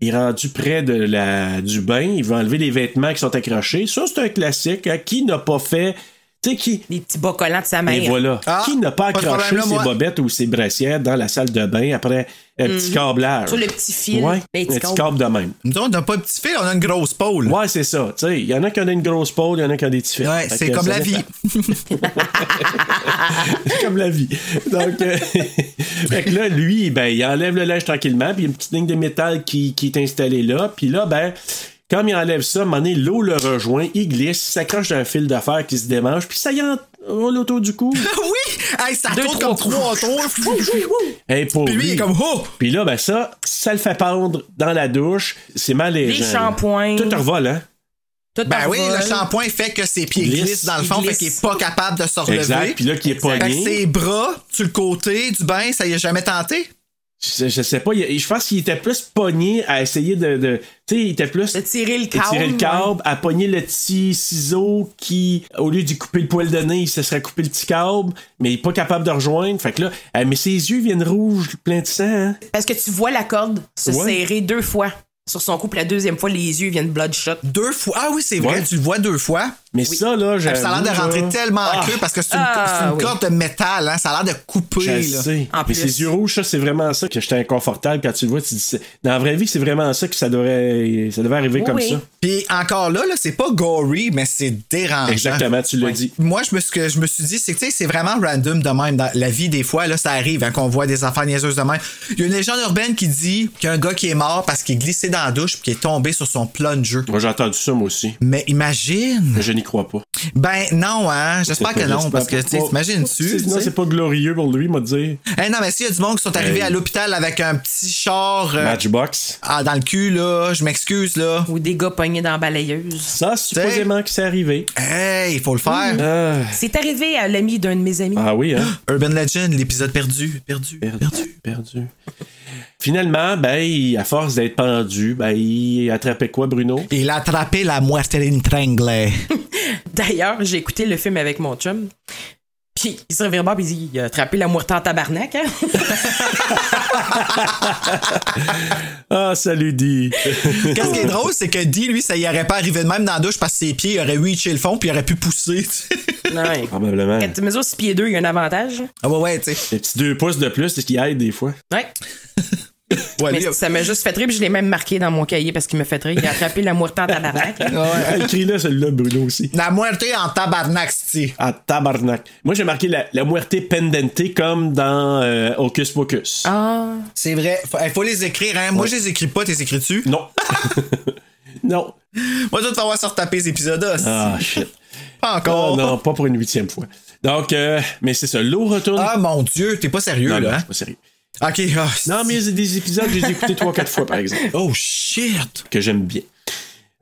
[SPEAKER 1] est rendu près de la, du bain, il veut enlever les vêtements qui sont accrochés. Ça, c'est un classique. hein. Qui n'a pas fait. Tu sais, qui.
[SPEAKER 6] Les petits bas collants de sa mère.
[SPEAKER 1] Et voilà.
[SPEAKER 3] Ah,
[SPEAKER 1] qui n'a pas
[SPEAKER 3] pas de
[SPEAKER 1] accroché
[SPEAKER 3] problème, là,
[SPEAKER 1] ses
[SPEAKER 3] moi.
[SPEAKER 1] bobettes ou ses brassières dans la salle de bain après un petit
[SPEAKER 6] Mhm.
[SPEAKER 1] câblage?
[SPEAKER 6] Sur le petit fil.
[SPEAKER 1] Ouais,
[SPEAKER 6] Les
[SPEAKER 1] un petit
[SPEAKER 6] petits câbles.
[SPEAKER 1] câble de même.
[SPEAKER 3] Nous, on n'a pas de petit fil, on a une grosse pôle.
[SPEAKER 1] Ouais, c'est ça. Tu sais, il y en a qui ont une grosse pôle, il y en a qui ont des petits fils.
[SPEAKER 3] Ouais,
[SPEAKER 1] Fait
[SPEAKER 3] c'est
[SPEAKER 1] que
[SPEAKER 3] comme
[SPEAKER 1] ça
[SPEAKER 3] la vie.
[SPEAKER 1] dépend. comme la vie. Donc, euh, fait que là, lui, ben, il enlève le linge tranquillement, puis il y a une petite ligne de métal qui, qui est installée là. Puis là, ben, comme il enlève ça, à un moment donné, l'eau le rejoint, il glisse, il s'accroche d'un fil de fer qui se démange, puis ça y en- roule autour du cou.
[SPEAKER 3] Ben oui! Hey, ça
[SPEAKER 6] Deux,
[SPEAKER 3] tourne
[SPEAKER 6] trois
[SPEAKER 3] comme trois tours.
[SPEAKER 1] Hey, pour
[SPEAKER 3] Puis lui, il est comme Oh!
[SPEAKER 1] Puis là, ben ça, ça le fait pendre dans la douche. C'est mal
[SPEAKER 6] Les shampoings.
[SPEAKER 1] Tout revole, hein?
[SPEAKER 6] Tout
[SPEAKER 3] Ben
[SPEAKER 6] en
[SPEAKER 3] oui,
[SPEAKER 6] vol.
[SPEAKER 3] le shampoing fait que ses pieds
[SPEAKER 1] Glisse.
[SPEAKER 3] glissent dans le
[SPEAKER 6] Il
[SPEAKER 3] fond,
[SPEAKER 6] glisse.
[SPEAKER 3] fait qu'il est pas capable de se relever.
[SPEAKER 1] Exact. Puis là, qui est
[SPEAKER 3] Fait que
[SPEAKER 1] pogné.
[SPEAKER 3] ses bras, sur le côté du bain, ça y est jamais tenté.
[SPEAKER 1] Je, je sais pas, il- je pense qu'il était plus pogné à essayer de. de- tu sais, il était plus.
[SPEAKER 6] De tirer le
[SPEAKER 1] de
[SPEAKER 6] câble.
[SPEAKER 1] tirer le
[SPEAKER 6] ouais.
[SPEAKER 1] câble, à pogner le petit ciseau qui, au lieu d'y couper le poil de nez, il se serait coupé le petit câble, mais il est pas capable de rejoindre. Fait que là, ah, mais ses yeux viennent rouges, plein de sang. hein.
[SPEAKER 6] Parce que tu vois la corde se
[SPEAKER 1] Ouais.
[SPEAKER 6] serrer deux fois sur son cou, puis la deuxième fois, les yeux viennent bloodshot.
[SPEAKER 3] Deux fois. Ah oui, c'est vrai,
[SPEAKER 1] Ouais.
[SPEAKER 3] tu le vois deux fois.
[SPEAKER 1] Mais ça, là,
[SPEAKER 3] Ça
[SPEAKER 1] j'ai.
[SPEAKER 3] a l'air de rentrer tellement en
[SPEAKER 1] Ah.
[SPEAKER 3] queue parce que c'est une,
[SPEAKER 6] Ah,
[SPEAKER 3] c'est une
[SPEAKER 6] oui.
[SPEAKER 3] corde de métal, hein. Ça a l'air de couper.
[SPEAKER 1] Je le
[SPEAKER 3] là.
[SPEAKER 1] sais.
[SPEAKER 6] En
[SPEAKER 1] Mais
[SPEAKER 6] plus.
[SPEAKER 1] ses yeux rouges, ça, c'est vraiment ça que j'étais inconfortable quand tu le vois. Tu dis, c'est- dans la vraie vie, c'est vraiment ça que ça devrait, ça devrait arriver
[SPEAKER 6] Oui,
[SPEAKER 1] comme
[SPEAKER 6] oui.
[SPEAKER 1] ça.
[SPEAKER 3] Puis encore là, là, c'est pas gory, mais c'est dérangeant.
[SPEAKER 1] Exactement, tu l'as
[SPEAKER 3] Ah, Ouais.
[SPEAKER 1] dit.
[SPEAKER 3] Moi, je me, suis- que je me suis dit, c'est que tu sais, c'est vraiment random de même. Dans la vie, des fois, là, ça arrive hein, qu'on voit des affaires niaiseuses de même. Il y a une légende urbaine qui dit qu'il y a un gars qui est mort parce qu'il est glissé dans la douche puis qu'il est tombé sur son plunger.
[SPEAKER 1] Moi, j'ai entendu ça, moi aussi.
[SPEAKER 3] Mais imagine!
[SPEAKER 1] Mais je n'y crois pas.
[SPEAKER 3] Ben non, hein? J'espère que non, parce que tu sais, t'imagines-tu?
[SPEAKER 1] C'est- Non,
[SPEAKER 3] tu sais?
[SPEAKER 1] c'est pas glorieux pour lui, m'a dit.
[SPEAKER 3] Eh non, mais s'il y a du monde qui sont arrivés
[SPEAKER 1] Hey.
[SPEAKER 3] à l'hôpital avec un petit char euh,
[SPEAKER 1] Matchbox.
[SPEAKER 3] ah, dans le cul, là, je m'excuse, là.
[SPEAKER 6] Ou des gars pognés dans la balayeuse.
[SPEAKER 1] Ça, supposément que c'est arrivé.
[SPEAKER 3] Hey, faut le faire.
[SPEAKER 1] Ah,
[SPEAKER 6] C'est arrivé à l'ami d'un de mes amis.
[SPEAKER 1] ah oui, hein?
[SPEAKER 3] Urban Legend, l'épisode perdu, perdu, perdu.
[SPEAKER 1] Perdu, perdu. Finalement, ben, il- à force d'être pendu, ben, il attrapait quoi, Bruno?
[SPEAKER 3] Il a attrapé la muerte intrangle.
[SPEAKER 6] D'ailleurs, j'ai écouté le film avec mon chum. Puis il se revient pas, puis il dit Il a attrapé la mourte en tabarnak. Hein?
[SPEAKER 1] Ah, salut, dit.
[SPEAKER 3] Qu'est-ce qui est drôle, c'est que Dee, lui, ça y aurait pas arrivé de même dans la douche parce que ses pieds auraient reaché le fond puis il aurait pu pousser. tu sais.
[SPEAKER 6] non, ouais.
[SPEAKER 1] Probablement.
[SPEAKER 6] Quand tu mesures 6 pieds 2, il y a un avantage.
[SPEAKER 3] ah ouais, ouais, tu sais.
[SPEAKER 1] Les petits deux pouces de plus, c'est ce qui aide des fois.
[SPEAKER 6] Ouais.
[SPEAKER 3] Ouais,
[SPEAKER 6] Mais
[SPEAKER 3] lui,
[SPEAKER 6] ça m'a juste fait rire, puis je l'ai même marqué dans mon cahier parce qu'il me fait rire. Il a attrapé la mourte en tabarnak. hein.
[SPEAKER 1] Ah, Il crie là, celui-là, Bruno aussi.
[SPEAKER 3] La muerte en tabarnak, c'ti.
[SPEAKER 1] Ah, tabarnak. Moi, j'ai marqué la, la muerte pendente comme dans euh, Hocus Pocus.
[SPEAKER 6] Ah,
[SPEAKER 3] C'est vrai. Faut, hey, faut les écrire, hein. Moi, je les écris pas, t'es écris dessus.
[SPEAKER 1] Non. non.
[SPEAKER 3] Moi, je dois te faire se retaper ces épisodes-là. c'ti.
[SPEAKER 1] Ah, shit.
[SPEAKER 3] Pas
[SPEAKER 1] Oh,
[SPEAKER 3] encore.
[SPEAKER 1] non, pas pour une huitième fois. Donc, euh, mais c'est ça. L'eau retourne.
[SPEAKER 3] Ah mon dieu, t'es pas sérieux
[SPEAKER 1] non, non,
[SPEAKER 3] là. hein?
[SPEAKER 1] c'est pas sérieux.
[SPEAKER 3] Ok, ah, c'ti.
[SPEAKER 1] Non, mais il y a des épisodes que j'ai écoutés trois, quatre fois, par exemple,
[SPEAKER 3] Oh shit!
[SPEAKER 1] que j'aime bien.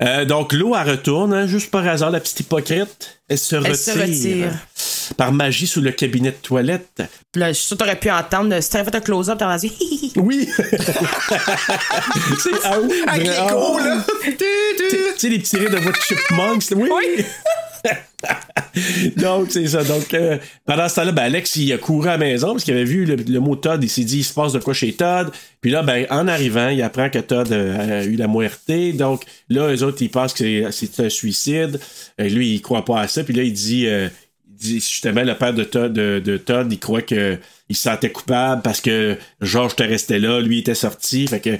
[SPEAKER 1] Euh, donc, l'eau, elle retourne, hein, juste par hasard, la petite hypocrite. Elle se
[SPEAKER 6] Elle
[SPEAKER 1] retire.
[SPEAKER 6] se retire.
[SPEAKER 1] Par magie sous le cabinet de toilette.
[SPEAKER 6] Puis là, je suis sûr que t'aurais pu entendre, euh, si t'avais fait un close-up, t'aurais dit hi
[SPEAKER 1] Oui! C'est ah oui,
[SPEAKER 6] Avec les
[SPEAKER 1] vraiment.
[SPEAKER 6] gros, là.
[SPEAKER 1] Tu tu- tu sais, les petits rires de votre chipmunks, là. oui! Donc, c'est ça. Donc, euh, pendant ce temps-là, ben, Alex, il a couru à la maison parce qu'il avait vu le, le mot Todd. Il s'est dit, il se passe de quoi chez Todd. Puis là, ben, en arrivant, il apprend que Todd euh, a eu la muerté. Donc, là, eux autres, ils pensent que c'est- c'est un suicide. Euh, lui, il croit pas à ça. Puis là, il dit, euh, il dit, justement, le père de Todd, de, de Todd il croit que il se sentait coupable parce que Georges te restait là. Lui, il était sorti. Fait que,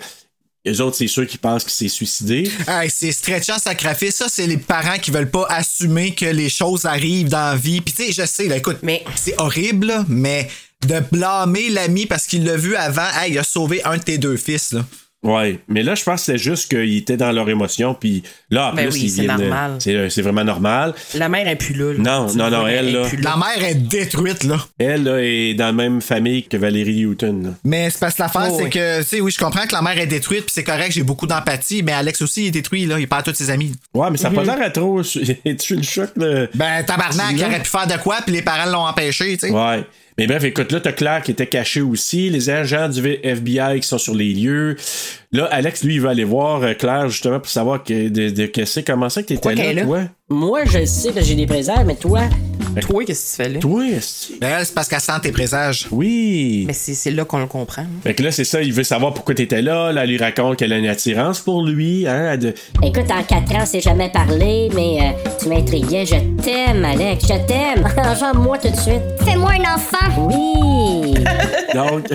[SPEAKER 1] eux autres, c'est sûr qu'ils pensent qu'il s'est suicidé.
[SPEAKER 3] Hey, c'est stretchant, sacrafé. Ça, c'est les parents qui veulent pas assumer que les choses arrivent dans la vie. Puis, tu sais, je sais, là, écoute, c'est horrible, là, mais de blâmer l'ami parce qu'il l'a vu avant, hey, il a sauvé un de tes deux fils, là.
[SPEAKER 1] Ouais, mais là, je pense que c'est juste qu'ils étaient dans leur émotion, puis là, en
[SPEAKER 6] Ben
[SPEAKER 1] plus,
[SPEAKER 6] oui,
[SPEAKER 1] ils
[SPEAKER 6] c'est
[SPEAKER 1] viennent-
[SPEAKER 6] normal.
[SPEAKER 1] C'est, euh, c'est vraiment normal.
[SPEAKER 6] La mère est plus là. là.
[SPEAKER 1] Non,
[SPEAKER 6] Tu
[SPEAKER 1] non,
[SPEAKER 6] le
[SPEAKER 1] non,
[SPEAKER 6] vois,
[SPEAKER 1] elle, là.
[SPEAKER 6] est plus là.
[SPEAKER 3] La mère est détruite, là.
[SPEAKER 1] Elle, là, est dans la même famille que Valérie Newton. là.
[SPEAKER 3] Mais c'est parce que l'affaire,
[SPEAKER 1] Oh,
[SPEAKER 3] c'est
[SPEAKER 1] oui.
[SPEAKER 3] que, tu sais, oui, je comprends que la mère est détruite, puis c'est correct, j'ai beaucoup d'empathie, mais Alex aussi, il est détruit, là. Il perd tous ses amis.
[SPEAKER 1] Ouais, mais ça n'a
[SPEAKER 6] Mm-hmm.
[SPEAKER 3] Mhm.
[SPEAKER 1] pas l'air à trop. Es-tu le choc, là?
[SPEAKER 3] Ben, tabarnak, il aurait pu faire de quoi, puis les parents l'ont empêché, tu sais.
[SPEAKER 1] Ouais. Mais bref, écoute, là, t'as Claire qui était cachée aussi, les agents du FBI qui sont sur les lieux. Là, Alex, lui, il va aller voir euh, Claire, justement, pour savoir que, de, de- que c'est. Comment ça que t'étais là, toi?
[SPEAKER 10] Moi, je le sais que j'ai des préserves, mais toi.
[SPEAKER 6] Toi, qu'est-ce que tu fais là?
[SPEAKER 1] Toi,
[SPEAKER 3] Ben, c'est parce qu'elle sent tes présages.
[SPEAKER 1] Oui.
[SPEAKER 6] Mais c'est c'est là qu'on le comprend. hein.
[SPEAKER 1] Fait que là, c'est ça, il veut savoir pourquoi t'étais là. Là, elle lui raconte qu'elle a une attirance pour lui. Hein, elle de-
[SPEAKER 9] Écoute, en 4 ans, on s'est jamais parlé, mais euh, tu m'intriguais. Je t'aime, Alex, je t'aime. Enjambe-moi tout de suite. Fais-moi un enfant. Oui.
[SPEAKER 1] Donc.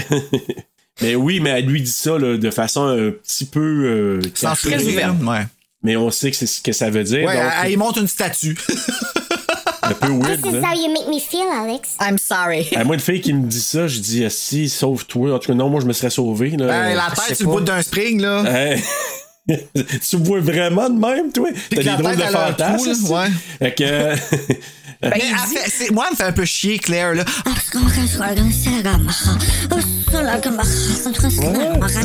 [SPEAKER 1] mais oui, mais elle lui dit ça là, de façon un petit peu. euh, cachée.
[SPEAKER 3] Censurée, là, ouais.
[SPEAKER 1] Mais on sait que c'est ce que ça veut dire.
[SPEAKER 3] Ouais,
[SPEAKER 1] donc, euh,
[SPEAKER 3] elle, elle monte une statue.
[SPEAKER 1] un peu weird. là.
[SPEAKER 9] you make me feel, Alex. I'm sorry.
[SPEAKER 1] Ah, moi, une fille qui me dit ça, je dis, Ah, si, sauve-toi. En tout cas, non, moi, je me serais sauvé. Là.
[SPEAKER 3] Ben, la
[SPEAKER 1] Euh, Je sais
[SPEAKER 3] tête sur le
[SPEAKER 1] pas. Euh,
[SPEAKER 3] bout d'un spring, là.
[SPEAKER 1] Hey. tu vois vraiment de même, toi?
[SPEAKER 3] que
[SPEAKER 1] T'as des drôles
[SPEAKER 3] la
[SPEAKER 1] de
[SPEAKER 3] tête, elle a un
[SPEAKER 1] fantasmes.
[SPEAKER 3] trou, là,
[SPEAKER 1] aussi.
[SPEAKER 3] ouais. Ben,
[SPEAKER 1] Fait que. euh, ben,
[SPEAKER 3] Mais elle fait- c'est- moi, elle me fait un peu chier, Claire, là. Ah, Tu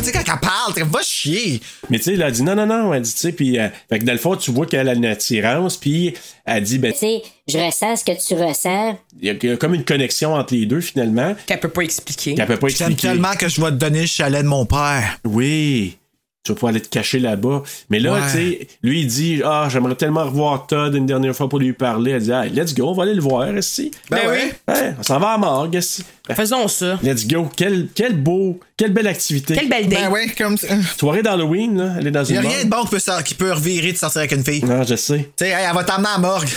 [SPEAKER 3] sais, quand elle parle, t'es- va chier.
[SPEAKER 1] Mais tu sais, elle a dit non, non, non. Elle dit, tu sais, puis. euh, fait que dans le fond, tu vois qu'elle a une attirance, puis elle dit, ben,
[SPEAKER 9] Tu sais, je ressens ce que tu ressens.
[SPEAKER 1] il y a- il y a comme une connexion entre les deux, finalement.
[SPEAKER 6] Qu'elle peut pas expliquer.
[SPEAKER 1] Qu'elle peut pas
[SPEAKER 3] Je t'aime
[SPEAKER 1] expliquer.
[SPEAKER 3] tellement que je vais te donner le chalet de mon père.
[SPEAKER 1] Oui. Tu vas pouvoir aller te cacher là-bas. Mais là,
[SPEAKER 3] Ouais.
[SPEAKER 1] tu sais, lui, il dit Ah, j'aimerais tellement revoir Todd une dernière fois pour lui parler. Elle dit Hey, let's go, on va aller le voir ici.
[SPEAKER 6] Ben oui.
[SPEAKER 1] Hein, on s'en va à la morgue ici.
[SPEAKER 6] Faisons ça.
[SPEAKER 1] Let's go. Quel, quel beau, quelle belle activité.
[SPEAKER 6] Quelle belle date.
[SPEAKER 3] Ben ouais, comme ça.
[SPEAKER 1] Soirée d'Halloween, là. Elle est dans
[SPEAKER 3] Il
[SPEAKER 1] une
[SPEAKER 3] y a
[SPEAKER 1] morgue.
[SPEAKER 3] rien de bon qui peut, sor- qui peut revirer de sortir avec une fille. Tu
[SPEAKER 1] Non, je sais.
[SPEAKER 3] sais, hey, elle va t'emmener à la morgue.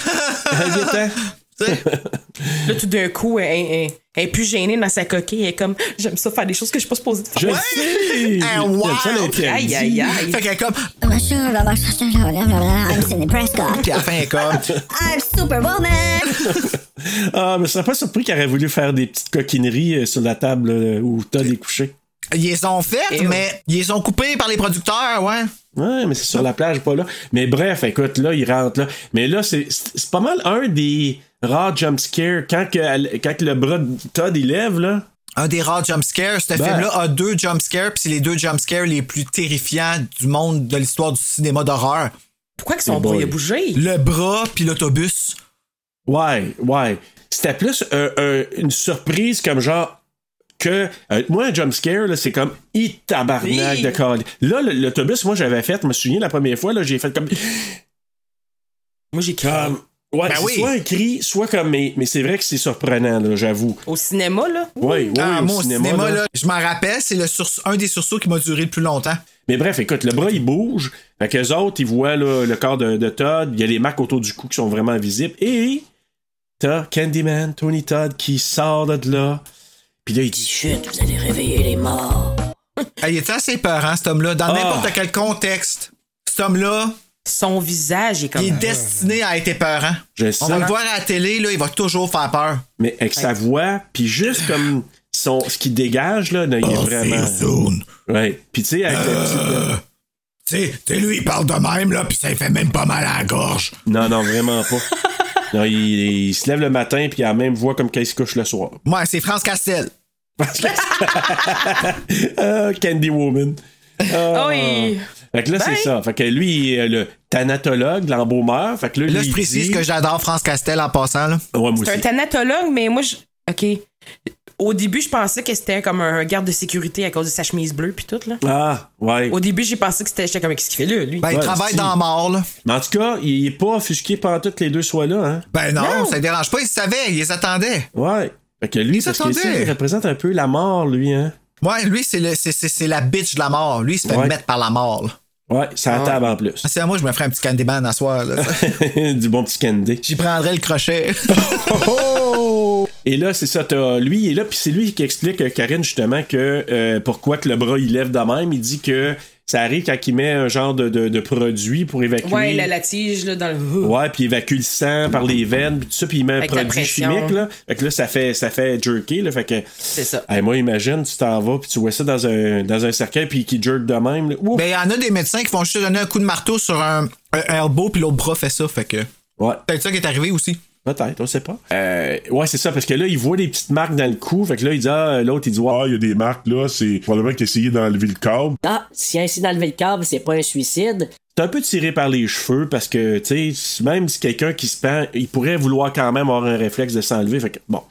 [SPEAKER 6] Là, tout d'un coup, elle, elle- elle- elle est plus gênée dans sa coquille. Elle est comme, j'aime ça faire des choses que je suis pas supposée de faire.
[SPEAKER 1] Je sais.
[SPEAKER 3] Hey,
[SPEAKER 1] J'aime
[SPEAKER 3] wow.
[SPEAKER 1] ça, l'interdit.
[SPEAKER 6] Ah, Aïe, aïe, aïe.
[SPEAKER 3] Fait qu'elle est comme.
[SPEAKER 9] I'm Cindy Prescott.
[SPEAKER 3] Puis à la fin, elle est comme.
[SPEAKER 9] I'm Superwoman.
[SPEAKER 1] Ah, mais je serais pas surpris qu'elle aurait voulu faire des petites coquineries euh, sur la table euh, où Todd est couché.
[SPEAKER 3] Ils les ont faites, mais ils les ont coupées par les producteurs, ouais.
[SPEAKER 1] Ouais, mais c'est sur la plage, pas là. Mais bref, écoute, là, il rentre là. Mais là, c'est c'est- c'est pas mal un des rares jumpscares quand, que, elle- quand que le bras de Todd il lève, là.
[SPEAKER 3] Un des rares jumpscares. Ce
[SPEAKER 1] Ben.
[SPEAKER 3] film-là a deux jumpscares, puis c'est les deux jumpscares les plus terrifiants du monde de l'histoire du cinéma d'horreur.
[SPEAKER 6] Pourquoi que son
[SPEAKER 1] Oh
[SPEAKER 6] bras
[SPEAKER 1] boy.
[SPEAKER 6] il a bougé?
[SPEAKER 3] Le bras, puis l'autobus.
[SPEAKER 1] Ouais, ouais. C'était plus euh, euh, une surprise comme genre que. euh, moi, un jumpscare, là, c'est comme i tabarnak
[SPEAKER 6] Oui.
[SPEAKER 1] de code. Là, le- l'autobus, moi, j'avais fait, je me souviens, la première fois, là, j'ai fait comme.
[SPEAKER 6] Moi, j'ai crié.
[SPEAKER 1] comme ouais,
[SPEAKER 3] Ben
[SPEAKER 1] c'est
[SPEAKER 3] oui.
[SPEAKER 1] soit un cri, soit comme. Mais, mais c'est vrai que c'est surprenant, là, j'avoue.
[SPEAKER 6] Au cinéma, là?
[SPEAKER 1] Ouais, ouais,
[SPEAKER 3] Ah,
[SPEAKER 1] au
[SPEAKER 3] moi, au cinéma,
[SPEAKER 1] là.
[SPEAKER 3] là, je m'en rappelle, c'est le sursaut- un des sursauts qui m'a duré le plus longtemps.
[SPEAKER 1] Mais bref, écoute, le bras, il bouge. Fait qu'eux autres, ils voient là, le corps de, de Todd. Il y a les marques autour du cou qui sont vraiment visibles. Et t'as Candyman, Tony Todd, qui sort de là. Puis là, il dit
[SPEAKER 10] Chut, vous allez réveiller les morts.
[SPEAKER 3] Ah, il était assez peur, hein, cet homme-là. Dans
[SPEAKER 1] Ah.
[SPEAKER 3] n'importe quel contexte, cet homme-là,
[SPEAKER 6] Son visage est comme.
[SPEAKER 3] il est
[SPEAKER 1] Ah,
[SPEAKER 3] destiné à être épeurant.
[SPEAKER 1] Je
[SPEAKER 3] On va
[SPEAKER 1] sais.
[SPEAKER 3] le voir à la télé, là, il va toujours faire peur.
[SPEAKER 1] Mais avec sa voix, puis juste comme son, ce qu'il dégage, là, il
[SPEAKER 3] Oh,
[SPEAKER 1] est vraiment. Ouais. Puis tu sais, avec le petit- euh,
[SPEAKER 3] Tu sais, lui, il parle de même, là, puis ça lui fait même pas mal à la gorge.
[SPEAKER 1] Non, non, vraiment pas. Non, il, il se lève le matin, puis il a la même voix comme quand il se couche le soir.
[SPEAKER 3] Ouais, c'est France Castel.
[SPEAKER 1] Ah, Candy Woman.
[SPEAKER 6] Ah oui!
[SPEAKER 1] Fait que là, c'est ça. Fait que lui, il est euh, le thanatologue, l'embaumeur. Fait que là,
[SPEAKER 3] Là,
[SPEAKER 1] lui,
[SPEAKER 3] je
[SPEAKER 1] il
[SPEAKER 3] précise
[SPEAKER 1] dit-
[SPEAKER 3] que j'adore France Castel en passant. Là.
[SPEAKER 1] Ouais, moi
[SPEAKER 6] C'est un
[SPEAKER 1] aussi.
[SPEAKER 6] thanatologue, mais moi, je. OK. Au début, je pensais que c'était comme un garde de sécurité à cause de sa chemise bleue puis tout, là.
[SPEAKER 1] Ah, ouais.
[SPEAKER 6] Au début, j'ai pensé que c'était. J'étais comme, qu'est-ce qu'il fait là, lui?
[SPEAKER 1] Ben, il Ouais, travaille si. dans la
[SPEAKER 3] mort, là.
[SPEAKER 1] Mais en tout cas, il est pas offusqué pendant toutes les deux soient là, hein?
[SPEAKER 3] Ben non, ça ne dérange pas, ils savaient, ils les attendaient.
[SPEAKER 1] Ouais. Fait que lui,
[SPEAKER 3] Ils
[SPEAKER 1] parce que
[SPEAKER 3] attendaient.
[SPEAKER 1] ici, il représente un peu la mort, lui, hein?
[SPEAKER 3] Ouais, lui, c'est le- c'est- c'est c'est la bitch de la mort. Lui, il se fait
[SPEAKER 1] Ouais.
[SPEAKER 3] mettre par la mort. là.
[SPEAKER 1] Ouais, ça
[SPEAKER 3] Ah.
[SPEAKER 1] table en plus.
[SPEAKER 3] Ah, c'est moi, je me ferais un petit candyman à soir. là.
[SPEAKER 1] du bon petit candy. Oh!
[SPEAKER 3] J'y prendrais le crochet.
[SPEAKER 1] Et là, c'est ça, t'as lui, et là, puis c'est lui qui explique, euh, Karine, justement, que euh, pourquoi que le bras, il lève de même. Il dit que ça arrive quand il met un genre de, de- de produit pour évacuer.
[SPEAKER 6] Ouais, la, la tige, là, dans le.
[SPEAKER 1] Ouais, puis il évacue le sang par les veines, puis tout ça, puis il met un
[SPEAKER 6] Avec la
[SPEAKER 1] produit
[SPEAKER 6] pression.
[SPEAKER 1] chimique, là. Fait que là, ça fait, ça fait jerky, là. Fait que.
[SPEAKER 6] C'est ça.
[SPEAKER 1] Hey, moi, imagine, tu t'en vas, puis tu vois ça dans un, dans un cercueil, puis qui jerk de même, là. Ouf!
[SPEAKER 3] Ben, il y en a des médecins qui font juste donner un coup de marteau sur un, un elbow, puis l'autre bras fait ça. Fait que.
[SPEAKER 1] Ouais.
[SPEAKER 3] Peut-être ça qui est arrivé aussi.
[SPEAKER 1] Peut-être, on sait pas. Euh, ouais, c'est ça, parce que là, il voit des petites marques dans le cou, fait que là, il dit, ah, l'autre, il dit, ouais,
[SPEAKER 12] Ah, il y a des marques là, c'est probablement qu'il a essayé d'enlever le câble.
[SPEAKER 10] Ah, si un s'est enlevé le câble, c'est pas un suicide.
[SPEAKER 1] C'est un peu tiré par les cheveux parce que, tu sais, même si quelqu'un qui se pend, il pourrait vouloir quand même avoir un réflexe de s'enlever. Fait que, bon,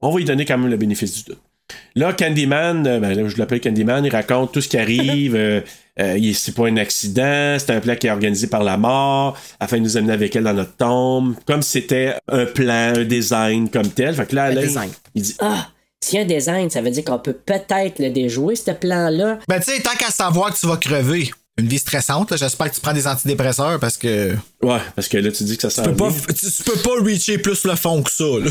[SPEAKER 1] on va lui donner quand même le bénéfice du doute. Là, Candyman, euh, ben là, je l'appelle Candyman, il raconte tout ce qui arrive. euh, euh, il- c'est pas un accident, c'est un plan qui est organisé par la mort afin de nous amener avec elle dans notre tombe. Comme si c'était un plan, un design comme tel. Fait que là, Alain,
[SPEAKER 10] design.
[SPEAKER 1] il dit
[SPEAKER 10] Ah, s'il y a un design, ça veut dire qu'on peut peut-être le déjouer, ce plan-là.
[SPEAKER 3] Ben, tu sais, tant qu'à savoir que tu vas crever, une vie stressante, là, j'espère que tu prends des antidépresseurs parce que.
[SPEAKER 1] Ouais, parce que là, tu dis que ça
[SPEAKER 3] Tu
[SPEAKER 1] sert
[SPEAKER 3] peux, pas, tu, tu peux pas reacher plus le fond que ça, là.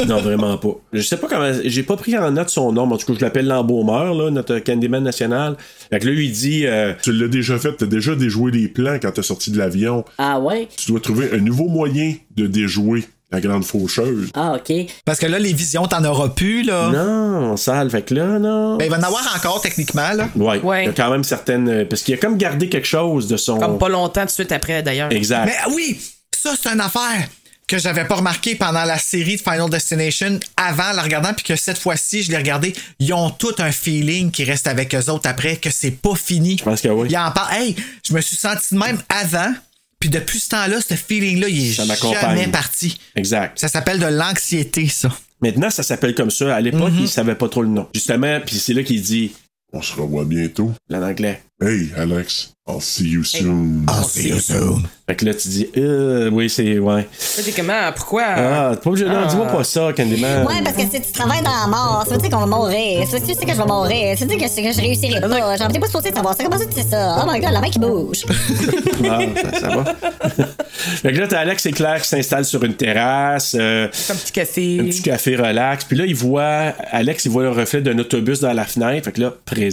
[SPEAKER 1] Non, vraiment pas. Je sais pas comment. J'ai pas pris en note son nom, mais en tout cas, je l'appelle l'embaumeur, là, notre Candyman national. Fait que là, lui, il dit. euh,
[SPEAKER 12] Tu l'as déjà fait, t'as déjà déjoué des plans quand t'es sorti de l'avion.
[SPEAKER 10] Ah ouais?
[SPEAKER 12] Tu dois trouver un nouveau moyen de déjouer la grande faucheuse.
[SPEAKER 10] Ah, OK.
[SPEAKER 3] Parce que là, les visions, t'en auras plus, là.
[SPEAKER 1] non, sale. Fait que là, non.
[SPEAKER 3] Ben, il va en avoir encore, techniquement, là.
[SPEAKER 1] Ouais.
[SPEAKER 6] Ouais.
[SPEAKER 1] Il y a quand même certaines. euh, Parce qu'il a comme gardé quelque chose de son.
[SPEAKER 6] Comme pas longtemps, tout de suite après, d'ailleurs.
[SPEAKER 1] Exact.
[SPEAKER 3] Mais ah oui, ça, c'est une affaire que j'avais pas remarqué pendant la série de Final Destination avant en la regardant, puis que cette fois-ci, je l'ai regardé. Ils ont tout un feeling qui reste avec eux autres après, que c'est pas fini. Je
[SPEAKER 1] pense que oui.
[SPEAKER 3] Ils en parlent. Hey, je me suis senti de même avant, puis depuis ce temps-là, ce feeling-là, il est
[SPEAKER 1] Ça m'accompagne.
[SPEAKER 3] jamais parti.
[SPEAKER 1] Exact.
[SPEAKER 3] Ça s'appelle de l'anxiété, ça.
[SPEAKER 1] Maintenant, ça s'appelle comme ça. À
[SPEAKER 6] Mm-hmm.
[SPEAKER 1] l'époque, il savait pas trop le nom. Justement, puis c'est là qu'il dit.
[SPEAKER 12] On se revoit bientôt.
[SPEAKER 1] Là, en anglais.
[SPEAKER 12] Hey, Alex, I'll see you soon.
[SPEAKER 1] Ah,
[SPEAKER 3] I'll see you soon.
[SPEAKER 1] Fait que là, tu dis. Euh, oui, c'est. Ouais.
[SPEAKER 6] Ça, t'es comment? Pourquoi?
[SPEAKER 1] Ah, t'es pas obligé. Non, dis-moi pas ça, Candyman.
[SPEAKER 9] Ouais, parce que si tu travailles dans la mort, ça veut dire qu'on va mourir. Ça veut dire que je vais mourir. Ça veut dire que je, que je réussirai pas. J'en étais pas supposé savoir ça. Comment ça, tu sais ça? Oh my god, la main qui bouge.
[SPEAKER 1] Ah, ça, ça va. fait que là, t'as Alex et Claire qui s'installent sur une terrasse. euh,
[SPEAKER 6] Un petit café.
[SPEAKER 1] un petit café relax. Puis là, il voit, Alex, il voit le reflet d'un autobus dans la fenêtre. Fait que là,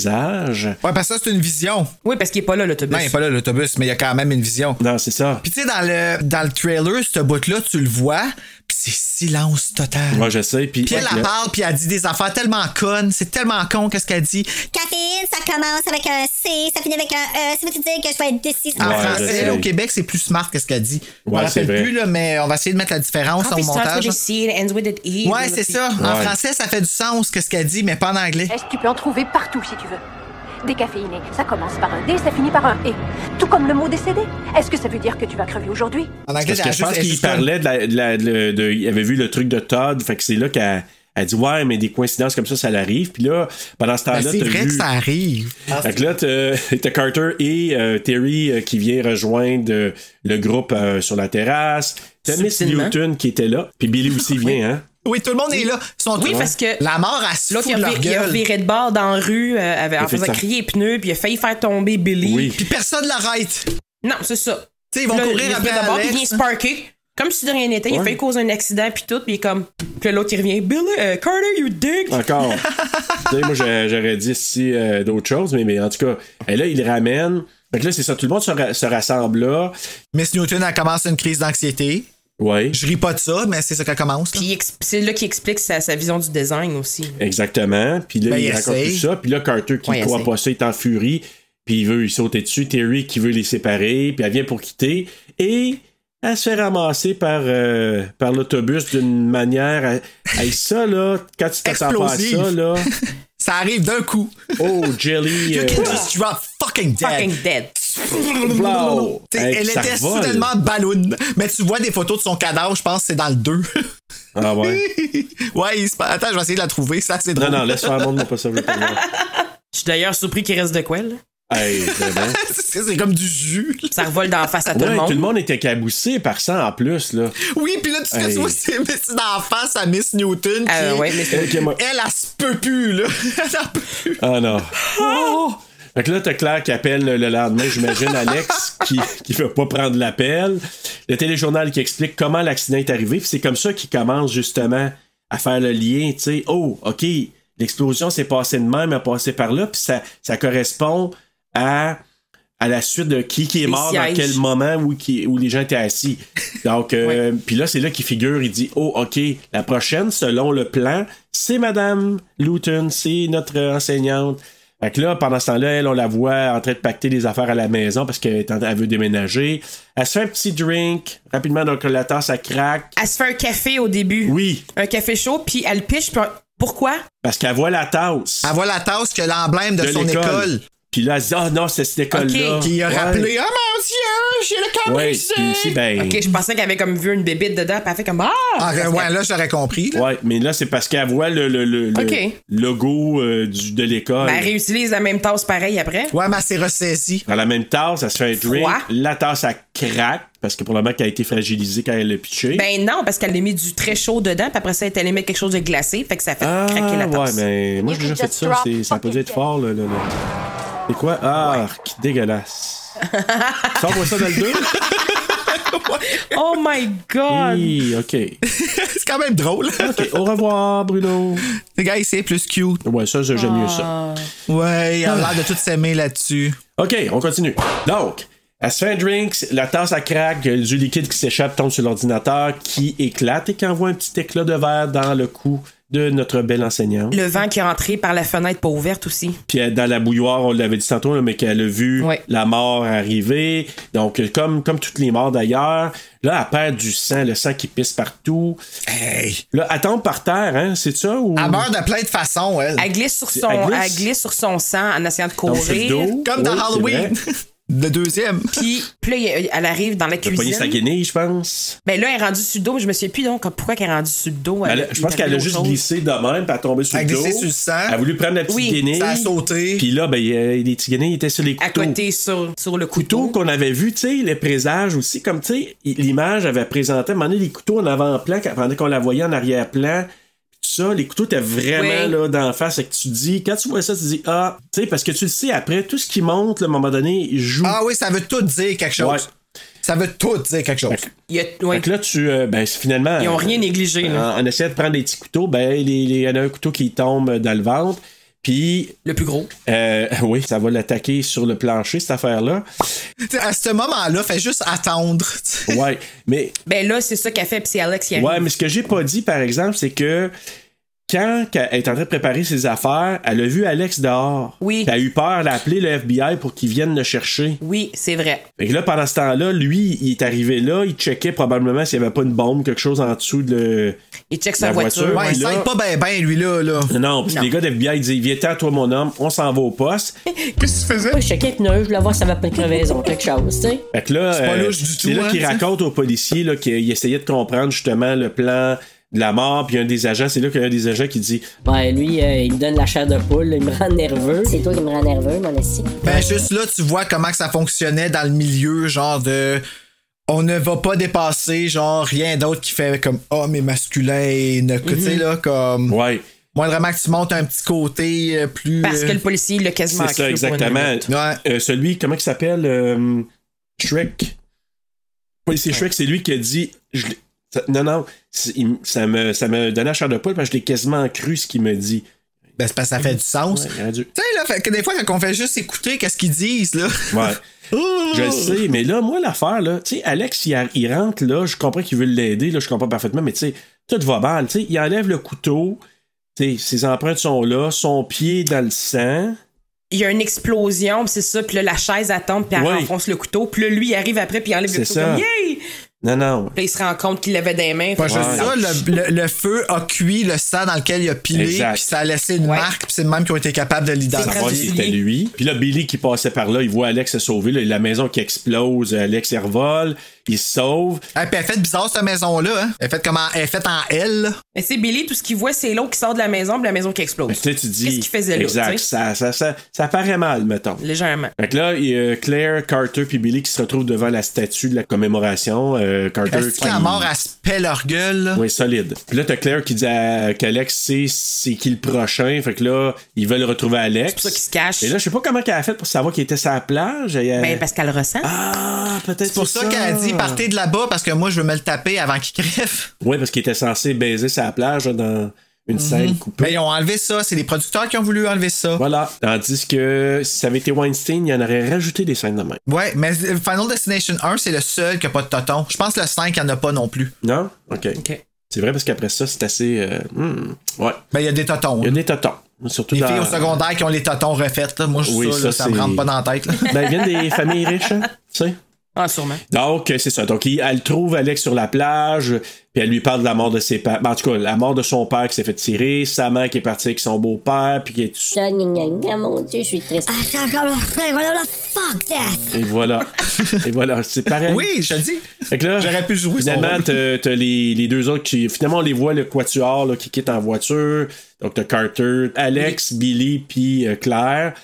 [SPEAKER 1] présage.
[SPEAKER 3] Ouais, parce que ça, c'est une vision.
[SPEAKER 6] Oui, parce qu'il est pas là, l'autobus.
[SPEAKER 3] Non,
[SPEAKER 1] Ben,
[SPEAKER 3] il n'est pas là, l'autobus, mais il y a quand même une vision.
[SPEAKER 1] Non, c'est ça.
[SPEAKER 3] Puis tu sais, dans le, dans le trailer, ce bout-là, tu le vois, puis c'est silence total.
[SPEAKER 1] Moi, je sais. Puis,
[SPEAKER 3] Puis elle, elle
[SPEAKER 1] là-
[SPEAKER 3] parle, puis elle dit des affaires tellement connes, c'est tellement con qu'est-ce qu'elle dit.
[SPEAKER 9] Caféine, ça commence avec un C, ça finit avec un E. Ça veut dire que je vais être décis.
[SPEAKER 3] En
[SPEAKER 1] Ouais, je
[SPEAKER 3] français,
[SPEAKER 1] sais.
[SPEAKER 3] là, au Québec, c'est plus smart qu'est-ce qu'elle dit. on
[SPEAKER 1] Ouais,
[SPEAKER 3] ne
[SPEAKER 1] c'est
[SPEAKER 3] rappelle
[SPEAKER 1] vrai.
[SPEAKER 3] plus, là, mais on va essayer de mettre la différence au
[SPEAKER 6] Coffee starts
[SPEAKER 3] montage.
[SPEAKER 6] with a C, it ends with an E.
[SPEAKER 3] Ouais, c'est ça. En
[SPEAKER 1] Ouais.
[SPEAKER 3] français, ça fait du sens qu'est-ce qu'elle dit, mais pas en anglais.
[SPEAKER 5] Est-ce que tu peux en trouver partout si tu veux Décaféiné, ça commence par un D, ça finit par un E. Tout comme le mot décédé. Est-ce que ça veut dire que tu vas crever aujourd'hui
[SPEAKER 3] En anglais,
[SPEAKER 1] Parce que
[SPEAKER 3] elle
[SPEAKER 1] je pense
[SPEAKER 3] juste- elle
[SPEAKER 1] qu'il
[SPEAKER 3] juste
[SPEAKER 1] parlait de, la- de la- de le- de- Il avait vu le truc de Todd. Fait que c'est là qu'elle elle dit Ouais, mais des coïncidences comme ça, ça l'arrive. Puis là, pendant ce
[SPEAKER 3] Ben,
[SPEAKER 1] temps-là,
[SPEAKER 3] c'est
[SPEAKER 1] t'as
[SPEAKER 3] vrai
[SPEAKER 1] vu-
[SPEAKER 3] que ça arrive.
[SPEAKER 6] Ah,
[SPEAKER 1] Fait que là, t'as t'as Carter et euh, Terry euh, qui vient rejoindre euh, le groupe euh, sur la terrasse. T'as Miss
[SPEAKER 6] Subtilement.
[SPEAKER 1] Newton qui était là. Puis Billy aussi vient, hein?
[SPEAKER 3] Oui, tout le monde est là. Ils sont
[SPEAKER 6] Oui,
[SPEAKER 3] tous-
[SPEAKER 6] parce que-
[SPEAKER 3] La mort, elle se
[SPEAKER 6] L'autre,
[SPEAKER 3] fout
[SPEAKER 6] il
[SPEAKER 3] de
[SPEAKER 6] a,
[SPEAKER 3] leur
[SPEAKER 6] vi- il a
[SPEAKER 3] gueule.
[SPEAKER 6] viré de bord dans la rue euh, avec- en faisant
[SPEAKER 1] Effectivement.
[SPEAKER 6] crier les pneus, puis il a failli faire tomber Billy.
[SPEAKER 1] Oui.
[SPEAKER 3] Puis personne l'arrête. Tu
[SPEAKER 6] Non, c'est ça.
[SPEAKER 3] sais, ils vont
[SPEAKER 6] Là,
[SPEAKER 3] courir
[SPEAKER 6] il
[SPEAKER 3] après
[SPEAKER 6] vient de bord, puis il vient
[SPEAKER 3] Alex.
[SPEAKER 6] se parker. Comme si de rien n'était, il a
[SPEAKER 1] Ouais.
[SPEAKER 6] failli causer un accident, puis tout, puis il est comme. Puis l'autre, il revient. Billy, euh, Carter, you dig?
[SPEAKER 1] Encore. tu sais, moi, j'a- j'aurais dit si euh, d'autres choses, mais, mais en tout cas, et là, il le ramène. Fait que là, c'est ça. Tout le monde se, ra- se rassemble là.
[SPEAKER 3] Miss Newton, elle commence une crise d'anxiété.
[SPEAKER 1] Oui,
[SPEAKER 3] Je ris pas de ça, mais c'est ça qu'elle commence. là.
[SPEAKER 6] Puis il ex- c'est là qu'il explique sa, sa vision du design aussi.
[SPEAKER 1] exactement. Puis là,
[SPEAKER 3] Ben,
[SPEAKER 1] il
[SPEAKER 3] il
[SPEAKER 1] raconte
[SPEAKER 3] essaye.
[SPEAKER 1] tout ça. Puis là, Carter, qui
[SPEAKER 6] Ouais, il
[SPEAKER 1] croit
[SPEAKER 6] essaye.
[SPEAKER 1] pas ça, est en furie. Puis il veut il sauter dessus. Terry qui veut les séparer. Puis elle vient pour quitter. Et elle se fait ramasser par, euh, par l'autobus d'une manière. à- Hey, ça, là, quand tu t'attends pas à
[SPEAKER 3] Explosive.
[SPEAKER 1] ça, là.
[SPEAKER 3] ça arrive d'un coup.
[SPEAKER 1] Oh, Jelly.
[SPEAKER 3] you
[SPEAKER 1] euh,
[SPEAKER 3] can just drop fucking dead.
[SPEAKER 6] Fucking dead.
[SPEAKER 1] Wow.
[SPEAKER 3] T'sais,
[SPEAKER 1] Hey,
[SPEAKER 3] elle
[SPEAKER 1] ça
[SPEAKER 3] était
[SPEAKER 1] vole.
[SPEAKER 3] soudainement balloon. Mais tu vois des photos de son cadavre, je pense que c'est dans le 2.
[SPEAKER 1] Ah ouais.
[SPEAKER 3] ouais, il se- attends, je vais essayer de la trouver, ça c'est
[SPEAKER 1] Non,
[SPEAKER 3] drôle.
[SPEAKER 1] non, laisse faire, monde, pas ça, je veux pas le voir.
[SPEAKER 6] Je suis d'ailleurs surpris qu'il reste de quoi, là.
[SPEAKER 1] Hey, c'est bon.
[SPEAKER 3] c'est c'est comme du jus.
[SPEAKER 6] Ça revole dans la face à tout
[SPEAKER 1] Ouais,
[SPEAKER 6] le monde.
[SPEAKER 1] tout le monde était caboussé par ça en plus, là.
[SPEAKER 3] Oui, puis là, tout ce que
[SPEAKER 1] Hey.
[SPEAKER 3] tu vois, c'est Miss d'enfant, à Miss Newton. Qui,
[SPEAKER 6] Ah ouais, Miss
[SPEAKER 3] elle,
[SPEAKER 1] Newton.
[SPEAKER 3] elle, elle se peut plus, là. Elle en peut plus.
[SPEAKER 1] Ah non. Fait que là, t'as Claire qui appelle le lendemain, j'imagine, Alex, qui, qui veut pas prendre l'appel. Le téléjournal qui explique comment l'accident est arrivé. Puis c'est comme ça qu'il commence justement à faire le lien, tu sais. Oh, OK, l'explosion s'est passée de même, elle a passé par là. Puis ça, ça correspond à, à la suite de qui, qui est
[SPEAKER 6] Les
[SPEAKER 1] mort,
[SPEAKER 6] sièges.
[SPEAKER 1] dans quel moment, où, qui- où les gens étaient assis. Donc, euh, puis là, c'est là qu'il figure, il dit, oh, OK, la prochaine, selon le plan, c'est Madame Luton, c'est notre euh, enseignante. Fait que là, pendant ce temps-là, elle, on la voit en train de pacter des affaires à la maison parce qu'elle est en- elle veut déménager. Elle se fait un petit drink, rapidement, donc la tasse, ça craque.
[SPEAKER 6] Elle se fait un café au début.
[SPEAKER 1] Oui,
[SPEAKER 6] Un café chaud, puis elle piche. puis on- Pourquoi?
[SPEAKER 1] parce qu'elle voit la tasse
[SPEAKER 3] Elle voit la tasse que l'emblème de,
[SPEAKER 1] de
[SPEAKER 3] son
[SPEAKER 1] l'école.
[SPEAKER 3] école.
[SPEAKER 1] Puis là, elle se dit, ah non, c'est cette école-là.
[SPEAKER 6] Ok.
[SPEAKER 3] Qui a
[SPEAKER 1] Ouais.
[SPEAKER 3] rappelé Ah mon Dieu, j'ai le cœur
[SPEAKER 1] Ouais,
[SPEAKER 3] brisé.
[SPEAKER 1] puis ici, ben.
[SPEAKER 6] Ok, je pensais qu'elle avait comme vu une bébite dedans, puis elle fait comme Ah!
[SPEAKER 3] Ah,
[SPEAKER 6] Parce
[SPEAKER 3] ouais,
[SPEAKER 6] que-
[SPEAKER 3] là, j'aurais compris. là.
[SPEAKER 1] Ouais, mais là, c'est parce qu'elle voit le, le, le, le
[SPEAKER 6] Ok.
[SPEAKER 1] logo euh, du, de l'école.
[SPEAKER 6] Ben, elle réutilise la même tasse pareil après.
[SPEAKER 3] Ouais, mais elle s'est ressaisie.
[SPEAKER 1] Dans la même tasse, elle se fait un drink.
[SPEAKER 6] Froid.
[SPEAKER 1] La tasse, elle craque parce que probablement qu'elle a été fragilisée quand elle l'a pitché.
[SPEAKER 6] Ben non, parce qu'elle a mis du très chaud dedans, puis après ça, elle est allée mettre quelque chose de glacé, fait que ça a fait
[SPEAKER 1] ah,
[SPEAKER 6] craquer la tasse.
[SPEAKER 1] ouais, mais moi, j'ai déjà fait ça. c'est- Ça peut être fort, là. là, là. C'est quoi? Ah, qui dégueulasse. Sors-moi ça dans le deux.
[SPEAKER 6] Oh my god!
[SPEAKER 1] Hi, OK.
[SPEAKER 3] c'est quand même drôle. hein.
[SPEAKER 1] OK, au revoir, Bruno.
[SPEAKER 3] Les gars, c'est plus cute.
[SPEAKER 1] Ouais, ça, ça, j'aime mieux ça.
[SPEAKER 3] Ouais, il a
[SPEAKER 1] Ah.
[SPEAKER 3] l'air de tout s'aimer là-dessus.
[SPEAKER 1] OK, on continue. Donc, elle se fait un drink, la tasse à craque, du liquide qui s'échappe tombe sur l'ordinateur, qui éclate et qui envoie un petit éclat de verre dans le cou de notre belle enseignante.
[SPEAKER 6] Le vent qui est rentré par la fenêtre pas ouverte aussi.
[SPEAKER 1] Puis elle, dans la bouilloire, on l'avait dit tantôt, là, mais qu'elle a vu
[SPEAKER 6] Ouais.
[SPEAKER 1] la mort arriver. Donc, euh, comme, comme toutes les morts d'ailleurs, là, elle perd du sang, le sang qui pisse partout.
[SPEAKER 3] Hey!
[SPEAKER 1] Là, elle tombe par terre, hein, c'est ça? Ou...
[SPEAKER 3] Elle meurt de plein de façons, elle.
[SPEAKER 6] Elle glisse sur son,
[SPEAKER 1] Elle
[SPEAKER 6] elle
[SPEAKER 1] glisse?
[SPEAKER 6] glisse. sur son sang en essayant de
[SPEAKER 1] Dans le
[SPEAKER 6] courir.
[SPEAKER 1] dos.
[SPEAKER 3] Comme dans
[SPEAKER 1] Oui, c'est
[SPEAKER 3] Halloween.
[SPEAKER 1] vrai.
[SPEAKER 3] Le deuxième.
[SPEAKER 6] Puis, puis là, il y a- elle arrive dans la
[SPEAKER 1] Elle a pogné sa
[SPEAKER 6] cuisine.
[SPEAKER 1] guenille, je pense.
[SPEAKER 6] Ben là, elle est rendue sur le dos, mais je me souviens plus donc pourquoi elle est rendue sur le dos.
[SPEAKER 1] Elle-
[SPEAKER 6] elle-
[SPEAKER 1] Ben, je pense
[SPEAKER 6] elle
[SPEAKER 1] qu'elle a
[SPEAKER 6] autre
[SPEAKER 1] juste
[SPEAKER 6] chose.
[SPEAKER 1] glissé de même, puis elle a tombé sur
[SPEAKER 3] Elle a
[SPEAKER 1] le dos.
[SPEAKER 3] glissé sur le sang.
[SPEAKER 1] Elle a voulu prendre la petite
[SPEAKER 6] Oui,
[SPEAKER 1] guenille.
[SPEAKER 3] Ça a sauté.
[SPEAKER 1] Puis là, ben, il y a- les petits guenilles étaient sur les
[SPEAKER 6] À
[SPEAKER 1] couteaux.
[SPEAKER 6] côté sur, sur le
[SPEAKER 1] couteaux
[SPEAKER 6] couteau.
[SPEAKER 1] qu'on avait vu, tu sais, les présages aussi, comme tu sais, il- l'image avait présenté, à un moment donné, les couteaux en avant-plan, quand- pendant qu'on la voyait en arrière-plan, pis tout ça, les couteaux étaient vraiment
[SPEAKER 6] Oui.
[SPEAKER 1] là d'en face, et que tu dis, quand tu vois ça, tu dis, ah, tu sais, parce que tu le sais, après, tout ce qui monte, là, à un moment donné, il joue.
[SPEAKER 3] Ah oui, ça veut tout dire quelque chose.
[SPEAKER 1] Ouais.
[SPEAKER 3] Ça veut tout dire quelque chose.
[SPEAKER 6] Il y a- ouais.
[SPEAKER 1] Fait que là, tu, euh, ben, c'est finalement.
[SPEAKER 6] Ils ont
[SPEAKER 1] euh,
[SPEAKER 6] rien négligé.
[SPEAKER 1] en,
[SPEAKER 6] là.
[SPEAKER 1] en essayant de prendre des petits couteaux, ben, les- les- il y en a un couteau qui tombe dans le ventre, puis
[SPEAKER 6] Le plus gros.
[SPEAKER 1] euh, oui, ça va l'attaquer sur le plancher, cette affaire-là.
[SPEAKER 3] T'sais, À ce moment-là, fais juste attendre. t'sais.
[SPEAKER 1] Ouais, mais
[SPEAKER 6] Ben là, c'est ça qu'elle fait, puis c'est Alex qui arrive.
[SPEAKER 1] Ouais, mais ce que j'ai pas dit, par exemple, c'est que quand elle est en train de préparer ses affaires, elle a vu Alex dehors.
[SPEAKER 6] Oui.
[SPEAKER 1] Elle a eu peur d'appeler le FBI pour qu'il vienne le chercher.
[SPEAKER 6] Oui, c'est vrai.
[SPEAKER 1] Fait que là, pendant ce temps-là, lui, il est arrivé là, il checkait probablement s'il n'y avait pas une bombe, quelque chose en dessous de le-
[SPEAKER 6] Il check sa
[SPEAKER 1] La
[SPEAKER 6] voiture.
[SPEAKER 1] voiture,
[SPEAKER 3] Ouais, il
[SPEAKER 1] là-
[SPEAKER 3] s'aide pas ben ben, lui, là. là.
[SPEAKER 1] Non, puis
[SPEAKER 6] Non.
[SPEAKER 1] les gars de FBI, ils disent Viens-t'en, toi, mon homme, on s'en va au poste.
[SPEAKER 3] Qu'est-ce que tu faisais?
[SPEAKER 10] Moi, je checkais les pneus, je voulais voir si ça va pas une crevaison, quelque chose, tu sais.
[SPEAKER 1] Fait que là,
[SPEAKER 3] C'est pas
[SPEAKER 1] euh,
[SPEAKER 3] louche du
[SPEAKER 1] c'est
[SPEAKER 3] tout,
[SPEAKER 1] là
[SPEAKER 3] hein,
[SPEAKER 1] qu'il
[SPEAKER 3] ça.
[SPEAKER 1] raconte aux policiers là, qu'il essayait de comprendre justement le plan de la mort, puis un des agents, c'est là qu'il y a un des agents qui dit
[SPEAKER 10] Ben, lui, euh, il me donne la chair de poule, il me rend nerveux.
[SPEAKER 9] C'est toi qui me rends nerveux, mon esti.
[SPEAKER 3] Ben, juste là, tu vois comment que ça fonctionnait dans le milieu, genre de. On ne va pas dépasser, genre, rien d'autre qui fait comme homme et masculin et ne. Tu
[SPEAKER 1] Mm-hmm.
[SPEAKER 3] sais, là, comme.
[SPEAKER 1] Ouais.
[SPEAKER 3] Moindrement que tu montes un petit côté euh, plus.
[SPEAKER 6] Parce que
[SPEAKER 3] euh,
[SPEAKER 6] le policier l'a quasiment
[SPEAKER 1] C'est ça,
[SPEAKER 6] cru pour une
[SPEAKER 1] exactement.
[SPEAKER 6] minute.
[SPEAKER 3] Ouais.
[SPEAKER 1] Euh, celui, comment il s'appelle euh, Shrek. Oui, c'est Shrek, c'est lui qui a dit je l'ai- ça- Non, non, c'est- il- ça, me, ça me donnait la chair de poule parce que je l'ai quasiment cru ce qu'il me dit.
[SPEAKER 3] Ben, c'est parce que ça fait du sens.
[SPEAKER 1] Ouais, il aurait dû-
[SPEAKER 3] Tu sais, là, fait que des fois, quand on fait juste écouter qu'est-ce qu'ils disent, là.
[SPEAKER 1] Ouais. Je
[SPEAKER 6] Mm.
[SPEAKER 1] le sais, mais là, moi, l'affaire, là, tu sais, Alex, il, a- il rentre, là, je comprends qu'il veut l'aider, là, je comprends parfaitement, mais tu sais, tout va mal, tu sais, il enlève le couteau, tu sais, ses empreintes sont là, son pied dans le sang.
[SPEAKER 6] Il y a une explosion, puis c'est ça, puis là, la chaise elle tombe, puis elle
[SPEAKER 1] Ouais.
[SPEAKER 6] enfonce le couteau, puis là, lui, il arrive après, puis il enlève le
[SPEAKER 1] C'est
[SPEAKER 6] couteau
[SPEAKER 1] ça.
[SPEAKER 6] comme Yay!
[SPEAKER 1] Non, non.
[SPEAKER 6] Là, il se rend compte qu'il l'avait des mains.
[SPEAKER 3] Pas
[SPEAKER 6] fait que
[SPEAKER 3] juste
[SPEAKER 6] c'est
[SPEAKER 3] ça,
[SPEAKER 6] lâche.
[SPEAKER 3] le, le- le feu a cuit le sang dans lequel il a pilé,
[SPEAKER 1] Exact.
[SPEAKER 3] puis ça a laissé une marque, puis c'est le même qui ont été capables de
[SPEAKER 1] savoir si c'était
[SPEAKER 3] l'identifier.
[SPEAKER 1] lui. Puis là, Billy qui passait par là, il voit Alex se sauver. là, la maison qui explose, Alex elle revole, il se sauve.
[SPEAKER 3] Ah, puis elle fait bizarre cette maison-là. hein. Elle fait comment Elle fait en L.
[SPEAKER 6] Mais c'est Billy, tout ce qu'il voit, c'est l'eau qui sort de la maison, puis la maison qui explose.
[SPEAKER 1] Tu sais, tu dis.
[SPEAKER 6] Qu'est-ce qu'il faisait là,
[SPEAKER 1] Exact.
[SPEAKER 6] tu sais?
[SPEAKER 1] Ça, ça, ça, ça paraît mal, mettons.
[SPEAKER 6] Légèrement.
[SPEAKER 1] Fait que là, il y a Claire, Carter puis Billy qui se retrouvent devant la statue de la commémoration. Euh, Carter
[SPEAKER 3] Est-ce qu'à mort, elle se pèle leur gueule? là?
[SPEAKER 1] Oui, solide. Puis là, t'as Claire qui dit à qu'Alex c'est c'est qui le prochain. Fait que là, ils veulent retrouver Alex. C'est pour ça
[SPEAKER 6] qu'il se cache.
[SPEAKER 1] Et là, je sais pas comment qu'elle a fait pour savoir qu'il était sur la plage. Elle-
[SPEAKER 6] Ben, parce qu'elle ressent.
[SPEAKER 1] Ah, peut-être.
[SPEAKER 3] C'est pour ça, qu'elle a dit partez de là-bas parce que moi, je veux me le taper avant qu'il crève.
[SPEAKER 1] Oui, parce qu'il était censé baiser sa plage là, dans une
[SPEAKER 6] Mhm.
[SPEAKER 1] scène coupée.
[SPEAKER 3] Mais ils ont enlevé ça. C'est les producteurs qui ont voulu enlever ça.
[SPEAKER 1] Voilà. Tandis que si ça avait été Weinstein, il en aurait rajouté des scènes de même.
[SPEAKER 3] Ouais, mais Final Destination 1, c'est le seul qui a pas de toton. Je pense que le 5, il n'y en a pas non plus.
[SPEAKER 1] Non? OK.
[SPEAKER 6] OK.
[SPEAKER 1] C'est vrai parce qu'après ça, c'est assez. euh, hmm, Ouais.
[SPEAKER 3] Ben, il y a des totons.
[SPEAKER 1] Il y a des totons. Surtout
[SPEAKER 3] Les
[SPEAKER 1] dans-
[SPEAKER 3] filles au secondaire qui ont les totons refaites, là. moi, je
[SPEAKER 1] Oui,
[SPEAKER 3] ça, là,
[SPEAKER 1] ça,
[SPEAKER 3] ça, me
[SPEAKER 1] c'est-
[SPEAKER 3] rentre pas dans la tête. là.
[SPEAKER 1] Ben, ils viennent des familles riches, hein, tu sais.
[SPEAKER 6] Ah, sûrement.
[SPEAKER 1] Donc, euh, c'est ça. Donc, il- elle trouve Alex sur la plage, puis elle lui parle de la mort de ses parents. Ben, en tout cas, la mort de son père qui s'est fait tirer, sa mère qui est partie avec son beau-père, puis qui est
[SPEAKER 9] Ça,
[SPEAKER 10] Ah,
[SPEAKER 9] gna, gna, gna, mon dieu, je suis triste. Ah, comme voilà, fuck that!
[SPEAKER 1] Et voilà. Et voilà, c'est pareil.
[SPEAKER 3] Oui, je le dis.
[SPEAKER 1] Fait que là,
[SPEAKER 3] J'aurais pu jouer son
[SPEAKER 1] Finalement,
[SPEAKER 3] rôle.
[SPEAKER 1] t'as t'as les, les deux autres qui. Finalement, on les voit, le quatuor là, qui quitte en voiture. Donc, t'as Carter, Alex, Billy, puis euh, Claire.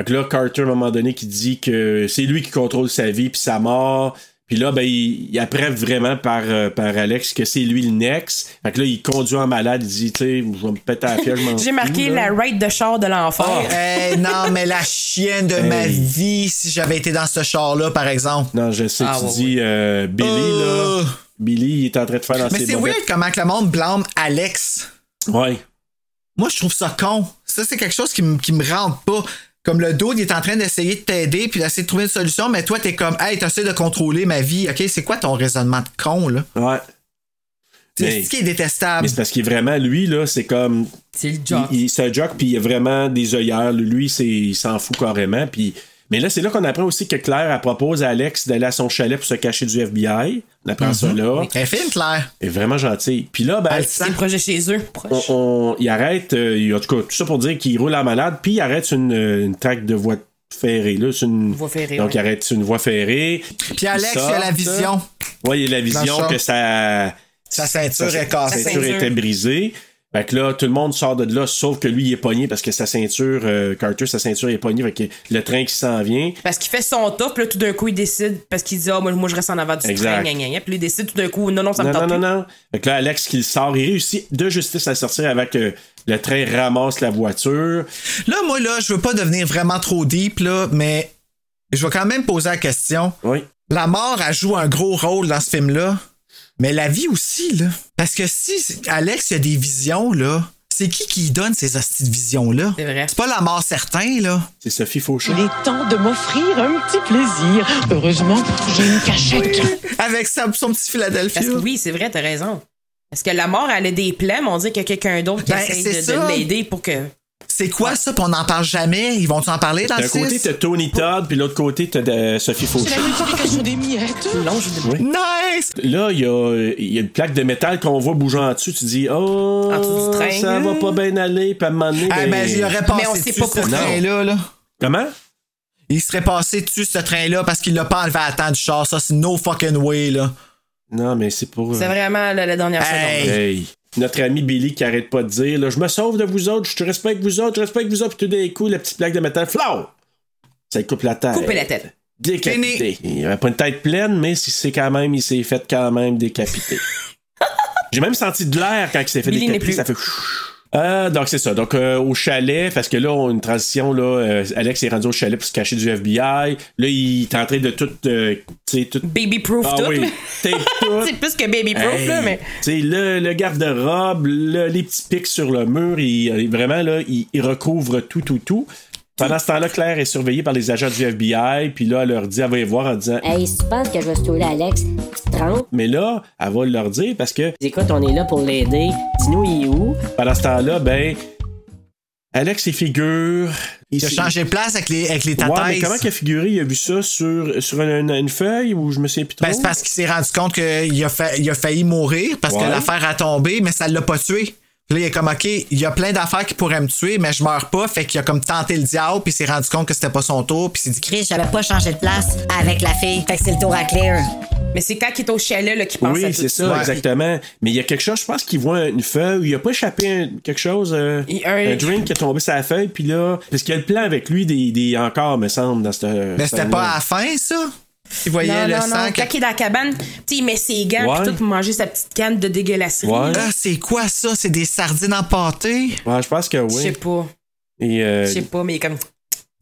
[SPEAKER 1] Fait que là, Carter, à un moment donné, qui dit que c'est lui qui contrôle sa vie puis sa mort. Puis là, ben, il, il apprend vraiment par, euh, par Alex que c'est lui le next. Fait que là, il conduit en malade. Il dit, tu sais, je vais me péter la fière, je m'en
[SPEAKER 6] J'ai marqué
[SPEAKER 1] fous, là.
[SPEAKER 6] la rate de char de l'enfer.
[SPEAKER 3] Hey, non, mais la chienne de ma
[SPEAKER 1] Ah! Hey.
[SPEAKER 3] vie, si j'avais été dans ce char-là, par exemple.
[SPEAKER 1] Non, je sais,
[SPEAKER 3] Ah,
[SPEAKER 1] tu
[SPEAKER 3] ouais,
[SPEAKER 1] dis euh, Billy,
[SPEAKER 3] Euh.
[SPEAKER 1] là. Billy, il est en train de faire dans
[SPEAKER 3] Mais
[SPEAKER 1] ses
[SPEAKER 3] c'est
[SPEAKER 1] Ah, mauvais-
[SPEAKER 3] weird comment que le monde blâme Alex.
[SPEAKER 1] Ouais.
[SPEAKER 3] Moi, je trouve ça con. Ça, c'est quelque chose qui, me- qui me rentre pas. Comme le dude, il est en train d'essayer de t'aider puis d'essayer de trouver une solution, mais toi, t'es comme, hey, t'essaies de contrôler ma vie. OK, c'est quoi ton raisonnement de con, là?
[SPEAKER 1] Ouais.
[SPEAKER 3] C'est
[SPEAKER 1] Mais-
[SPEAKER 3] ce qui est détestable.
[SPEAKER 1] Mais c'est parce qu'il est vraiment, lui, là, c'est comme.
[SPEAKER 6] C'est le
[SPEAKER 1] jock. Il, il- c'est un jock, puis il a vraiment des œillères. Lui, c'est, il s'en fout carrément. Puis. Mais là, c'est là qu'on apprend aussi que Claire elle propose à Alex d'aller à son chalet pour se cacher du FBI. On apprend
[SPEAKER 3] Mhm.
[SPEAKER 1] ça là.
[SPEAKER 3] Elle est fine, Claire.
[SPEAKER 1] Elle est vraiment gentille. Puis là, ben,
[SPEAKER 6] C'est proche de chez eux.
[SPEAKER 1] on,
[SPEAKER 6] Proche.
[SPEAKER 1] on- il arrête, euh, il- en tout cas, tout ça pour dire qu'il roule en malade, puis il arrête une, euh, une traque de voie ferrée. Là, c'est une...
[SPEAKER 6] Voie ferrée,
[SPEAKER 1] Donc,
[SPEAKER 6] ouais.
[SPEAKER 1] il arrête une voie ferrée.
[SPEAKER 3] Puis Alex, il a la vision.
[SPEAKER 1] Oui, il a la
[SPEAKER 3] Dans
[SPEAKER 1] vision
[SPEAKER 3] le
[SPEAKER 1] que
[SPEAKER 3] char.
[SPEAKER 1] ça.
[SPEAKER 3] Sa ceinture est cassée.
[SPEAKER 1] Sa ceinture était brisée. Fait que là, tout le monde sort de là, sauf que lui, il est pogné parce que sa ceinture, euh, Carter, sa ceinture est pognée. Fait que le train qui s'en vient.
[SPEAKER 6] Parce qu'il fait son top, là, tout d'un coup, il décide, parce qu'il dit, ah, moi, moi, je reste en avant du
[SPEAKER 1] Exact.
[SPEAKER 6] train, gna, gna, gna. Puis il décide tout d'un coup, non, non, ça me
[SPEAKER 1] non,
[SPEAKER 6] tente
[SPEAKER 1] non,
[SPEAKER 6] plus.
[SPEAKER 1] non, non. Fait que là, Alex qui le sort, il réussit de justice à sortir avec euh, le train ramasse la voiture.
[SPEAKER 3] Là, moi, là, je veux pas devenir vraiment trop deep, là, mais je vais quand même poser la question.
[SPEAKER 1] Oui.
[SPEAKER 3] La mort, elle joue un gros rôle dans ce film-là, mais la vie aussi, là. Parce que si Alex il a des visions, là, c'est qui qui lui donne ces hosties de visions-là?
[SPEAKER 6] C'est vrai.
[SPEAKER 3] pas la mort certain, là.
[SPEAKER 1] C'est Sophie Fauchon.
[SPEAKER 13] Il est temps de m'offrir un petit plaisir. Heureusement, j'ai une cachette.
[SPEAKER 3] Avec sa- son petit Philadelphia.
[SPEAKER 6] Parce que oui, c'est vrai, t'as raison. Parce que la mort, elle a des plaies, mais on dit qu'il y a quelqu'un d'autre qui
[SPEAKER 3] Ben,
[SPEAKER 6] essaie
[SPEAKER 3] c'est
[SPEAKER 6] de- de,
[SPEAKER 3] ça.
[SPEAKER 6] l'aider pour que.
[SPEAKER 3] C'est quoi ça, pis on n'en parle jamais? Ils vont-tu en parler dans le
[SPEAKER 1] D'un côté,
[SPEAKER 3] six?
[SPEAKER 1] t'as Tony Todd, puis l'autre côté, t'as de- euh, Sophie
[SPEAKER 13] C'est la
[SPEAKER 1] Fauchon.
[SPEAKER 13] multiplication des miettes.
[SPEAKER 6] Non, je
[SPEAKER 1] Oui.
[SPEAKER 3] Nice!
[SPEAKER 1] Là, il y, a, il y a une plaque de métal qu'on voit bouger en dessous. Tu dis, oh,
[SPEAKER 6] En dessous du train.
[SPEAKER 1] ça va pas bien aller. Puis à un moment donné,
[SPEAKER 3] Ah,
[SPEAKER 1] ben-
[SPEAKER 3] ben, il aurait passé
[SPEAKER 6] Mais on sait
[SPEAKER 3] dessus,
[SPEAKER 6] pas
[SPEAKER 3] ce
[SPEAKER 6] pourquoi.
[SPEAKER 3] train-là, là.
[SPEAKER 1] Comment?
[SPEAKER 3] Il serait passé dessus, ce train-là, parce qu'il l'a pas enlevé à temps du char. Ça, c'est no fucking way, là.
[SPEAKER 1] Non, mais c'est pour. euh,
[SPEAKER 6] C'est vraiment la, la dernière
[SPEAKER 3] Hey.
[SPEAKER 6] seconde.
[SPEAKER 1] Hey. Notre ami Billy qui arrête pas de dire là, Je me sauve de vous autres, je respecte vous autres, je respecte vous autres. Puis tout d'un coup, la petite plaque de métal, flow Ça lui coupe la tête.
[SPEAKER 6] Coupez la tête.
[SPEAKER 1] Décapité. Il avait pas une tête pleine, mais si c'est quand même, il s'est fait quand même décapiter. J'ai même senti de l'air quand il s'est fait
[SPEAKER 6] Billy n'est
[SPEAKER 1] décapiter.
[SPEAKER 6] plus.
[SPEAKER 1] Ça fait. Ah, donc c'est ça. Donc euh, au chalet, parce que là, on a une transition, là, euh, Alex est rendu au chalet pour se cacher du FBI. Là, il est en train de tout. euh, tu sais, tout.
[SPEAKER 6] Baby proof
[SPEAKER 1] Ah
[SPEAKER 6] tout.
[SPEAKER 1] oui.
[SPEAKER 6] là.
[SPEAKER 1] Tape tout.
[SPEAKER 6] c'est plus que baby proof, là,
[SPEAKER 1] Hey,
[SPEAKER 6] mais.
[SPEAKER 1] tu sais, le, le garde-robe, le- les petits pics sur le mur, il, il- vraiment, là, il, il recouvre tout, tout, tout. Pendant ce temps-là, Claire est surveillée par les agents du FBI, puis là, elle leur dit, elle va les voir en disant.
[SPEAKER 9] Hey, si tu penses que je vais stouler Alex, tu te trompes.
[SPEAKER 1] Mais là, elle va leur dire parce que
[SPEAKER 10] Écoute, on est là pour l'aider. Dis-nous, il est où?
[SPEAKER 1] pendant ce temps-là, ben. Alex, il figure
[SPEAKER 3] Il a changé de place avec les, avec les tataises.
[SPEAKER 1] Ouais, mais comment qu'il a figuré? Il a vu ça sur, sur une, une feuille ou je me souviens plus trop?
[SPEAKER 3] Ben, c'est parce qu'il s'est rendu compte qu'il a, fa- il a failli mourir parce
[SPEAKER 1] Ouais.
[SPEAKER 3] que l'affaire a tombé, mais ça l'a pas tué. Puis Là, il est comme, OK, il y a plein d'affaires qui pourraient me tuer, mais je meurs pas. Fait qu'il a comme tenté le diable, puis il s'est rendu compte que c'était pas son tour, puis il s'est dit,
[SPEAKER 9] Chris, j'avais pas changé de place avec la fille. Fait que c'est le tour à Claire.
[SPEAKER 6] Mais c'est quand il est au chalet là, qu'il pense à
[SPEAKER 1] Oui,
[SPEAKER 6] tout
[SPEAKER 1] c'est ça,
[SPEAKER 6] Ouais.
[SPEAKER 1] exactement. Mais il y a quelque chose, je pense qu'il voit une feuille, il a pas échappé un- quelque chose, euh, un... drink qui est tombé sur la feuille, puis là, parce qu'il y a le plan avec lui des, des encore, me semble, dans cette.
[SPEAKER 3] Mais c'était pas à la fin, ça? Il voyait
[SPEAKER 6] non,
[SPEAKER 3] le
[SPEAKER 6] non,
[SPEAKER 3] sang.
[SPEAKER 6] non.
[SPEAKER 3] que-
[SPEAKER 6] Quand il est dans la cabane, tu sais, il met ses gants
[SPEAKER 3] Ouais.
[SPEAKER 6] pis tout pour manger sa petite canne de dégueulasserie.
[SPEAKER 3] Ah, c'est quoi ça? C'est des sardines empâtées?
[SPEAKER 1] Ouais, je pense que Ah oui.
[SPEAKER 6] Je sais pas.
[SPEAKER 1] Et, euh,
[SPEAKER 6] Je sais pas, mais il est comme.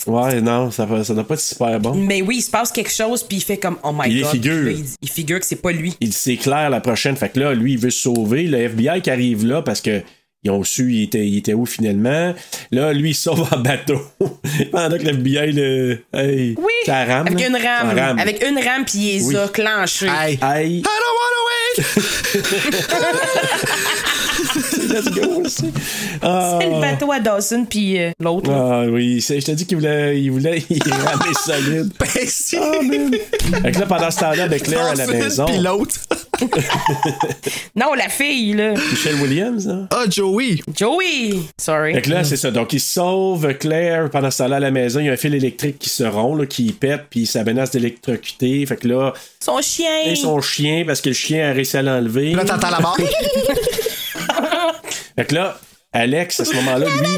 [SPEAKER 1] Ouais, non, ça va- ça n'a pas été super bon.
[SPEAKER 6] Mais oui, il se passe quelque chose, puis il fait comme Oh my
[SPEAKER 1] Il les
[SPEAKER 6] god.
[SPEAKER 1] figure.
[SPEAKER 6] Puis là, il- Il figure que c'est pas lui.
[SPEAKER 1] Il dit, c'est clair la prochaine. Fait que là, lui, il veut se sauver. Le FBI qui arrive là parce que. Ils ont su, il était, il était où finalement. Là, lui, il sauve en bateau. Pendant que le FBI, le. Hey,
[SPEAKER 6] Oui!
[SPEAKER 1] ça rame,
[SPEAKER 6] Avec
[SPEAKER 1] là.
[SPEAKER 6] une rame.
[SPEAKER 1] Ça rame.
[SPEAKER 6] Avec une rame, puis il les
[SPEAKER 1] Oui.
[SPEAKER 6] a clenchés.
[SPEAKER 1] Aïe. Aïe. Let's go, aussi. Ah.
[SPEAKER 6] C'est le bateau à Dawson, puis euh, l'autre. là.
[SPEAKER 1] Ah oui, c'est- je t'ai dit qu'il voulait, il voulait il ramait solide.
[SPEAKER 3] Ben, si.
[SPEAKER 1] Oh, Fait que là, pendant ce temps-là, avec Claire Ah, à la
[SPEAKER 3] Dawson,
[SPEAKER 1] maison.
[SPEAKER 3] puis l'autre.
[SPEAKER 6] Non, la fille, là.
[SPEAKER 1] Michelle Williams, hein?
[SPEAKER 3] Ah, Joey.
[SPEAKER 6] Joey. Sorry.
[SPEAKER 1] Fait que là, c'est ça. Donc, il sauve Claire pendant ce temps-là à la maison. Il y a un fil électrique qui se rompt, là, qui pète, puis ça menace d'électrocuter. Fait que là,
[SPEAKER 6] Son chien.
[SPEAKER 1] et son chien, parce que le chien a réussi à l'enlever.
[SPEAKER 3] Là, t'entends la mort.
[SPEAKER 1] Fait que là, Alex, à ce moment-là, lui.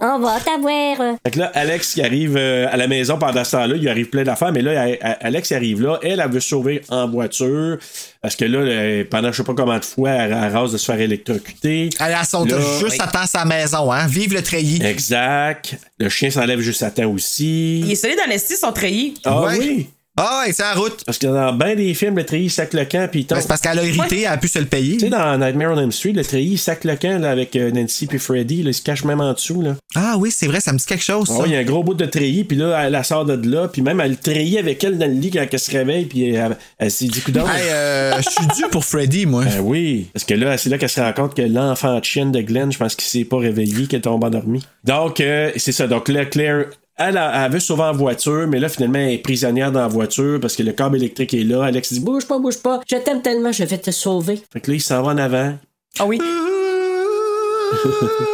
[SPEAKER 9] On va t'avoir.
[SPEAKER 1] Fait que là, Alex qui arrive euh, à la maison pendant ce temps-là, il lui arrive plein d'affaires, mais là, à- à- Alex il arrive là, elle, elle veut se sauver en voiture, parce que là, euh, pendant je sais pas combien de fois, elle, elle rase de se faire électrocuter.
[SPEAKER 3] Elle a son
[SPEAKER 1] Là, Eh.
[SPEAKER 3] juste à temps sa maison, hein. Vive le treillis.
[SPEAKER 1] Exact. Le chien s'enlève juste à temps aussi.
[SPEAKER 6] Il est solide en esti, son treillis.
[SPEAKER 1] Ah
[SPEAKER 3] Ouais.
[SPEAKER 1] oui!
[SPEAKER 3] Ah, et c'est en route.
[SPEAKER 1] Parce que dans bien des films, le treillis sac le camp, puis il tombe.
[SPEAKER 3] Ben, c'est parce qu'elle a hérité, elle a pu se le payer.
[SPEAKER 1] Tu sais, dans Nightmare on Elm Street, le treillis il sac le camp là, avec euh, Nancy puis Freddy, là, il se cache même en dessous. Là.
[SPEAKER 3] Ah oui, c'est vrai, ça me dit quelque chose.
[SPEAKER 1] Ah
[SPEAKER 3] ça.
[SPEAKER 1] ouais, il y a un gros bout de treillis, puis là, elle la sort de là, puis même elle le treillit avec elle dans le lit quand elle se réveille, puis elle, elle, elle s'est dit, coudonc.
[SPEAKER 3] Hey, euh, je suis dû pour Freddy, moi.
[SPEAKER 1] Ben oui, parce que là, c'est là qu'elle se rend compte que l'enfant de chienne de Glenn, je pense qu'il s'est pas réveillé, qu'elle tombe endormie. Donc, euh, c'est ça. Donc là, Claire, elle, a- elle veut souvent en voiture, mais là, finalement, elle est prisonnière dans la voiture parce que le câble électrique est là. Alex dit Bouh!
[SPEAKER 10] Bouge pas, bouge pas. Je t'aime tellement, je vais te sauver.
[SPEAKER 1] Fait que là, il s'en va en avant.
[SPEAKER 6] Ah oui.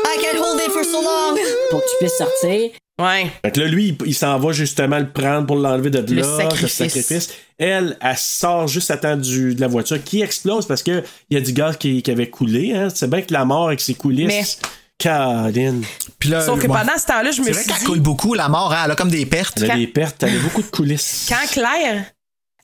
[SPEAKER 9] I can't hold it for so long.
[SPEAKER 10] Pour que tu puisses sortir.
[SPEAKER 6] Ouais.
[SPEAKER 1] Fait que là, lui, il, il s'en va justement le prendre pour l'enlever de là,
[SPEAKER 6] Le sacrifice.
[SPEAKER 1] Elle, elle sort juste à temps du, de la voiture qui explose parce que il y a du gaz qui, qui avait coulé. Hein. C'est bien que la mort avec ses coulisses. Caroline.
[SPEAKER 3] Puis là,
[SPEAKER 6] Euh, Sauf que
[SPEAKER 3] ouais.
[SPEAKER 6] pendant ce temps-là, je me
[SPEAKER 3] C'est
[SPEAKER 6] suis
[SPEAKER 3] vrai qu'elle
[SPEAKER 6] dit,
[SPEAKER 3] coule beaucoup, la mort, hein. Elle a comme des pertes.
[SPEAKER 1] Elle a des pertes, elle a beaucoup de coulisses.
[SPEAKER 6] quand Claire,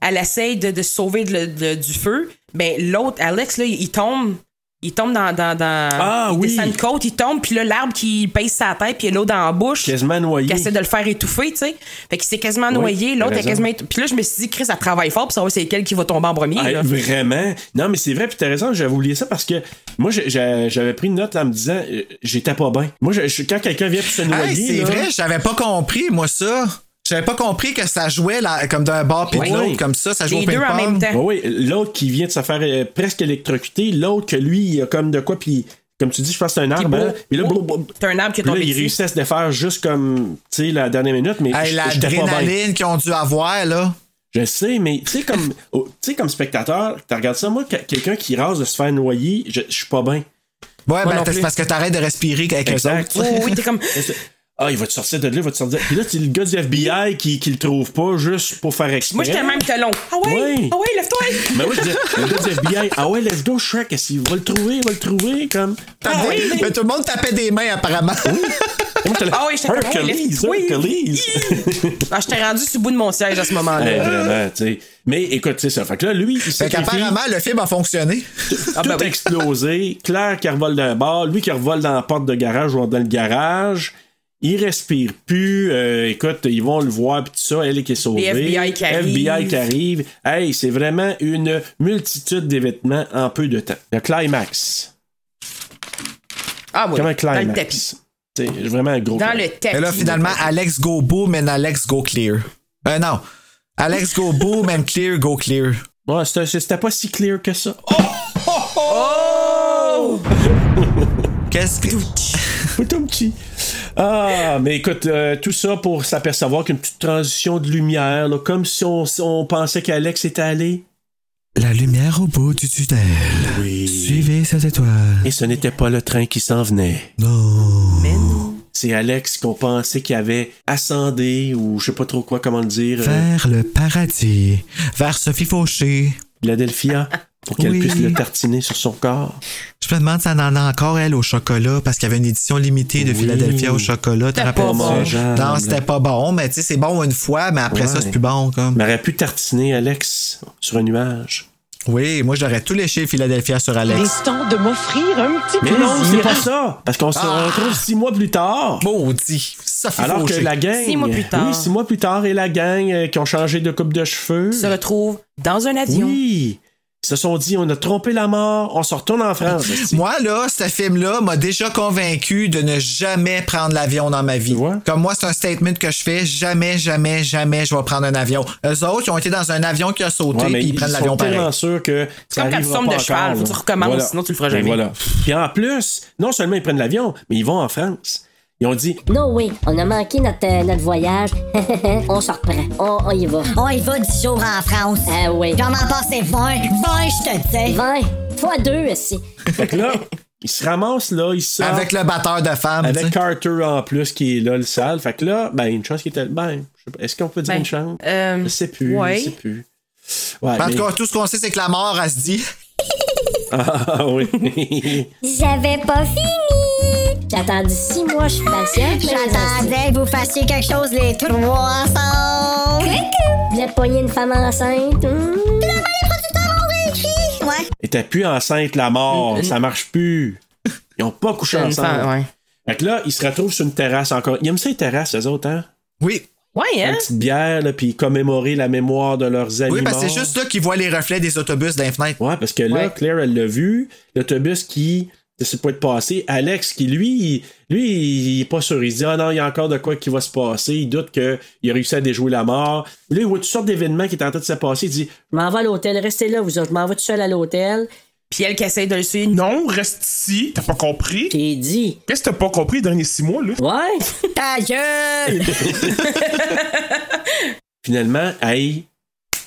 [SPEAKER 6] elle essaye de, de se sauver de le- de- du feu, ben l'autre, Alex, là, il tombe. Il tombe dans. dans, dans
[SPEAKER 1] Ah,
[SPEAKER 6] il
[SPEAKER 1] oui.
[SPEAKER 6] descend une côte, il tombe, puis là, l'arbre qui pèse sa tête, puis il y a l'eau dans la bouche.
[SPEAKER 1] Quasiment noyé.
[SPEAKER 6] Qui essaie de le faire étouffer, tu sais. Fait qu'il s'est quasiment
[SPEAKER 1] Oui,
[SPEAKER 6] noyé, l'autre
[SPEAKER 1] t'as
[SPEAKER 6] est
[SPEAKER 1] raison.
[SPEAKER 6] quasiment. étou- Puis là, je me suis dit, Chris, elle travaille fort pour savoir c'est quel qui va tomber en premier.
[SPEAKER 1] Hey,
[SPEAKER 6] là.
[SPEAKER 1] Ah, vraiment? Non, mais c'est vrai, puis t'as raison, j'avais oublié ça parce que moi, j'ai- j'ai- j'avais pris une note en me disant, euh, j'étais pas bien. Moi, je- je- quand quelqu'un vient pour se noyer,
[SPEAKER 3] Hey, c'est
[SPEAKER 1] là,
[SPEAKER 3] vrai, j'avais pas compris, moi, ça. J'avais pas compris que ça jouait là, comme d'un bar puis de
[SPEAKER 1] Oui.
[SPEAKER 3] l'autre, comme ça, ça joue au ping-pong.
[SPEAKER 1] Ouais, ouais, l'autre qui vient de se faire euh, presque électrocuter, l'autre que lui, il a comme de quoi, puis comme tu dis, je pense que c'est un arbre, hein, puis là, blou, blou, blou.
[SPEAKER 6] T'as un arbre qui est
[SPEAKER 1] Puis là,
[SPEAKER 6] tombé
[SPEAKER 1] il
[SPEAKER 6] dessus.
[SPEAKER 1] réussit à se défaire juste comme, tu sais, la dernière minute, mais
[SPEAKER 3] Hey,
[SPEAKER 1] j- j'étais pas bien.
[SPEAKER 3] l'adrénaline qu'ils ont dû avoir, là.
[SPEAKER 1] Je sais, mais tu sais, comme, oh, tu sais, comme spectateur, tu regardes ça, moi, que- quelqu'un qui rase de se faire noyer, je je suis pas bien.
[SPEAKER 3] Ouais,
[SPEAKER 1] Moi
[SPEAKER 3] ben,
[SPEAKER 1] non
[SPEAKER 3] c'est
[SPEAKER 1] plus.
[SPEAKER 3] parce que t'arrêtes de respirer avec les
[SPEAKER 1] Exact.
[SPEAKER 3] autres.
[SPEAKER 6] Oh, oui, t'es comme.
[SPEAKER 1] Ah, il va te sortir de là, il va te sortir. Puis là, c'est le gars du FBI qui, qui le trouve pas juste pour faire exprès.
[SPEAKER 6] Moi, j'étais même telon. Ah ouais?
[SPEAKER 1] Ouais.
[SPEAKER 6] Ah ouais, lève-toi!
[SPEAKER 1] Mais moi, je disais, le gars du FBI, ah ouais, let's go, Shrek, est-ce qu'il va le trouver, il va le trouver, comme.
[SPEAKER 6] Ah
[SPEAKER 1] Ah,
[SPEAKER 3] T'as- Mais tout le monde tapait des mains, apparemment.
[SPEAKER 1] Moi, j'étais là,
[SPEAKER 6] Ah oui, j'étais comme, ouais,
[SPEAKER 1] Hercules,
[SPEAKER 6] let's- oui.
[SPEAKER 1] Hercules.
[SPEAKER 6] Ah, j'étais rendu sur le bout de mon siège à ce moment-là.
[SPEAKER 1] Eh, vraiment, tu sais. Mais écoute, c'est ça. Fait que là, lui, il
[SPEAKER 3] Fait
[SPEAKER 1] sacrifie
[SPEAKER 3] qu'apparemment, le film a fonctionné.
[SPEAKER 6] Ah,
[SPEAKER 1] tout
[SPEAKER 6] ben
[SPEAKER 1] explosé. Claire qui revole d'un bar, lui qui revole dans la porte de garage ou dans le garage. Il respire plus. euh, écoute, ils vont le voir pis tout ça. Elle qui est sauvée.
[SPEAKER 6] Les FBI qui
[SPEAKER 1] FBI
[SPEAKER 6] arrivent.
[SPEAKER 1] qui arrive. Hey, c'est vraiment une multitude d'événements en peu de temps. Le climax.
[SPEAKER 6] Ah oui,
[SPEAKER 1] Comme un climax.
[SPEAKER 6] dans le tapis.
[SPEAKER 1] C'est vraiment un gros.
[SPEAKER 6] Dans
[SPEAKER 1] climax.
[SPEAKER 6] le tapis.
[SPEAKER 3] Et là, finalement, Alex go boom and Alex go clear. Euh, non. Alex go boom and clear go clear.
[SPEAKER 1] Ouais, c'était c'était pas si clear que ça. Oh!
[SPEAKER 6] Oh!
[SPEAKER 3] Qu'est-ce que.
[SPEAKER 1] Poutoumchi. Ah, mais écoute, euh, tout ça pour s'apercevoir qu'une petite transition de lumière, là, comme si on, si on pensait qu'Alex était allé.
[SPEAKER 3] La lumière au bout du tunnel.
[SPEAKER 1] Oui.
[SPEAKER 3] Suivez cette étoile.
[SPEAKER 1] Et ce n'était pas le train qui s'en venait.
[SPEAKER 3] Non.
[SPEAKER 1] C'est Alex qu'on pensait qu'il avait ascendé, ou je sais pas trop quoi, comment le dire. euh,
[SPEAKER 3] Vers le paradis. Vers Sophie Fauché.
[SPEAKER 1] Philadelphia, pour qu'elle
[SPEAKER 3] Oui.
[SPEAKER 1] puisse le tartiner sur son corps.
[SPEAKER 3] Je me demande si elle en a encore, elle, au chocolat, parce qu'il y avait une édition limitée de
[SPEAKER 1] Oui.
[SPEAKER 3] Philadelphia au chocolat.
[SPEAKER 1] C'était pas bon. mangeable.
[SPEAKER 3] Non, c'était pas bon, mais tu sais, c'est bon une fois, mais après ça,
[SPEAKER 1] Ouais.
[SPEAKER 3] c'est plus bon, comme.
[SPEAKER 1] Mais aurait pu tartiner Alex sur un nuage.
[SPEAKER 3] Oui, moi, j'aurais tout léché Philadelphia sur Alex.
[SPEAKER 13] L'instant de m'offrir un petit
[SPEAKER 1] Mais
[SPEAKER 13] plaisir.
[SPEAKER 1] non, c'est pas ça! Parce qu'on se
[SPEAKER 13] Ah.
[SPEAKER 1] retrouve six mois plus tard!
[SPEAKER 3] Maudit. Ça fait
[SPEAKER 1] Alors que
[SPEAKER 3] faucher.
[SPEAKER 1] la gang.
[SPEAKER 6] Six mois plus tard.
[SPEAKER 1] Oui, six mois plus tard, et la gang euh, qui ont changé de coupe de cheveux.
[SPEAKER 6] se retrouve dans un avion.
[SPEAKER 1] Oui! Ils se sont dit, on a trompé la mort, on se retourne en
[SPEAKER 3] Ah,
[SPEAKER 1] France.
[SPEAKER 3] Moi, là, ce film-là m'a déjà convaincu de ne jamais prendre l'avion dans ma vie. Comme moi, c'est un statement que je fais. Jamais, jamais, jamais je vais prendre un avion. Eux autres, ils ont été dans un avion qui a sauté
[SPEAKER 1] Ouais, mais
[SPEAKER 3] puis ils, prennent l'avion
[SPEAKER 1] sont
[SPEAKER 3] pareil.
[SPEAKER 1] tellement sûrs que ça
[SPEAKER 6] C'est comme quand tu
[SPEAKER 1] arrivera
[SPEAKER 6] tombes
[SPEAKER 1] pas
[SPEAKER 6] de cheval,
[SPEAKER 1] encore,
[SPEAKER 6] faut que tu
[SPEAKER 1] là.
[SPEAKER 6] recommences,
[SPEAKER 1] Voilà.
[SPEAKER 6] sinon tu le feras jamais.
[SPEAKER 1] Ben voilà. Puis en plus, non seulement ils prennent l'avion, mais ils vont en France. Ils ont dit,
[SPEAKER 9] Non, oui, on a manqué notre, euh, notre voyage. on se reprend. On, on y va.
[SPEAKER 14] On y va 10 jours en France.
[SPEAKER 9] Ah oui.
[SPEAKER 14] Comment passer 20? 20, je te dis.
[SPEAKER 9] 20 fois 2 aussi.
[SPEAKER 1] Fait que là, il se ramasse là, il sort.
[SPEAKER 3] Avec le batteur de femmes. tu
[SPEAKER 1] Avec
[SPEAKER 3] sais.
[SPEAKER 1] Carter en plus qui est là, le sale. Fait que là, ben, une chance qui était. Ben, je sais pas, est-ce qu'on peut dire
[SPEAKER 6] Ben,
[SPEAKER 1] une chance
[SPEAKER 6] euh,
[SPEAKER 1] Je sais plus.
[SPEAKER 6] ouais.
[SPEAKER 1] Je sais plus. Ouais,
[SPEAKER 3] En
[SPEAKER 1] mais-
[SPEAKER 3] tout cas, tout ce qu'on sait, c'est que la mort, elle se dit.
[SPEAKER 1] Ah oui.
[SPEAKER 9] J'avais pas fini. J'ai attendu 6 mois, Ah, je suis patiente. mais
[SPEAKER 14] J'attendais que vous fassiez quelque chose les trois ensemble.
[SPEAKER 9] Je voulais pogner une femme enceinte. hmm.
[SPEAKER 14] Ouais.
[SPEAKER 1] Et t'as plus enceinte, la mort. Ça marche plus. Ils ont pas couché
[SPEAKER 6] Une
[SPEAKER 1] ensemble.
[SPEAKER 6] femme, ouais.
[SPEAKER 1] Fait que là, ils se retrouvent sur une terrasse encore. Ils aiment ça, les terrasses, eux autres, hein?
[SPEAKER 3] Oui.
[SPEAKER 6] Ouais,
[SPEAKER 1] Une
[SPEAKER 6] hein?
[SPEAKER 1] petite bière, là, puis commémorer la mémoire de leurs amis.
[SPEAKER 3] Oui, parce que c'est
[SPEAKER 1] morts.
[SPEAKER 3] juste là qu'ils voient les reflets des autobus dans les fenêtres.
[SPEAKER 1] Ouais, parce que là,
[SPEAKER 6] Ouais.
[SPEAKER 1] Claire, elle l'a vu. L'autobus qui ne sait pas être passé. Alex, qui lui, il- lui, il est pas sûr. Il se dit, ah non, il y a encore de quoi qui va se passer. Il doute qu'il a réussi à déjouer la mort. Là, il voit toutes sortes d'événements qui sont en train de se passer. Il dit,
[SPEAKER 10] Je m'en vais à l'hôtel, restez là, vous autres. Je m'en vais tout seul à l'hôtel.
[SPEAKER 6] Puis elle qui essaye de le suivre.
[SPEAKER 15] Non, reste ici. T'as pas compris?
[SPEAKER 10] T'es dit.
[SPEAKER 15] Qu'est-ce que t'as pas compris les derniers six mois, là?
[SPEAKER 10] Ouais!
[SPEAKER 13] Ta gueule!
[SPEAKER 1] finalement, hey,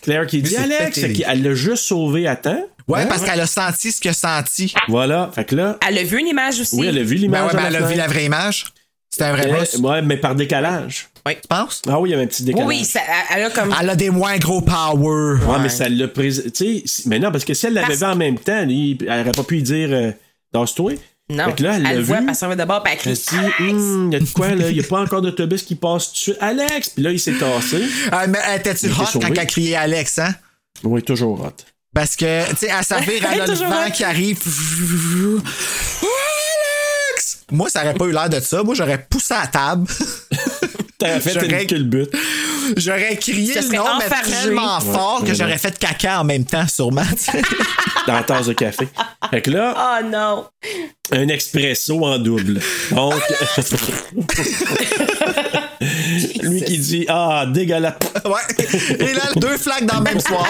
[SPEAKER 1] Claire qui dit,
[SPEAKER 3] c'est
[SPEAKER 1] Alex,
[SPEAKER 3] pété,
[SPEAKER 1] Fait
[SPEAKER 3] les
[SPEAKER 1] qu'il- elle l'a juste sauvé à temps.
[SPEAKER 3] Ouais, parce qu'elle a senti ce qu'elle a senti.
[SPEAKER 1] Ah, Voilà. Fait que là,
[SPEAKER 6] Elle a vu une image aussi.
[SPEAKER 1] oui, elle a vu
[SPEAKER 3] Ben
[SPEAKER 1] l'image.
[SPEAKER 3] ouais, ben,
[SPEAKER 1] à
[SPEAKER 3] elle a vu
[SPEAKER 1] fenêtre.
[SPEAKER 3] la vraie image. C'était un vrai
[SPEAKER 1] Ouais,
[SPEAKER 3] boss.
[SPEAKER 1] Ouais, mais par décalage.
[SPEAKER 3] Tu penses?
[SPEAKER 1] Ah oui, il y avait un petit
[SPEAKER 6] Oui,
[SPEAKER 1] décalage.
[SPEAKER 6] oui, ça- elle a
[SPEAKER 1] Ah,
[SPEAKER 6] comme.
[SPEAKER 3] Elle a des moins gros power.
[SPEAKER 1] Ouais,
[SPEAKER 6] Ouais.
[SPEAKER 1] mais ça l'a prise. Tu sais, si- mais non, parce que si elle l'avait
[SPEAKER 6] Parce-
[SPEAKER 1] vu en même temps, lui, elle n'aurait pas pu lui dire euh, Danse-toi.
[SPEAKER 6] Non,
[SPEAKER 1] Fait que là, elle
[SPEAKER 6] elle
[SPEAKER 1] l'a
[SPEAKER 6] le voit
[SPEAKER 1] vu.
[SPEAKER 6] passer d'abord, puis elle
[SPEAKER 1] Elle
[SPEAKER 6] crie.
[SPEAKER 1] se dit Hum, il y a de quoi, là Il n'y a pas encore d'autobus qui passe tout de suite. Alex Puis là, il s'est tassé.
[SPEAKER 3] Ah, mais elle
[SPEAKER 1] Il
[SPEAKER 3] était-tu
[SPEAKER 1] était
[SPEAKER 3] hot quand
[SPEAKER 1] sauvé.
[SPEAKER 3] elle a crié Alex, hein?
[SPEAKER 1] Oui, toujours hot.
[SPEAKER 3] Parce que, tu sais, à sa vire, elle a le
[SPEAKER 6] Toujours
[SPEAKER 3] vent
[SPEAKER 6] hot.
[SPEAKER 3] qui arrive. Alex! Moi, ça aurait pas eu l'air de ça. Moi, j'aurais poussé à la table.
[SPEAKER 1] T'as fait
[SPEAKER 3] J'aurais-
[SPEAKER 1] une culbute.
[SPEAKER 3] J'aurais crié
[SPEAKER 6] Ça
[SPEAKER 3] le
[SPEAKER 6] serait
[SPEAKER 3] nom, mais
[SPEAKER 6] enfargé.
[SPEAKER 3] tellement
[SPEAKER 1] Ouais,
[SPEAKER 3] fort que
[SPEAKER 1] ouais,
[SPEAKER 3] j'aurais
[SPEAKER 1] ouais.
[SPEAKER 3] fait caca en même temps, sûrement. tu sais.
[SPEAKER 1] dans la tasse de café. Fait que là,
[SPEAKER 6] Oh non!
[SPEAKER 1] un expresso en double. Donc. Lui qui dit Ah, dégueulasse.
[SPEAKER 3] ouais. Et là, deux flaques dans le même soir.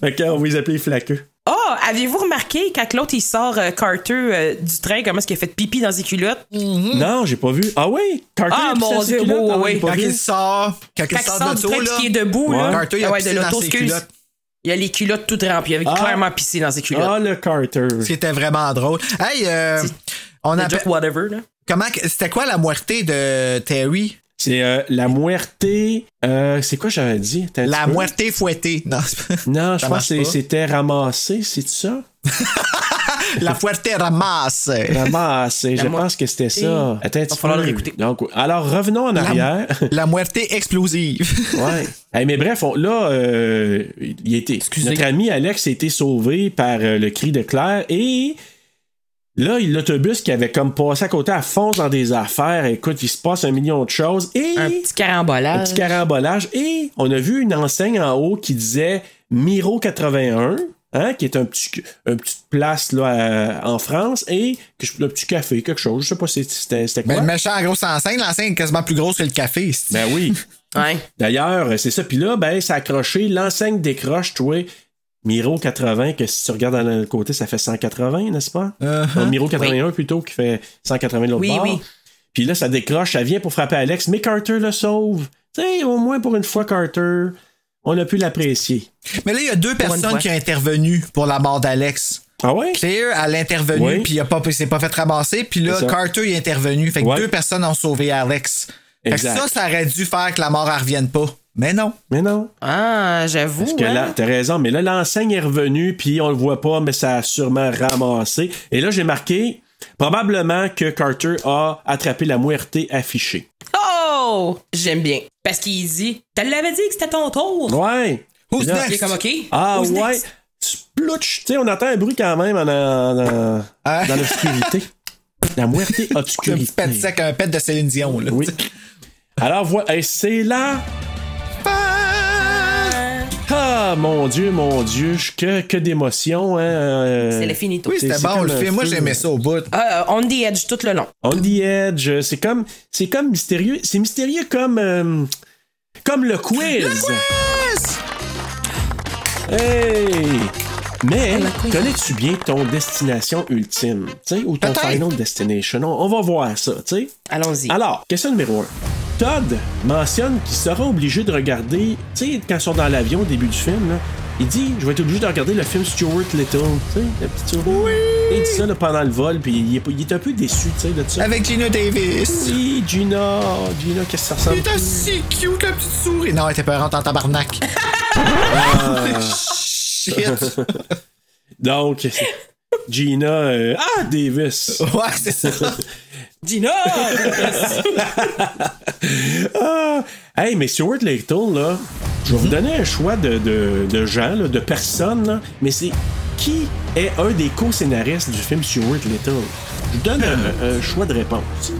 [SPEAKER 1] Fait que, on va les appeler les flaqueux.
[SPEAKER 6] Oh, avez-vous remarqué quand l'autre il sort euh, Carter euh, du train, comment est-ce qu'il a fait pipi dans ses culottes?
[SPEAKER 1] Non, j'ai pas vu. Ah oui Carter
[SPEAKER 6] Ah,
[SPEAKER 1] il a pissé
[SPEAKER 6] mon
[SPEAKER 1] dans ses
[SPEAKER 6] Dieu,
[SPEAKER 1] culottes.
[SPEAKER 6] oui,
[SPEAKER 1] Ah
[SPEAKER 6] oui.
[SPEAKER 1] j'ai pas
[SPEAKER 3] Quand
[SPEAKER 1] vu.
[SPEAKER 3] il sort, quand il
[SPEAKER 6] Quand il
[SPEAKER 3] sort
[SPEAKER 6] sort
[SPEAKER 3] de
[SPEAKER 6] du
[SPEAKER 3] l'auto,
[SPEAKER 6] train
[SPEAKER 3] là,
[SPEAKER 6] puis qui est debout,
[SPEAKER 1] Ouais.
[SPEAKER 6] là.
[SPEAKER 3] Carter, il a
[SPEAKER 6] Ah ouais,
[SPEAKER 3] pissé dans ses
[SPEAKER 6] excuse.
[SPEAKER 3] culottes.
[SPEAKER 6] Il a les culottes toutes remplies. Il avait
[SPEAKER 1] Ah.
[SPEAKER 6] clairement pissé dans ses
[SPEAKER 1] Ah,
[SPEAKER 6] culottes.
[SPEAKER 1] le Carter.
[SPEAKER 3] Ce qui était vraiment drôle. Hey, euh, on
[SPEAKER 6] Le
[SPEAKER 3] a...
[SPEAKER 6] Jack whatever, là.
[SPEAKER 3] Comment... que- C'était quoi la moitié de Terry?
[SPEAKER 1] C'est euh, la muerte. euh, c'est quoi j'avais dit? Attends un
[SPEAKER 3] La
[SPEAKER 1] petit peu.
[SPEAKER 3] moitié fouettée. Non, c'est pas-
[SPEAKER 1] Non, je
[SPEAKER 3] Ça
[SPEAKER 1] pense que
[SPEAKER 3] marche
[SPEAKER 1] c'est-
[SPEAKER 3] pas.
[SPEAKER 1] c'était ramassé, c'est ça?
[SPEAKER 3] la fuerte ramasse.
[SPEAKER 1] Ramassé, je
[SPEAKER 6] La mo-
[SPEAKER 1] pense que c'était ça. Attends, un petit
[SPEAKER 6] falloir
[SPEAKER 1] peu.
[SPEAKER 6] le réécouter.
[SPEAKER 1] Donc, alors, revenons en arrière.
[SPEAKER 3] La moitié explosive.
[SPEAKER 1] ouais. Hey, mais bref, on- là, euh, il était. Notre ami Alex a été sauvé par euh, le cri de Claire et. Là, il- l'autobus qui avait comme passé à côté à fonce dans des affaires. Écoute, il se passe un million de choses. Et
[SPEAKER 6] Un petit
[SPEAKER 1] Un
[SPEAKER 6] carambolage.
[SPEAKER 1] petit carambolage. Et on a vu une enseigne en haut qui disait Miro 81, hein, qui est un petit, un petite place là, à- en France, et que je- un petit café, quelque chose. Je sais pas si c'était c'était quoi.
[SPEAKER 3] Ben, le méchant en grosse enceinte, l'enceinte est quasiment plus grosse que le café. c'est-
[SPEAKER 1] Ben oui.
[SPEAKER 6] Ouais.
[SPEAKER 1] D'ailleurs, c'est ça. Puis là, ben, c'est accroché. L'enseigne décroche, tu vois. Miro 80, que si tu regardes dans le côté, ça fait 180, n'est-ce pas?
[SPEAKER 3] Uh-huh.
[SPEAKER 1] Non, Miro 81 plutôt, qui fait 180 de l'autre
[SPEAKER 6] Oui,
[SPEAKER 1] bord.
[SPEAKER 6] oui.
[SPEAKER 1] Puis là, ça décroche, elle vient pour frapper Alex, mais Carter le sauve. Tu sais, au moins pour une fois, Carter, on a pu l'apprécier.
[SPEAKER 3] Mais là, il y a deux personnes qui ont intervenu pour la mort d'Alex.
[SPEAKER 1] Ah ouais?
[SPEAKER 3] Claire, elle a intervenu,
[SPEAKER 1] Oui.
[SPEAKER 3] puis il a pas, il s'est pas fait ramasser, puis là,
[SPEAKER 1] C'est ça.
[SPEAKER 3] Carter il est intervenu. Fait que
[SPEAKER 1] Ouais.
[SPEAKER 3] deux personnes ont sauvé Alex. Fait que
[SPEAKER 1] Exact.
[SPEAKER 3] ça, ça aurait dû faire que la mort, elle revienne pas. Mais non.
[SPEAKER 1] Mais non.
[SPEAKER 6] Ah, j'avoue.
[SPEAKER 1] Parce que là, t'as raison, mais là, l'enseigne est revenue, puis on le voit pas, mais ça a sûrement ramassé. Et là, j'ai marqué, probablement que Carter a attrapé la muerté affichée.
[SPEAKER 6] Oh! J'aime bien. Parce qu'il dit, tu l'avais dit que c'était ton tour.
[SPEAKER 1] Ouais.
[SPEAKER 6] Who's
[SPEAKER 1] Là-
[SPEAKER 6] next? Il est comme, OK.
[SPEAKER 1] Ah
[SPEAKER 6] Who's
[SPEAKER 1] ouais.
[SPEAKER 6] next?
[SPEAKER 1] Splouch. Tu sais, on entend un bruit quand même en, en- en-
[SPEAKER 6] Ah.
[SPEAKER 1] dans l'obscurité. La muerte
[SPEAKER 3] Un
[SPEAKER 1] obscurité.
[SPEAKER 3] petit pet de sac, un pet de Céline Dion, là.
[SPEAKER 1] Oui. Alors voilà, et c'est là. Ah mon Dieu, mon Dieu, je- que, que d'émotions. Hein. euh,
[SPEAKER 6] C'est le finito.
[SPEAKER 3] Oui, c'était
[SPEAKER 1] c'est
[SPEAKER 3] bon,
[SPEAKER 1] comme
[SPEAKER 3] le
[SPEAKER 1] un
[SPEAKER 3] film. Moi,
[SPEAKER 1] film.
[SPEAKER 3] j'aimais ça au bout.
[SPEAKER 6] Ah, euh, on the edge tout le long.
[SPEAKER 1] On the edge, c'est comme, c'est comme mystérieux, c'est mystérieux comme, euh, comme le quiz. Hey! Mais connais-tu bien ton destination ultime, tu sais, ou ton
[SPEAKER 6] Peut-être.
[SPEAKER 1] final destination On, on va voir ça, tu sais.
[SPEAKER 6] Allons-y.
[SPEAKER 1] Alors, question numéro 1. Todd mentionne qu'il sera obligé de regarder, tu sais, quand ils sont dans l'avion au début du film, là, il dit Je vais être obligé de regarder le film Stuart Little, tu sais, le petit Stuart. Il dit ça là, pendant le vol, puis il est, pas- il est un peu déçu, tu sais, de ça.
[SPEAKER 3] Avec Gina Davis.
[SPEAKER 1] Oui, Gina. Gina, qu'est-ce que ça ressemble?
[SPEAKER 3] Putain, si cute, la petite souris. Non, elle était peurante en tabarnak.
[SPEAKER 1] Ah.
[SPEAKER 3] Shit.
[SPEAKER 1] Donc, Gina. euh, ah, Davis.
[SPEAKER 3] Ouais, c'est ça.
[SPEAKER 6] Gina!
[SPEAKER 1] Ah! hey, mais Stuart Little, là, je vais vous donner un choix de, de- de gens, là, de personnes, là, mais c'est qui est un des co-scénaristes du film Stuart Little? Je vous donne un, un choix de réponse.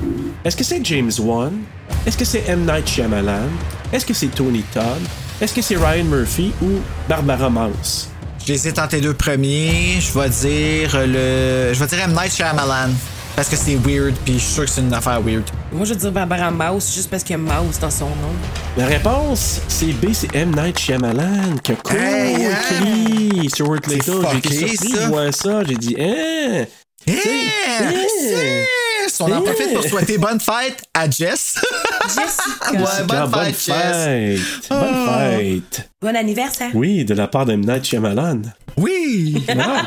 [SPEAKER 1] Est-ce que c'est James Wan? Est-ce que c'est M. Night Shyamalan? Est-ce que c'est Tony Todd? Est-ce que c'est Ryan Murphy ou Barbara Mouse?
[SPEAKER 3] Je les ai tentés deux premiers. Je vais dire le. Je vais dire M. Night Shyamalan. Parce que c'est weird, puis je suis sûr que c'est une affaire weird.
[SPEAKER 6] Moi, je veux dire Barbara Mouse juste parce qu'il y a Mouse dans son nom.
[SPEAKER 1] La réponse, c'est B, c'est M. Night Shyamalan qui a
[SPEAKER 6] Hey,
[SPEAKER 1] co-écrit Stuart Little. J'ai
[SPEAKER 3] hein? fucké,
[SPEAKER 1] été surpris
[SPEAKER 3] ça.
[SPEAKER 1] de voir ça. J'ai dit, hein?
[SPEAKER 3] Yes!
[SPEAKER 1] T'sais, hein?
[SPEAKER 3] Yes! On en
[SPEAKER 1] Yes!
[SPEAKER 3] profite pour souhaiter bonne fête à Jess.
[SPEAKER 6] Jessica.
[SPEAKER 3] ouais,
[SPEAKER 1] Jessica,
[SPEAKER 3] bonne
[SPEAKER 1] bonne
[SPEAKER 3] fête, Jess.
[SPEAKER 1] fête! Bonne
[SPEAKER 3] Ah.
[SPEAKER 1] fête!
[SPEAKER 6] Bon anniversaire.
[SPEAKER 1] Oui, de la part de M. Night Shyamalan.
[SPEAKER 3] Oui!
[SPEAKER 1] Ah.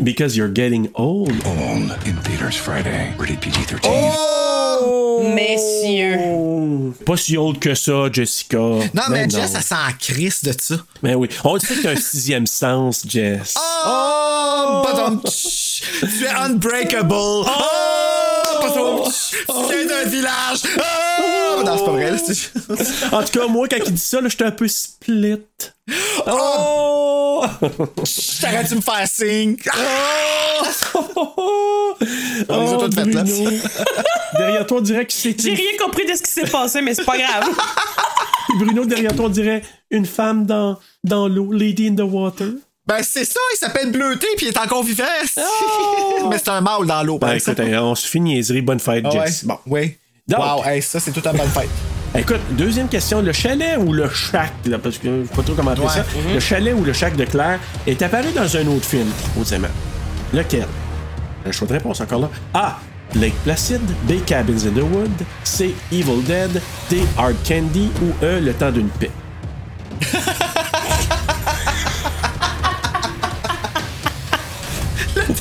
[SPEAKER 1] Because you're getting old. Oh,
[SPEAKER 7] Alone in theaters Friday, rated PG-13.
[SPEAKER 3] Oh!
[SPEAKER 6] Messieurs.
[SPEAKER 1] Pas si old que ça, Jessica.
[SPEAKER 3] Non, mais
[SPEAKER 1] Ben
[SPEAKER 3] Jess, elle s'en crisse de ça.
[SPEAKER 1] Ben oui. On le sait que t'as un sixième sens, Jess.
[SPEAKER 3] Oh! badum, tch. Tu es unbreakable! Oh! badum, tch. Tu viens d'un village! Oh! Non, c'est pas vrai, là, c'est- Ah.
[SPEAKER 1] En tout cas, moi, quand il dit ça, là, j'étais un peu split. Oh!
[SPEAKER 3] T'aurais dû me faire signe! Oh!
[SPEAKER 1] Oh,
[SPEAKER 3] On les a toutes faites, là.
[SPEAKER 1] Bruno. derrière toi, on dirait que c'est
[SPEAKER 6] J'ai rien compris de ce qui s'est passé, mais c'est pas grave.
[SPEAKER 1] Bruno, derrière toi, on dirait une femme dans, dans l'eau, Lady in the Water.
[SPEAKER 3] Ben, c'est ça, il s'appelle Bleuté, puis il est encore vivant!
[SPEAKER 1] Oh!
[SPEAKER 3] Mais c'est un mâle dans l'eau, par
[SPEAKER 1] Ben écoute,
[SPEAKER 3] exemple.
[SPEAKER 1] hey, on se fait niaiserie. Bonne fête,
[SPEAKER 3] Ah ouais.
[SPEAKER 1] Jess. Bon.
[SPEAKER 3] Oui.
[SPEAKER 1] Donc-
[SPEAKER 3] Wow, hey, ça, c'est tout un bonne fête.
[SPEAKER 1] Écoute, deuxième question. Le chalet ou le shack, là, parce que je sais pas trop comment appeler
[SPEAKER 3] Ouais. Mm-hmm.
[SPEAKER 1] ça. Le chalet ou le shack de Claire est apparu dans un autre film, autrement. Lequel? Un choix de réponse encore là. A. Lake Placid. B. Cabins in the Wood. C. Evil Dead. D. Hard Candy. Ou E. Le temps d'une paix.
[SPEAKER 3] Temps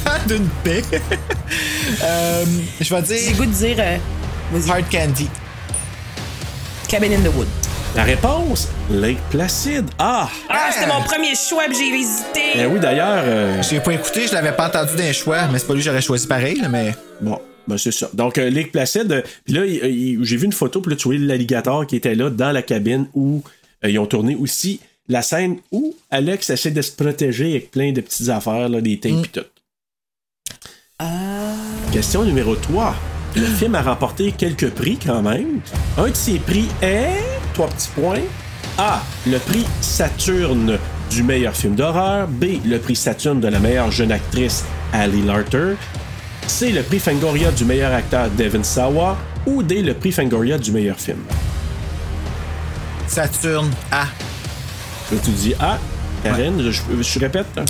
[SPEAKER 3] Ah, d'une paix. Euh, je vais
[SPEAKER 6] J'ai le
[SPEAKER 3] dire
[SPEAKER 6] goût de dire euh,
[SPEAKER 3] Hard Candy.
[SPEAKER 6] Cabin in the Wood.
[SPEAKER 1] La réponse? Lake Placid. Ah!
[SPEAKER 6] Ah, c'était mon premier choix, puis j'ai hésité.
[SPEAKER 1] Eh oui, d'ailleurs, euh,
[SPEAKER 3] J'ai pas écouté, je l'avais pas entendu d'un choix, mais c'est pas lui que j'aurais choisi pareil, là, mais.
[SPEAKER 1] Bon, ben c'est ça. Donc, euh, Lake Placid, euh, puis là, il- il- j'ai vu une photo, puis là, tu vois l'alligator qui était là dans la cabine où euh, ils ont tourné aussi la scène où Alex essaie de se protéger avec plein de petites affaires, là, des tapes et tout. Question numéro 3. Le film a remporté quelques prix quand même. Un de ces prix est. Trois petits points. A. Le prix Saturne du meilleur film d'horreur. B. Le prix Saturne de la meilleure jeune actrice, Ali Larter. C. Le prix Fangoria du meilleur acteur, Devin Sawa. Ou D. Le prix Fangoria du meilleur film.
[SPEAKER 3] Saturne. Ah.
[SPEAKER 1] Là, tu dis A. Karen, je, je répète. là.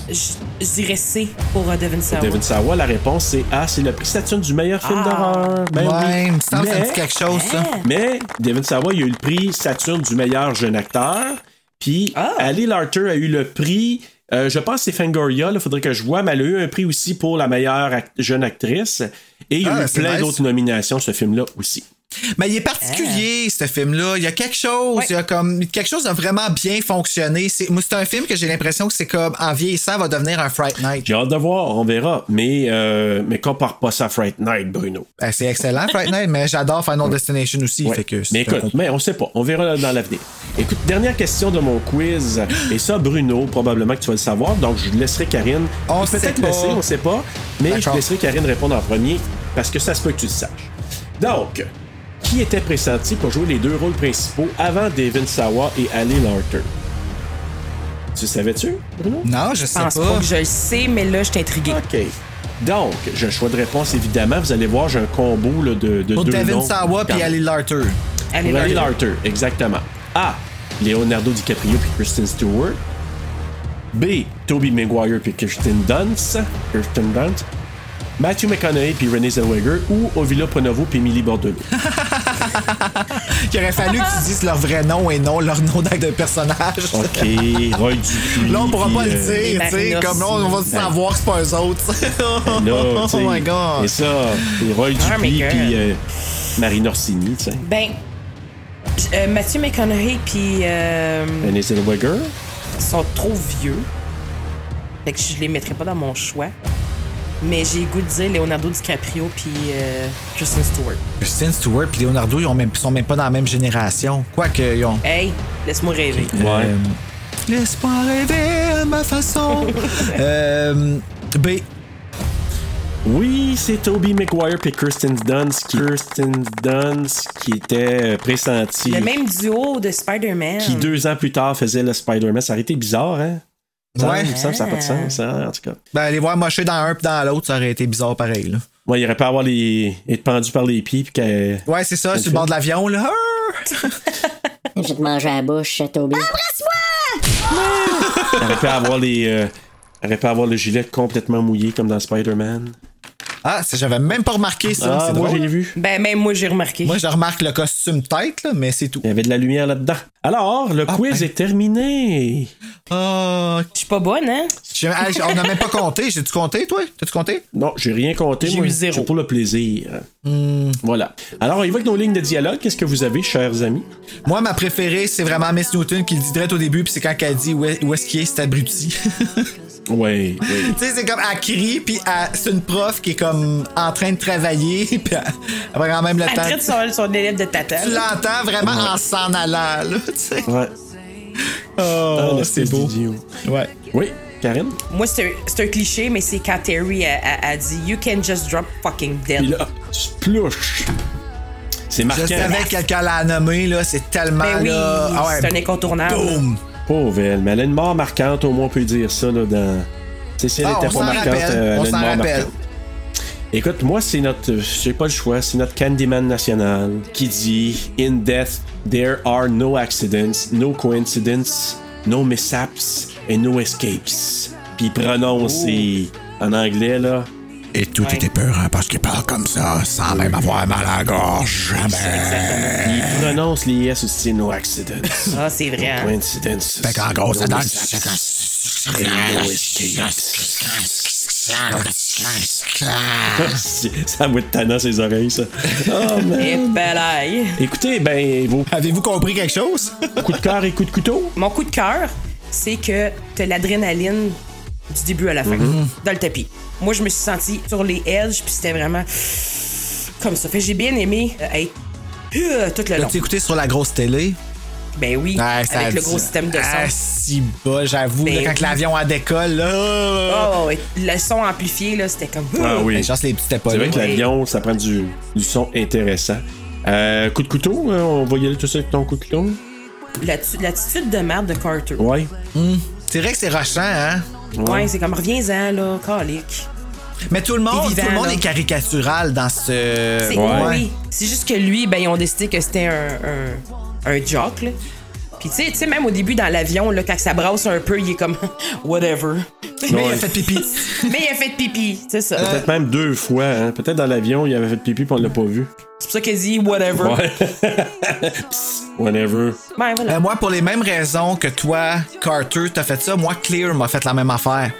[SPEAKER 6] Je dirais C pour euh, Devin
[SPEAKER 3] Ah
[SPEAKER 6] Sawa.
[SPEAKER 1] David Sawa, la réponse c'est A, c'est le prix Saturne du meilleur film d'horreur. Ben
[SPEAKER 3] Ouais,
[SPEAKER 1] oui.
[SPEAKER 3] il me semble que ça
[SPEAKER 1] Mais-
[SPEAKER 3] dit quelque chose, ça.
[SPEAKER 1] Mais David Savoy a eu le prix Saturne du meilleur jeune acteur. Puis
[SPEAKER 3] Ah.
[SPEAKER 1] Ali Larter a eu le prix. euh, je pense que c'est Fangoria, il faudrait que je vois, mais elle a eu un prix aussi pour la meilleure act- jeune actrice. Et il y a
[SPEAKER 3] Ah,
[SPEAKER 1] eu
[SPEAKER 3] ben, c'est
[SPEAKER 1] plein
[SPEAKER 3] nice.
[SPEAKER 1] d'autres nominations, ce film-là aussi.
[SPEAKER 3] Mais Ben, il est particulier, ce film-là. Il y a quelque chose. Il y a comme quelque chose a vraiment bien fonctionné. C'est moi, c'est un film que j'ai l'impression que c'est comme en vieillissant va devenir un Fright Night.
[SPEAKER 1] J'ai hâte de voir, on verra. Mais, euh, mais compare pas ça à Fright Night, Bruno.
[SPEAKER 3] Ben, c'est excellent, Fright Night, mais j'adore Final Destination aussi.
[SPEAKER 1] Ouais.
[SPEAKER 3] Fait que c'est
[SPEAKER 1] mais
[SPEAKER 3] un
[SPEAKER 1] écoute,
[SPEAKER 3] compromis.
[SPEAKER 1] mais on sait pas. On verra dans l'avenir. Écoute, dernière question de mon quiz. Et ça, Bruno, probablement que tu vas le savoir. Donc, je laisserai Karine.
[SPEAKER 3] On
[SPEAKER 1] Ou Peut-être
[SPEAKER 3] sait pas.
[SPEAKER 1] le sait, on sait pas. Mais je
[SPEAKER 3] D'accord.
[SPEAKER 1] laisserai Karine répondre en premier parce que ça se peut que tu le saches. Donc, qui était pressenti pour jouer les deux rôles principaux avant Devin Sawa et Ali Larter? Tu savais-tu?
[SPEAKER 3] Non, je
[SPEAKER 6] Je
[SPEAKER 3] sais
[SPEAKER 6] pense pas.
[SPEAKER 1] pas.
[SPEAKER 6] que je le sais, mais là, je suis intrigué.
[SPEAKER 1] OK. Donc, j'ai un choix de réponse, évidemment. Vous allez voir, j'ai un combo là, de, de
[SPEAKER 3] Pour
[SPEAKER 1] deux
[SPEAKER 3] Devin
[SPEAKER 1] noms.
[SPEAKER 3] Sawa
[SPEAKER 1] Quand-
[SPEAKER 3] puis Ali Larter.
[SPEAKER 1] Larry Larter, exactement. A. Leonardo DiCaprio puis Kristen Stewart. B. Toby Maguire puis Kirsten Dunst. Kirsten Dunst. Matthew McConaughey puis Renée Zellweger ou Ovila Ponovo puis Emily Bordelot.
[SPEAKER 3] Il aurait fallu que tu dises leur vrai nom et non leur nom d'acte de personnage.
[SPEAKER 1] OK, Roy Dupuis.
[SPEAKER 3] Là, on pourra
[SPEAKER 1] puis,
[SPEAKER 3] pas le
[SPEAKER 1] euh,
[SPEAKER 3] dire, tu sais,
[SPEAKER 6] Marina
[SPEAKER 3] comme là, on va
[SPEAKER 1] Ben-
[SPEAKER 3] savoir que c'est pas eux autres.
[SPEAKER 1] euh, là, tu
[SPEAKER 3] oh
[SPEAKER 1] sais,
[SPEAKER 3] my god.
[SPEAKER 1] Et ça, puis Roy
[SPEAKER 6] mais
[SPEAKER 1] Dupuis
[SPEAKER 6] girl.
[SPEAKER 1] puis euh, Marine Orsini, tu sais.
[SPEAKER 6] Ben, euh, Mathieu McConaughey puis euh,
[SPEAKER 1] Renée Zellweger.
[SPEAKER 6] sont trop vieux. Fait que je les mettrais pas dans mon choix. Mais j'ai le goût de dire Leonardo DiCaprio puis euh, Kristen Stewart.
[SPEAKER 3] Kristen Stewart et Leonardo, ils ont même- sont même pas dans la même génération. Quoique, ils ont.
[SPEAKER 6] Hey, laisse-moi rêver.
[SPEAKER 3] Euh, Laisse-moi rêver à ma façon. euh, B.
[SPEAKER 1] Oui, c'est Toby Maguire puis Kirsten Dunst qui, Kirsten Dunst qui était euh, pressenti.
[SPEAKER 6] Le même duo de Spider-Man.
[SPEAKER 1] qui deux ans plus tard faisait le Spider-Man. Ça aurait été bizarre, hein? Ça,
[SPEAKER 3] Ouais.
[SPEAKER 1] il me semble que ça n'a pas de sens, hein, en tout cas.
[SPEAKER 3] Ben, les voir mocher dans un puis dans l'autre, ça aurait été bizarre pareil. Là.
[SPEAKER 1] Ouais, il aurait pas à avoir les. être pendu par les pieds, puis qu'elle.
[SPEAKER 3] Ouais, c'est ça,
[SPEAKER 1] Elle
[SPEAKER 3] sur le
[SPEAKER 1] fait.
[SPEAKER 3] bord de l'avion, là.
[SPEAKER 9] Je vais te manger à la bouche, Toby.
[SPEAKER 1] elle aurait pas à avoir les. euh, elle aurait pas à avoir le gilet complètement mouillé, comme dans Spider-Man.
[SPEAKER 3] Ah, ça, j'avais même pas remarqué ça.
[SPEAKER 1] Ah,
[SPEAKER 3] c'est
[SPEAKER 1] moi,
[SPEAKER 3] drôle.
[SPEAKER 1] j'ai vu.
[SPEAKER 6] Ben, même moi, j'ai remarqué.
[SPEAKER 3] Moi, je remarque le costume tête, là, mais c'est tout.
[SPEAKER 1] Il y avait de la lumière là-dedans. Alors, le quiz
[SPEAKER 3] ben.
[SPEAKER 1] est terminé.
[SPEAKER 3] Ah,
[SPEAKER 6] Je suis pas bonne, hein?
[SPEAKER 3] j'ai- ah, j'ai- on n'a même pas compté. J'ai-tu compté, toi? T'as-tu compté?
[SPEAKER 1] Non, j'ai rien compté.
[SPEAKER 6] J'ai
[SPEAKER 1] moi.
[SPEAKER 6] eu zéro.
[SPEAKER 1] C'est pour le plaisir. Voilà. Alors, on y va avec nos lignes de dialogue. Qu'est-ce que vous avez, chers amis?
[SPEAKER 3] Moi, ma préférée, c'est vraiment Miss Newton qui le dit direct au début, puis c'est quand elle dit où est- où est-ce qu'il est, cet abruti.
[SPEAKER 1] Oui, oui.
[SPEAKER 3] Tu sais, c'est comme elle crie, puis elle- c'est une prof qui est comme en train de travailler, puis elle, elle va quand même le
[SPEAKER 6] Elle
[SPEAKER 3] temps.
[SPEAKER 6] traite son, son élève de tata.
[SPEAKER 3] Tu l'entends vraiment en s'en allant, là, tu sais.
[SPEAKER 1] Ouais. Ah,
[SPEAKER 3] Oh,
[SPEAKER 1] le
[SPEAKER 3] c'est
[SPEAKER 1] petit
[SPEAKER 3] beau.
[SPEAKER 1] idiot.
[SPEAKER 3] Ouais.
[SPEAKER 1] Oui, Karine?
[SPEAKER 6] Moi, c'est un, c'est un cliché, mais c'est quand Terry a, a- a dit You can just drop fucking dead.
[SPEAKER 1] Puis là, splouche. C'est
[SPEAKER 3] Je
[SPEAKER 1] marquant.
[SPEAKER 3] savais que quelqu'un l'a nommé, là, c'est tellement.
[SPEAKER 6] Ben oui,
[SPEAKER 3] là, ah ouais,
[SPEAKER 6] c'est un incontournable.
[SPEAKER 3] Boum!
[SPEAKER 1] Pauvre elle, mais elle a une mort marquante, au moins on peut dire ça là, dans. Tu sais, si elle
[SPEAKER 3] Ah, on
[SPEAKER 1] était pas
[SPEAKER 3] s'en
[SPEAKER 1] marquante,
[SPEAKER 3] rappelle,
[SPEAKER 1] euh, elle
[SPEAKER 3] on
[SPEAKER 1] a une
[SPEAKER 3] s'en
[SPEAKER 1] mort
[SPEAKER 3] rappelle.
[SPEAKER 1] marquante. Écoute, moi, c'est notre. J'ai pas le choix, c'est notre Candyman national qui dit In death, there are no accidents, no coincidences, no mishaps and no escapes. Puis il prononce et-
[SPEAKER 3] Oh.
[SPEAKER 1] en anglais, là.
[SPEAKER 3] Et tout était peur parce qu'il parle comme ça, sans même avoir mal à la gorge.
[SPEAKER 1] Il prononce les S aussi, no accidents.
[SPEAKER 6] Ah, c'est vrai. hein?
[SPEAKER 1] coincidences.
[SPEAKER 3] Fait qu'en gros, ça
[SPEAKER 1] no
[SPEAKER 3] donne-
[SPEAKER 1] mishaps, and no escapes. ça va être tannant ses oreilles, ça. Oh, man.
[SPEAKER 6] Et bel Eh, aïe.
[SPEAKER 1] Écoutez, ben, vos
[SPEAKER 3] Avez-vous compris quelque chose?
[SPEAKER 1] coups de cœur et coups de couteau.
[SPEAKER 6] Mon coup de cœur, c'est que t'as l'adrénaline du début à la fin,
[SPEAKER 3] Mhm.
[SPEAKER 6] dans le tapis. Moi, je me suis sentie sur les edges, puis c'était vraiment comme ça. Fait que j'ai bien aimé euh, être euh, tout le long.
[SPEAKER 3] T'as-tu écouté sur la grosse télé?
[SPEAKER 6] Ben oui,
[SPEAKER 3] Ouais, Ah, ça
[SPEAKER 6] avec
[SPEAKER 3] a
[SPEAKER 6] le
[SPEAKER 3] dit-
[SPEAKER 6] gros système de
[SPEAKER 3] Ah,
[SPEAKER 6] son.
[SPEAKER 3] si bas, j'avoue,
[SPEAKER 6] Ben
[SPEAKER 3] là, quand
[SPEAKER 6] oui.
[SPEAKER 3] l'avion en décolle, là.
[SPEAKER 6] Oh, ouais, le son amplifié, là, c'était comme.
[SPEAKER 1] Ah
[SPEAKER 3] Mais
[SPEAKER 1] oui.
[SPEAKER 3] chance, les petits étaient pas
[SPEAKER 1] C'est
[SPEAKER 3] là.
[SPEAKER 1] vrai que l'avion, ça prend du, du son intéressant. Euh, coup de couteau, hein, on va y aller tout ça avec ton coup de couteau.
[SPEAKER 6] L'attu- L'attitude de merde de Carter. Ouais,
[SPEAKER 1] Ouais.
[SPEAKER 3] C'est vrai que c'est rochant, hein?
[SPEAKER 6] c'est comme reviens-en, là, calique.
[SPEAKER 3] Mais tout le
[SPEAKER 6] T'es
[SPEAKER 3] monde,
[SPEAKER 6] vivant,
[SPEAKER 3] tout le monde
[SPEAKER 6] là.
[SPEAKER 3] est caricatural dans ce.
[SPEAKER 6] C'est
[SPEAKER 1] Ouais.
[SPEAKER 6] oui. C'est juste que lui, ben, ils ont décidé que c'était un, un, un jock, là. Puis tu sais- tu sais, même au début dans l'avion, là, quand ça brasse un peu, il est comme whatever.
[SPEAKER 1] Mais il a fait pipi.
[SPEAKER 6] Mais il a fait pipi, c'est ça.
[SPEAKER 1] Peut-être même deux fois. hein. Peut-être dans l'avion, il avait fait pipi puis on l'a pas vu.
[SPEAKER 6] C'est pour ça qu'elle dit whatever. Ben,
[SPEAKER 1] Ouais. Psst, Whatever.
[SPEAKER 3] Euh, moi, pour les mêmes raisons que toi, Carter, t'as fait ça, moi, Clear m'a fait la même affaire.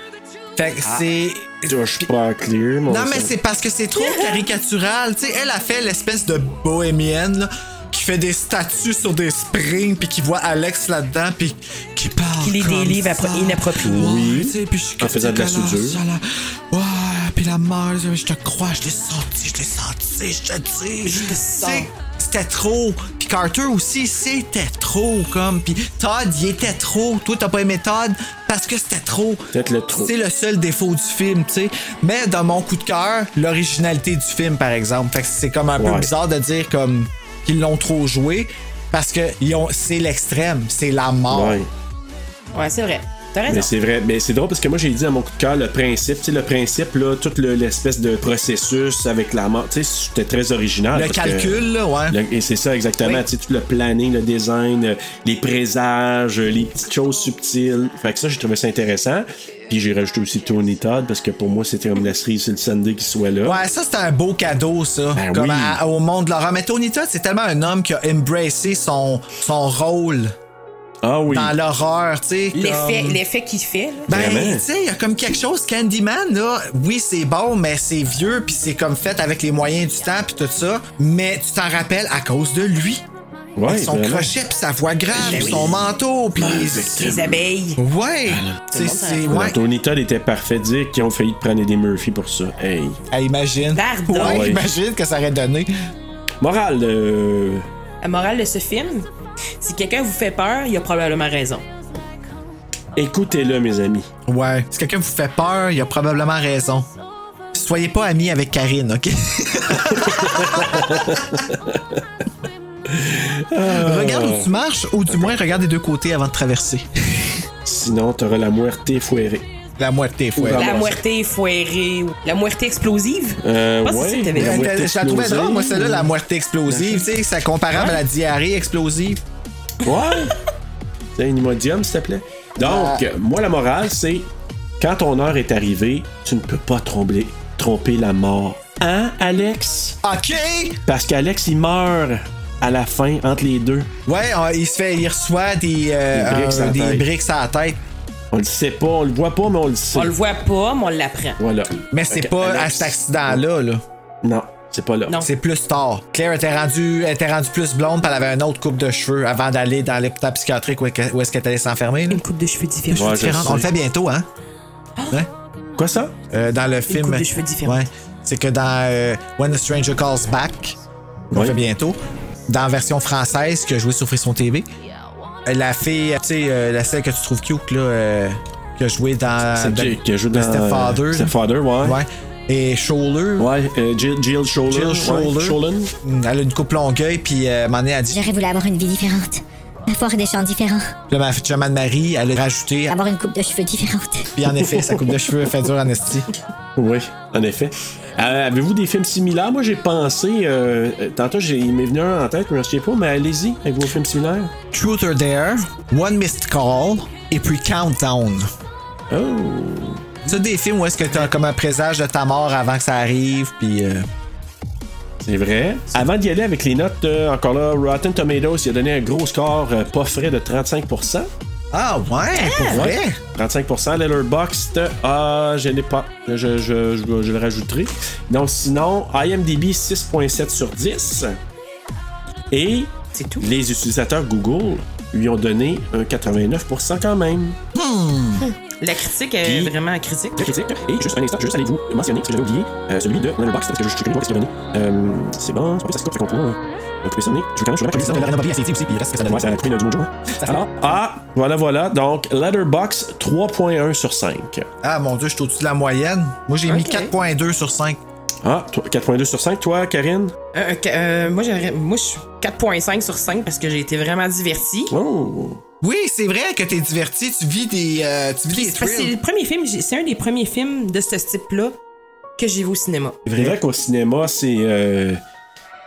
[SPEAKER 3] Fait que
[SPEAKER 6] Ah.
[SPEAKER 3] c'est.
[SPEAKER 1] Je suis pas clear, mon
[SPEAKER 3] Non, mais
[SPEAKER 1] sang.
[SPEAKER 3] c'est parce que c'est trop caricatural. Tu sais, elle a fait l'espèce de bohémienne là, qui fait des statues sur des springs, puis qui voit Alex là-dedans, puis qui parle. Qui lit
[SPEAKER 6] des livres appro- inappropriés.
[SPEAKER 3] Oui. tu sais, puis je suis
[SPEAKER 1] En faisant de la
[SPEAKER 3] comme,
[SPEAKER 1] soudure.
[SPEAKER 3] Ah, là, là. Ouais, puis la mort, je te crois, je l'ai senti, je l'ai senti, je te dis. Je te sens. C'était trop. Puis Carter aussi, c'était trop, comme. Puis Todd, il était trop. Toi, t'as pas aimé Todd parce que c'était trop.
[SPEAKER 1] Peut-être le trop.
[SPEAKER 3] C'est le seul défaut du film, tu sais. Mais dans mon coup de cœur, l'originalité du film, par exemple. Fait que c'est comme un peu
[SPEAKER 1] Ouais.
[SPEAKER 3] bizarre de dire comme qu'ils l'ont trop joué parce que ils ont- c'est l'extrême, c'est la mort.
[SPEAKER 1] Ouais.
[SPEAKER 6] Ouais, c'est vrai. T'as raison.
[SPEAKER 1] Euh. Mais c'est vrai, mais c'est drôle parce que moi j'ai dit à mon coup de cœur le principe, tu sais, le principe là, tout le- l'espèce de processus avec la mort, tu sais, c'était très original.
[SPEAKER 3] Le
[SPEAKER 1] parce que-
[SPEAKER 3] calcul, là, ouais.
[SPEAKER 1] Le- et c'est ça exactement,
[SPEAKER 3] Oui.
[SPEAKER 1] tu sais, tout le planning, le design, euh, les présages, euh, les petites choses subtiles. Fait que ça, j'ai trouvé ça intéressant. Puis j'ai rajouté aussi Tony Todd parce que pour moi c'était comme la cerise sur le Sunday qui soit là.
[SPEAKER 3] Ouais, ça, c'est un beau cadeau, ça.
[SPEAKER 1] Ben
[SPEAKER 3] Comme
[SPEAKER 1] oui.
[SPEAKER 3] à- au monde de l'horreur. Mais Tony Todd, c'est tellement un homme qui a embracé son, son rôle
[SPEAKER 1] Ah oui.
[SPEAKER 3] dans l'horreur, tu sais.
[SPEAKER 6] L'effet,
[SPEAKER 3] comme-
[SPEAKER 6] l'effet qu'il fait. là.
[SPEAKER 3] Ben, tu sais, il y a comme quelque chose, Candyman, là, oui, c'est bon, mais c'est vieux, puis c'est comme fait avec les moyens du temps, puis tout ça, mais tu t'en rappelles à cause de lui.
[SPEAKER 1] Ouais,
[SPEAKER 3] Avec son
[SPEAKER 1] vraiment.
[SPEAKER 3] crochet, puis sa voix grave,
[SPEAKER 6] Ben
[SPEAKER 3] puis
[SPEAKER 6] oui.
[SPEAKER 3] son manteau, puis
[SPEAKER 6] Les abeilles.
[SPEAKER 3] Ouais! C'est- c'est...
[SPEAKER 1] Alors,
[SPEAKER 3] Ouais.
[SPEAKER 1] Tony Todd était parfait de dire qu'ils ont failli te prendre des Murphy pour ça. Hey.
[SPEAKER 3] Hey, imagine. Ouais,
[SPEAKER 1] Ouais.
[SPEAKER 3] imagine que ça aurait donné.
[SPEAKER 1] Morale, euh,
[SPEAKER 6] La morale de ce film, si quelqu'un vous fait peur, il a probablement raison.
[SPEAKER 1] écoutez-le, mes amis.
[SPEAKER 3] Ouais. Si quelqu'un vous fait peur, il a probablement raison. Soyez pas amis avec Karine, OK? Regarde où tu marches, ou du moins, regarde des deux côtés avant de traverser.
[SPEAKER 1] Sinon, t'auras la muerte fouérée.
[SPEAKER 3] La muerte
[SPEAKER 1] Ah,
[SPEAKER 3] fouérée.
[SPEAKER 6] La muerte fouérée. ou La muerte explosive.
[SPEAKER 1] Euh,
[SPEAKER 6] Moi, c'est ça
[SPEAKER 1] ouais.
[SPEAKER 6] que t'avais dit.
[SPEAKER 1] La muerte
[SPEAKER 3] Je la trouvais
[SPEAKER 1] explosive.
[SPEAKER 3] drôle, moi, celle-là, la moitié explosive. Tu sais, c'est comparable à la diarrhée explosive.
[SPEAKER 1] Ouais! T'as un imodium, s'il te plaît. Donc,
[SPEAKER 3] Ah.
[SPEAKER 1] moi, la morale, c'est quand ton heure est arrivée, tu ne peux pas tromper, tromper la mort. Hein, Alex?
[SPEAKER 3] OK!
[SPEAKER 1] Parce qu'Alex, il meurt à la fin, entre les deux.
[SPEAKER 3] Ouais, on- il se fait, il reçoit des, euh,
[SPEAKER 1] Des briques
[SPEAKER 3] un-
[SPEAKER 1] à la
[SPEAKER 3] des
[SPEAKER 1] tête.
[SPEAKER 3] briques à la tête.
[SPEAKER 1] On le sait pas, on le voit pas, mais on le sait.
[SPEAKER 6] On le voit pas, mais on l'apprend.
[SPEAKER 1] Voilà.
[SPEAKER 3] Mais c'est
[SPEAKER 1] Fait que
[SPEAKER 3] pas à
[SPEAKER 1] Alex-
[SPEAKER 3] cet accident-là, là.
[SPEAKER 1] Non, c'est pas là.
[SPEAKER 3] C'est plus tard. Claire était rendue, elle était rendue plus blonde, puis elle avait une autre coupe de cheveux avant d'aller dans l'hôpital psychiatrique où est- où est-ce qu'elle allait s'enfermer. Une
[SPEAKER 6] coupe de cheveux différente.
[SPEAKER 1] Ouais, je sais.
[SPEAKER 3] On le fait bientôt, hein? Hein?
[SPEAKER 1] Quoi ça?
[SPEAKER 3] Euh, dans le film.
[SPEAKER 6] coupe de cheveux différente.
[SPEAKER 3] Ouais. C'est que dans euh, When a Stranger Calls Back, on le fait bientôt, dans la version française que je jouais sur Frisson TV, euh, la fille, euh, tu sais, euh, la celle que tu trouves cute, là, euh, que je jouais dans.
[SPEAKER 1] C'est
[SPEAKER 3] de-
[SPEAKER 1] qui- qui joue
[SPEAKER 3] de
[SPEAKER 1] dans, euh,
[SPEAKER 3] Stepfather.
[SPEAKER 1] Stepfather, ouais.
[SPEAKER 3] ben, Ouais. Et Scholler.
[SPEAKER 1] Ouais, euh, Jill, Jill Scholler.
[SPEAKER 3] Jill
[SPEAKER 1] ouais,
[SPEAKER 3] Scholler.
[SPEAKER 1] Scholler.
[SPEAKER 3] Mm, Elle a une coupe longueuil, puis euh, m'en est, elle dit.
[SPEAKER 14] J'aurais voulu avoir une vie différente. Avoir des chants différents.
[SPEAKER 3] Puis là, ma fille de Marie, elle a rajouté.
[SPEAKER 14] Avoir une coupe de cheveux différente.
[SPEAKER 3] Puis en effet, sa coupe de cheveux fait dur en esti.
[SPEAKER 1] Oui, en effet. Euh, Avez-vous des films similaires? Moi, j'ai pensé. euh, euh, tantôt, j'ai- il m'est venu un en tête, mais je ne sais pas, mais allez-y avec vos films similaires.
[SPEAKER 3] Truth or Dare, One Missed Call, et puis Countdown.
[SPEAKER 1] Oh!
[SPEAKER 3] C'est des films où est-ce que t'as comme un présage de ta mort avant que ça arrive, puis. euh,
[SPEAKER 1] C'est vrai. Avant d'y aller avec les notes, euh, encore là, Rotten Tomatoes, il a donné un gros score euh, pas frais de 35%.
[SPEAKER 3] Ah ouais, pour vrai?
[SPEAKER 1] 35%. Letterboxd, ah, je n'ai pas. Je, je, je- je le rajouterai. Donc, sinon, IMDb 6.7 sur 10. Et les utilisateurs Google lui ont donné un 89% quand même.
[SPEAKER 6] La critique est vraiment critique.
[SPEAKER 1] La critique. Et juste un instant, je veux juste aller vous mentionner ce que j'avais oublié, euh, celui de Letterboxd, parce que je suis curieux de voir ce qu'il y a donné. Euh, c'est bon, c'est pas ça se coupe, fait qu'on pourra, euh, on peut sonner. Je veux quand même, je veux
[SPEAKER 3] Ça,
[SPEAKER 1] quand même
[SPEAKER 3] on l'a rénové à CT aussi, puis il reste que ça donne.
[SPEAKER 1] Ouais, ça a coupé le Jojo. Alors, ah, voilà, voilà. Donc, Letterboxd 3.1 sur 5.
[SPEAKER 3] Ah mon dieu, je suis au-dessus de la moyenne. Moi j'ai mis 4.2 sur 5.
[SPEAKER 1] Ah, toi, 4.2 sur 5, toi, Karine?
[SPEAKER 6] Euh, euh, euh, moi, j'aurais- moi, je suis 4.5 sur 5 parce que j'ai été vraiment diverti.
[SPEAKER 1] Oh!
[SPEAKER 3] Oui, c'est vrai que t'es diverti, tu vis des. euh, tu vis des
[SPEAKER 6] C'est
[SPEAKER 3] thrills.
[SPEAKER 6] le premier film, j'ai- c'est un des premiers films de ce type-là que j'ai vu au cinéma.
[SPEAKER 1] C'est vrai qu'au cinéma, c'est. euh,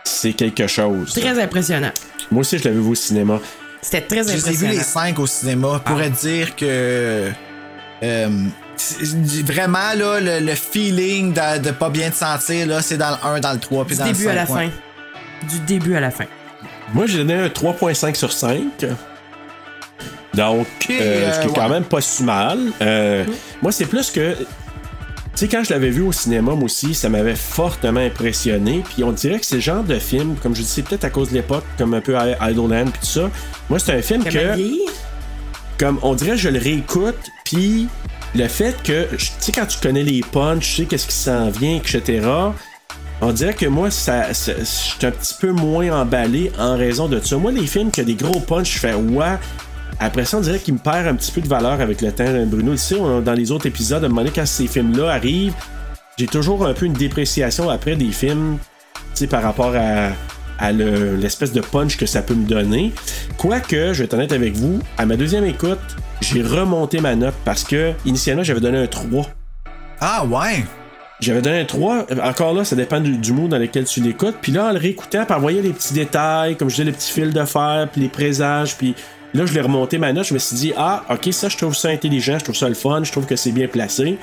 [SPEAKER 1] c'est quelque chose.
[SPEAKER 6] Très impressionnant.
[SPEAKER 1] Moi aussi, je l'avais vu au cinéma.
[SPEAKER 6] C'était très
[SPEAKER 3] Je les ai vus
[SPEAKER 6] impressionnant. Ah.
[SPEAKER 3] les cinq au cinéma. Je pourrais dire que. euh, c'est- vraiment, là, le, le feeling de, de pas bien te sentir, là, c'est dans le 1, dans le 3, puis
[SPEAKER 6] Du
[SPEAKER 3] dans le
[SPEAKER 6] début à
[SPEAKER 3] 5,
[SPEAKER 6] la
[SPEAKER 3] ouais.
[SPEAKER 6] fin. Du début à la fin.
[SPEAKER 1] Moi, j'ai donné un 3.5 sur 5. Donc, euh, ce qui est
[SPEAKER 6] euh,
[SPEAKER 1] quand
[SPEAKER 6] ouais.
[SPEAKER 1] même pas si mal. Euh, Moi, c'est plus que. Tu sais, quand je l'avais vu au cinéma, moi aussi, ça m'avait fortement impressionné. Puis on dirait que c'est le genre de film, comme je dis, c'est peut-être à cause de l'époque, comme un peu I- Idleland, puis tout ça. Moi, c'est un film
[SPEAKER 6] Ça
[SPEAKER 1] que
[SPEAKER 6] m'a vieilli.
[SPEAKER 1] comme on dirait je le réécoute puis le fait que je- tu sais quand tu connais les punchs tu sais qu'est-ce qui s'en vient etc on dirait que moi ça, ça- je suis un petit peu moins emballé en raison de ça moi les films qui ont des gros punchs je fais ouais après ça, on dirait qu'il me perd un petit peu de valeur avec le temps. hein, Bruno, tu sais, on- dans les autres épisodes, à un moment donné, quand ces films-là arrivent, j'ai toujours un peu une dépréciation après des films, tu sais, par rapport à, à le- l'espèce de punch que ça peut me donner. Quoique, je vais être honnête avec vous, à ma deuxième écoute, j'ai remonté ma note parce que, initialement, j'avais donné un 3.
[SPEAKER 3] Ah ouais!
[SPEAKER 1] J'avais donné un 3. Encore là, ça dépend du, du mot dans lequel tu l'écoutes. Puis là, en le réécoutant, par voyant les petits détails, comme je disais, les petits fils de fer, puis les présages, puis là, je l'ai remonté ma note. Je me suis dit, ah, ok, ça, je trouve ça intelligent, je trouve ça le fun, je trouve que c'est bien placé.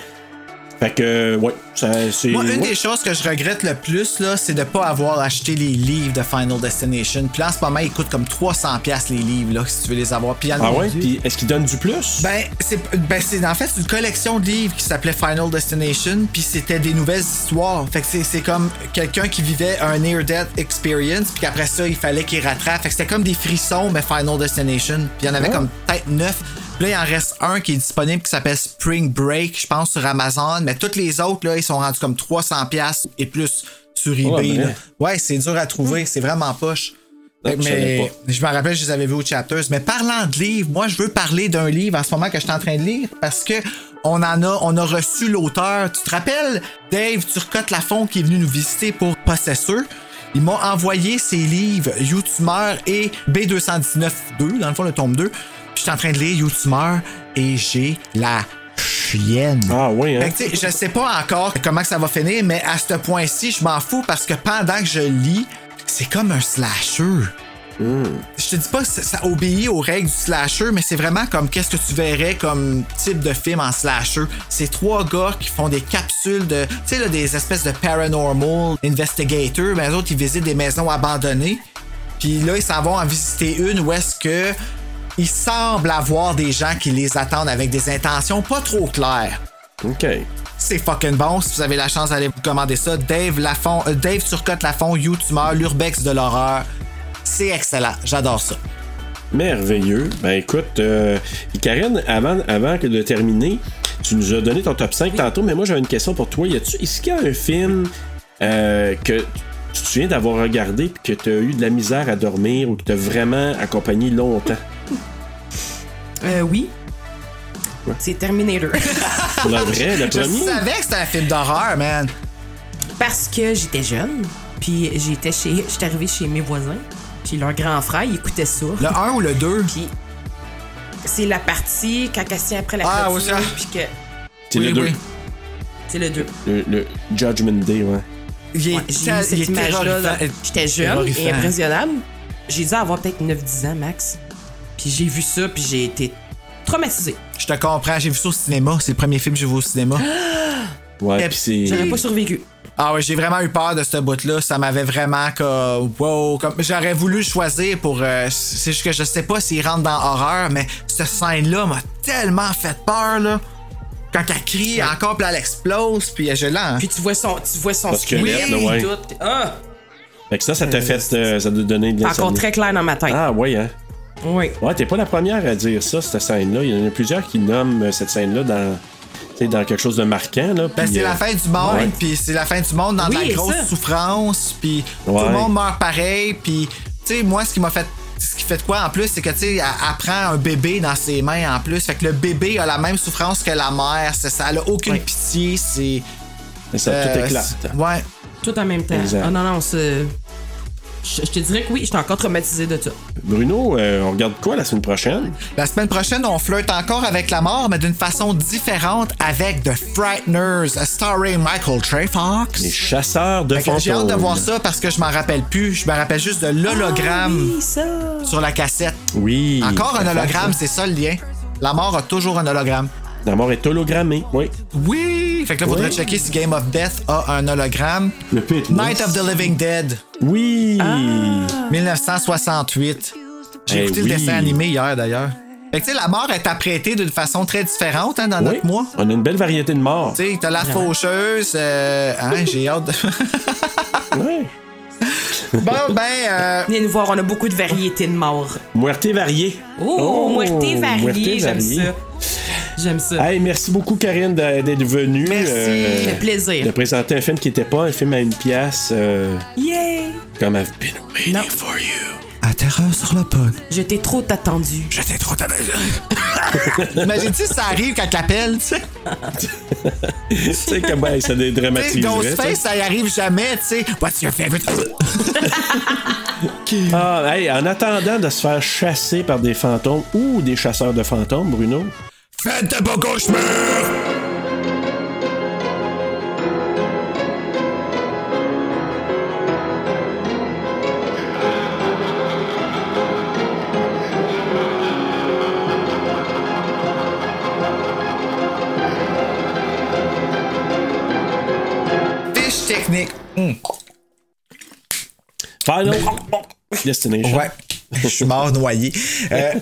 [SPEAKER 1] Fait que, ouais, ça, c'est.
[SPEAKER 3] Moi, une
[SPEAKER 1] ouais.
[SPEAKER 3] des choses que je regrette le plus, là, c'est de pas avoir acheté les livres de Final Destination. Puis là, en ce moment, ils coûtent comme 300$ les livres, là, si tu veux les avoir. Puis il y en a
[SPEAKER 1] Ah ouais?
[SPEAKER 3] du-
[SPEAKER 1] Puis est-ce qu'il donne du plus?
[SPEAKER 3] Ben, c'est ben, c'est- en fait c'est une collection de livres qui s'appelait Final Destination, puis c'était des nouvelles histoires. Fait que c'est- c'est comme quelqu'un qui vivait un near death experience, puis qu'après ça il fallait qu'il rattrape. Fait que c'était comme des frissons mais Final Destination. Puis il y en avait
[SPEAKER 1] Ah.
[SPEAKER 3] comme peut-être neuf. Puis là il en reste un qui est disponible qui s'appelle Spring Break, je pense sur Amazon, mais toutes les autres là ils sont rendus comme 300 pièces et plus sur eBay.
[SPEAKER 1] Oh,
[SPEAKER 3] là.
[SPEAKER 1] ben.
[SPEAKER 3] ouais, c'est dur à trouver, c'est vraiment poche.
[SPEAKER 1] Non, je savais
[SPEAKER 3] mais
[SPEAKER 1] pas.
[SPEAKER 3] je me rappelle, je les avais vus au Chapters. Mais parlant de livres, moi, je veux parler d'un livre en ce moment que je suis en train de lire parce que on en a, on a reçu l'auteur. Tu te rappelles, Dave Turcotte Lafont qui est venu nous visiter pour Possesseur. Ils m'ont envoyé ses livres You Tu meurs et B219-2, dans le fond, le tome 2. Puis je suis en train de lire You Tu meurs et j'ai la chienne.
[SPEAKER 1] Ah oui, hein?
[SPEAKER 3] Fait que, tu sais, je sais pas encore comment que ça va finir, mais à ce point-ci, je m'en fous parce que pendant que je lis, c'est comme un slasher. Je te dis pas que ça- ça obéit aux règles du slasher, mais c'est vraiment comme qu'est-ce que tu verrais comme type de film en slasher. C'est trois gars qui font des capsules de, tu sais, là, des espèces de paranormal investigators, mais eux autres, ils visitent des maisons abandonnées. Puis là, ils s'en vont en visiter une où est-ce que il semble avoir des gens qui les attendent avec des intentions pas trop claires.
[SPEAKER 1] Ok.
[SPEAKER 3] C'est fucking bon. Si vous avez la chance d'aller vous commander ça, Dave Lafont, euh, Dave Turcotte Lafont, You Tumeur, l'Urbex de l'horreur. C'est excellent. J'adore ça.
[SPEAKER 1] Merveilleux. Ben écoute, euh, Karine, avant, avant que de terminer, tu nous as donné ton top 5 tantôt, mais moi j'avais une question pour toi. Y a-tu- Est-ce qu'il y a un film euh, que tu te souviens d'avoir regardé et que tu as eu de la misère à dormir ou que tu vraiment accompagné longtemps?
[SPEAKER 6] Euh, oui.
[SPEAKER 1] Ouais.
[SPEAKER 6] C'est Terminator.
[SPEAKER 1] Pour le vrai, le
[SPEAKER 3] Je
[SPEAKER 1] premier?
[SPEAKER 3] savais que c'était un film d'horreur, man.
[SPEAKER 6] Parce que j'étais jeune, puis j'étais chez. J'étais arrivée chez mes voisins, puis leur grand frère, il écoutait ça.
[SPEAKER 3] Le 1 ou le 2?
[SPEAKER 6] Puis c'est la partie quand Cassien après la
[SPEAKER 3] Ah,
[SPEAKER 6] clôture,
[SPEAKER 3] oui, ça.
[SPEAKER 6] puis que
[SPEAKER 1] C'est le
[SPEAKER 3] Oui,
[SPEAKER 1] 2.
[SPEAKER 3] oui.
[SPEAKER 6] c'est le 2.
[SPEAKER 1] Le, le Judgment Day, ouais.
[SPEAKER 3] Il est,
[SPEAKER 6] J'ai
[SPEAKER 3] tel-
[SPEAKER 6] eu cette
[SPEAKER 3] il est
[SPEAKER 6] image-là. là.
[SPEAKER 3] terrorifant.
[SPEAKER 6] J'étais jeune
[SPEAKER 3] Terrorifant.
[SPEAKER 6] et impressionnable. J'ai dû avoir peut-être 9-10 ans, max. Puis j'ai vu ça, puis j'ai été traumatisée.
[SPEAKER 3] Je te comprends. J'ai vu ça au cinéma. C'est le premier film que j'ai vu au cinéma.
[SPEAKER 1] Ouais, pis c'est.
[SPEAKER 6] J'aurais pas survécu.
[SPEAKER 3] Ah ouais, j'ai vraiment eu peur de ce bout-là. Ça m'avait vraiment comme. Wow! Comme, j'aurais voulu choisir pour. euh, c'est juste que je sais pas s'il rentre dans horreur, mais cette scène-là m'a tellement fait peur, là. Quand elle crie encore, puis elle explose, puis euh, je l'en.
[SPEAKER 6] Puis tu vois son, tu vois son
[SPEAKER 1] Son squelette, là, ouais.
[SPEAKER 6] et tout. Ah!
[SPEAKER 1] Fait que ça, ça t'a fait. euh, ça t'a donné de
[SPEAKER 6] Encore
[SPEAKER 1] l'insomnie.
[SPEAKER 6] très clair dans ma tête.
[SPEAKER 1] Ah, ouais, hein?
[SPEAKER 6] Oui.
[SPEAKER 1] Ouais, t'es pas la première à dire ça, cette scène-là. Il y en a plusieurs qui nomment euh, cette scène-là dans, tu sais, dans quelque chose de marquant. Là,
[SPEAKER 3] Ben,
[SPEAKER 1] puis,
[SPEAKER 3] c'est
[SPEAKER 1] euh,
[SPEAKER 3] la fin du monde,
[SPEAKER 1] ouais.
[SPEAKER 3] puis c'est la fin du monde dans de
[SPEAKER 6] Oui,
[SPEAKER 3] la grosse
[SPEAKER 6] ça.
[SPEAKER 3] souffrance, puis tout
[SPEAKER 1] Ouais.
[SPEAKER 3] le monde meurt pareil, puis tu sais, moi, ce qui m'a fait. Ce qui fait de quoi en plus, c'est que tu sais, elle, elle prend un bébé dans ses mains en plus, fait que le bébé a la même souffrance que la mère, c'est ça, elle a aucune pitié, c'est.
[SPEAKER 1] Et ça, tout
[SPEAKER 3] euh,
[SPEAKER 1] éclate.
[SPEAKER 3] c'est- Ouais.
[SPEAKER 6] Tout en même temps.
[SPEAKER 1] Exact.
[SPEAKER 6] Ah non, non, on se. Je, je te dirais que oui, j'étais encore traumatisée de ça.
[SPEAKER 1] Bruno, euh, on regarde quoi la semaine prochaine?
[SPEAKER 3] La semaine prochaine, on flirte encore avec la mort, mais d'une façon différente avec The Frighteners, starring Michael Trey Fox.
[SPEAKER 1] Les chasseurs de
[SPEAKER 3] Fait que
[SPEAKER 1] fantômes.
[SPEAKER 3] J'ai hâte de voir ça parce que je m'en rappelle plus. Je me rappelle juste de
[SPEAKER 6] Ah,
[SPEAKER 3] l'hologramme sur la cassette.
[SPEAKER 1] Oui.
[SPEAKER 3] Encore
[SPEAKER 1] Ça
[SPEAKER 3] un
[SPEAKER 1] fait
[SPEAKER 3] hologramme,
[SPEAKER 1] ça.
[SPEAKER 3] c'est ça le lien. La mort a toujours un hologramme.
[SPEAKER 1] La mort est hologrammée, oui.
[SPEAKER 3] Oui! Fait que là, faudrait
[SPEAKER 1] Oui.
[SPEAKER 3] checker si Game of Death a un hologramme.
[SPEAKER 1] Le pit.
[SPEAKER 3] Night of the Living Dead.
[SPEAKER 1] Oui!
[SPEAKER 3] Ah, 1968. J'ai
[SPEAKER 1] Eh
[SPEAKER 3] écouté
[SPEAKER 1] oui.
[SPEAKER 3] le dessin animé hier, d'ailleurs. Fait que, tu sais, la mort est apprêtée d'une façon très différente hein, dans
[SPEAKER 1] Oui.
[SPEAKER 3] notre mois.
[SPEAKER 1] On a une belle variété de morts.
[SPEAKER 3] Tu sais, t'as la faucheuse. euh, hein, j'ai hâte de...
[SPEAKER 1] Ouais.
[SPEAKER 3] Bon, ben.
[SPEAKER 6] Venez nous voir, on a beaucoup de variétés de morts.
[SPEAKER 1] Muerte variée.
[SPEAKER 6] Oh, muerte variée, j'aime ça. J'aime ça.
[SPEAKER 1] Hey, merci beaucoup, Karine, d'a- d'être venue. Merci,
[SPEAKER 6] Ça fait plaisir.
[SPEAKER 1] De présenter un film qui n'était pas un film à une pièce, euh,
[SPEAKER 6] Yay!
[SPEAKER 1] comme I've been waiting
[SPEAKER 6] Non.
[SPEAKER 1] for you.
[SPEAKER 3] À terreur sur le pod.
[SPEAKER 6] Je t'ai trop attendu.
[SPEAKER 3] Je t'ai trop attendu. Imagine-tu si ça arrive quand t'appelles, tu sais?
[SPEAKER 1] tu sais comment ça
[SPEAKER 3] Ah, Tu sais,
[SPEAKER 1] dédramatise.
[SPEAKER 3] Ghostface, ça y arrive jamais, tu sais. What's your favorite?
[SPEAKER 1] Ah, hey, en attendant de se faire chasser par des fantômes ou des chasseurs de fantômes, Bruno.
[SPEAKER 3] Faites de beaux cauchemars! Fiche technique. Hmm.
[SPEAKER 1] Final Destination.
[SPEAKER 3] Ouais. Je suis mort noyé. Euh,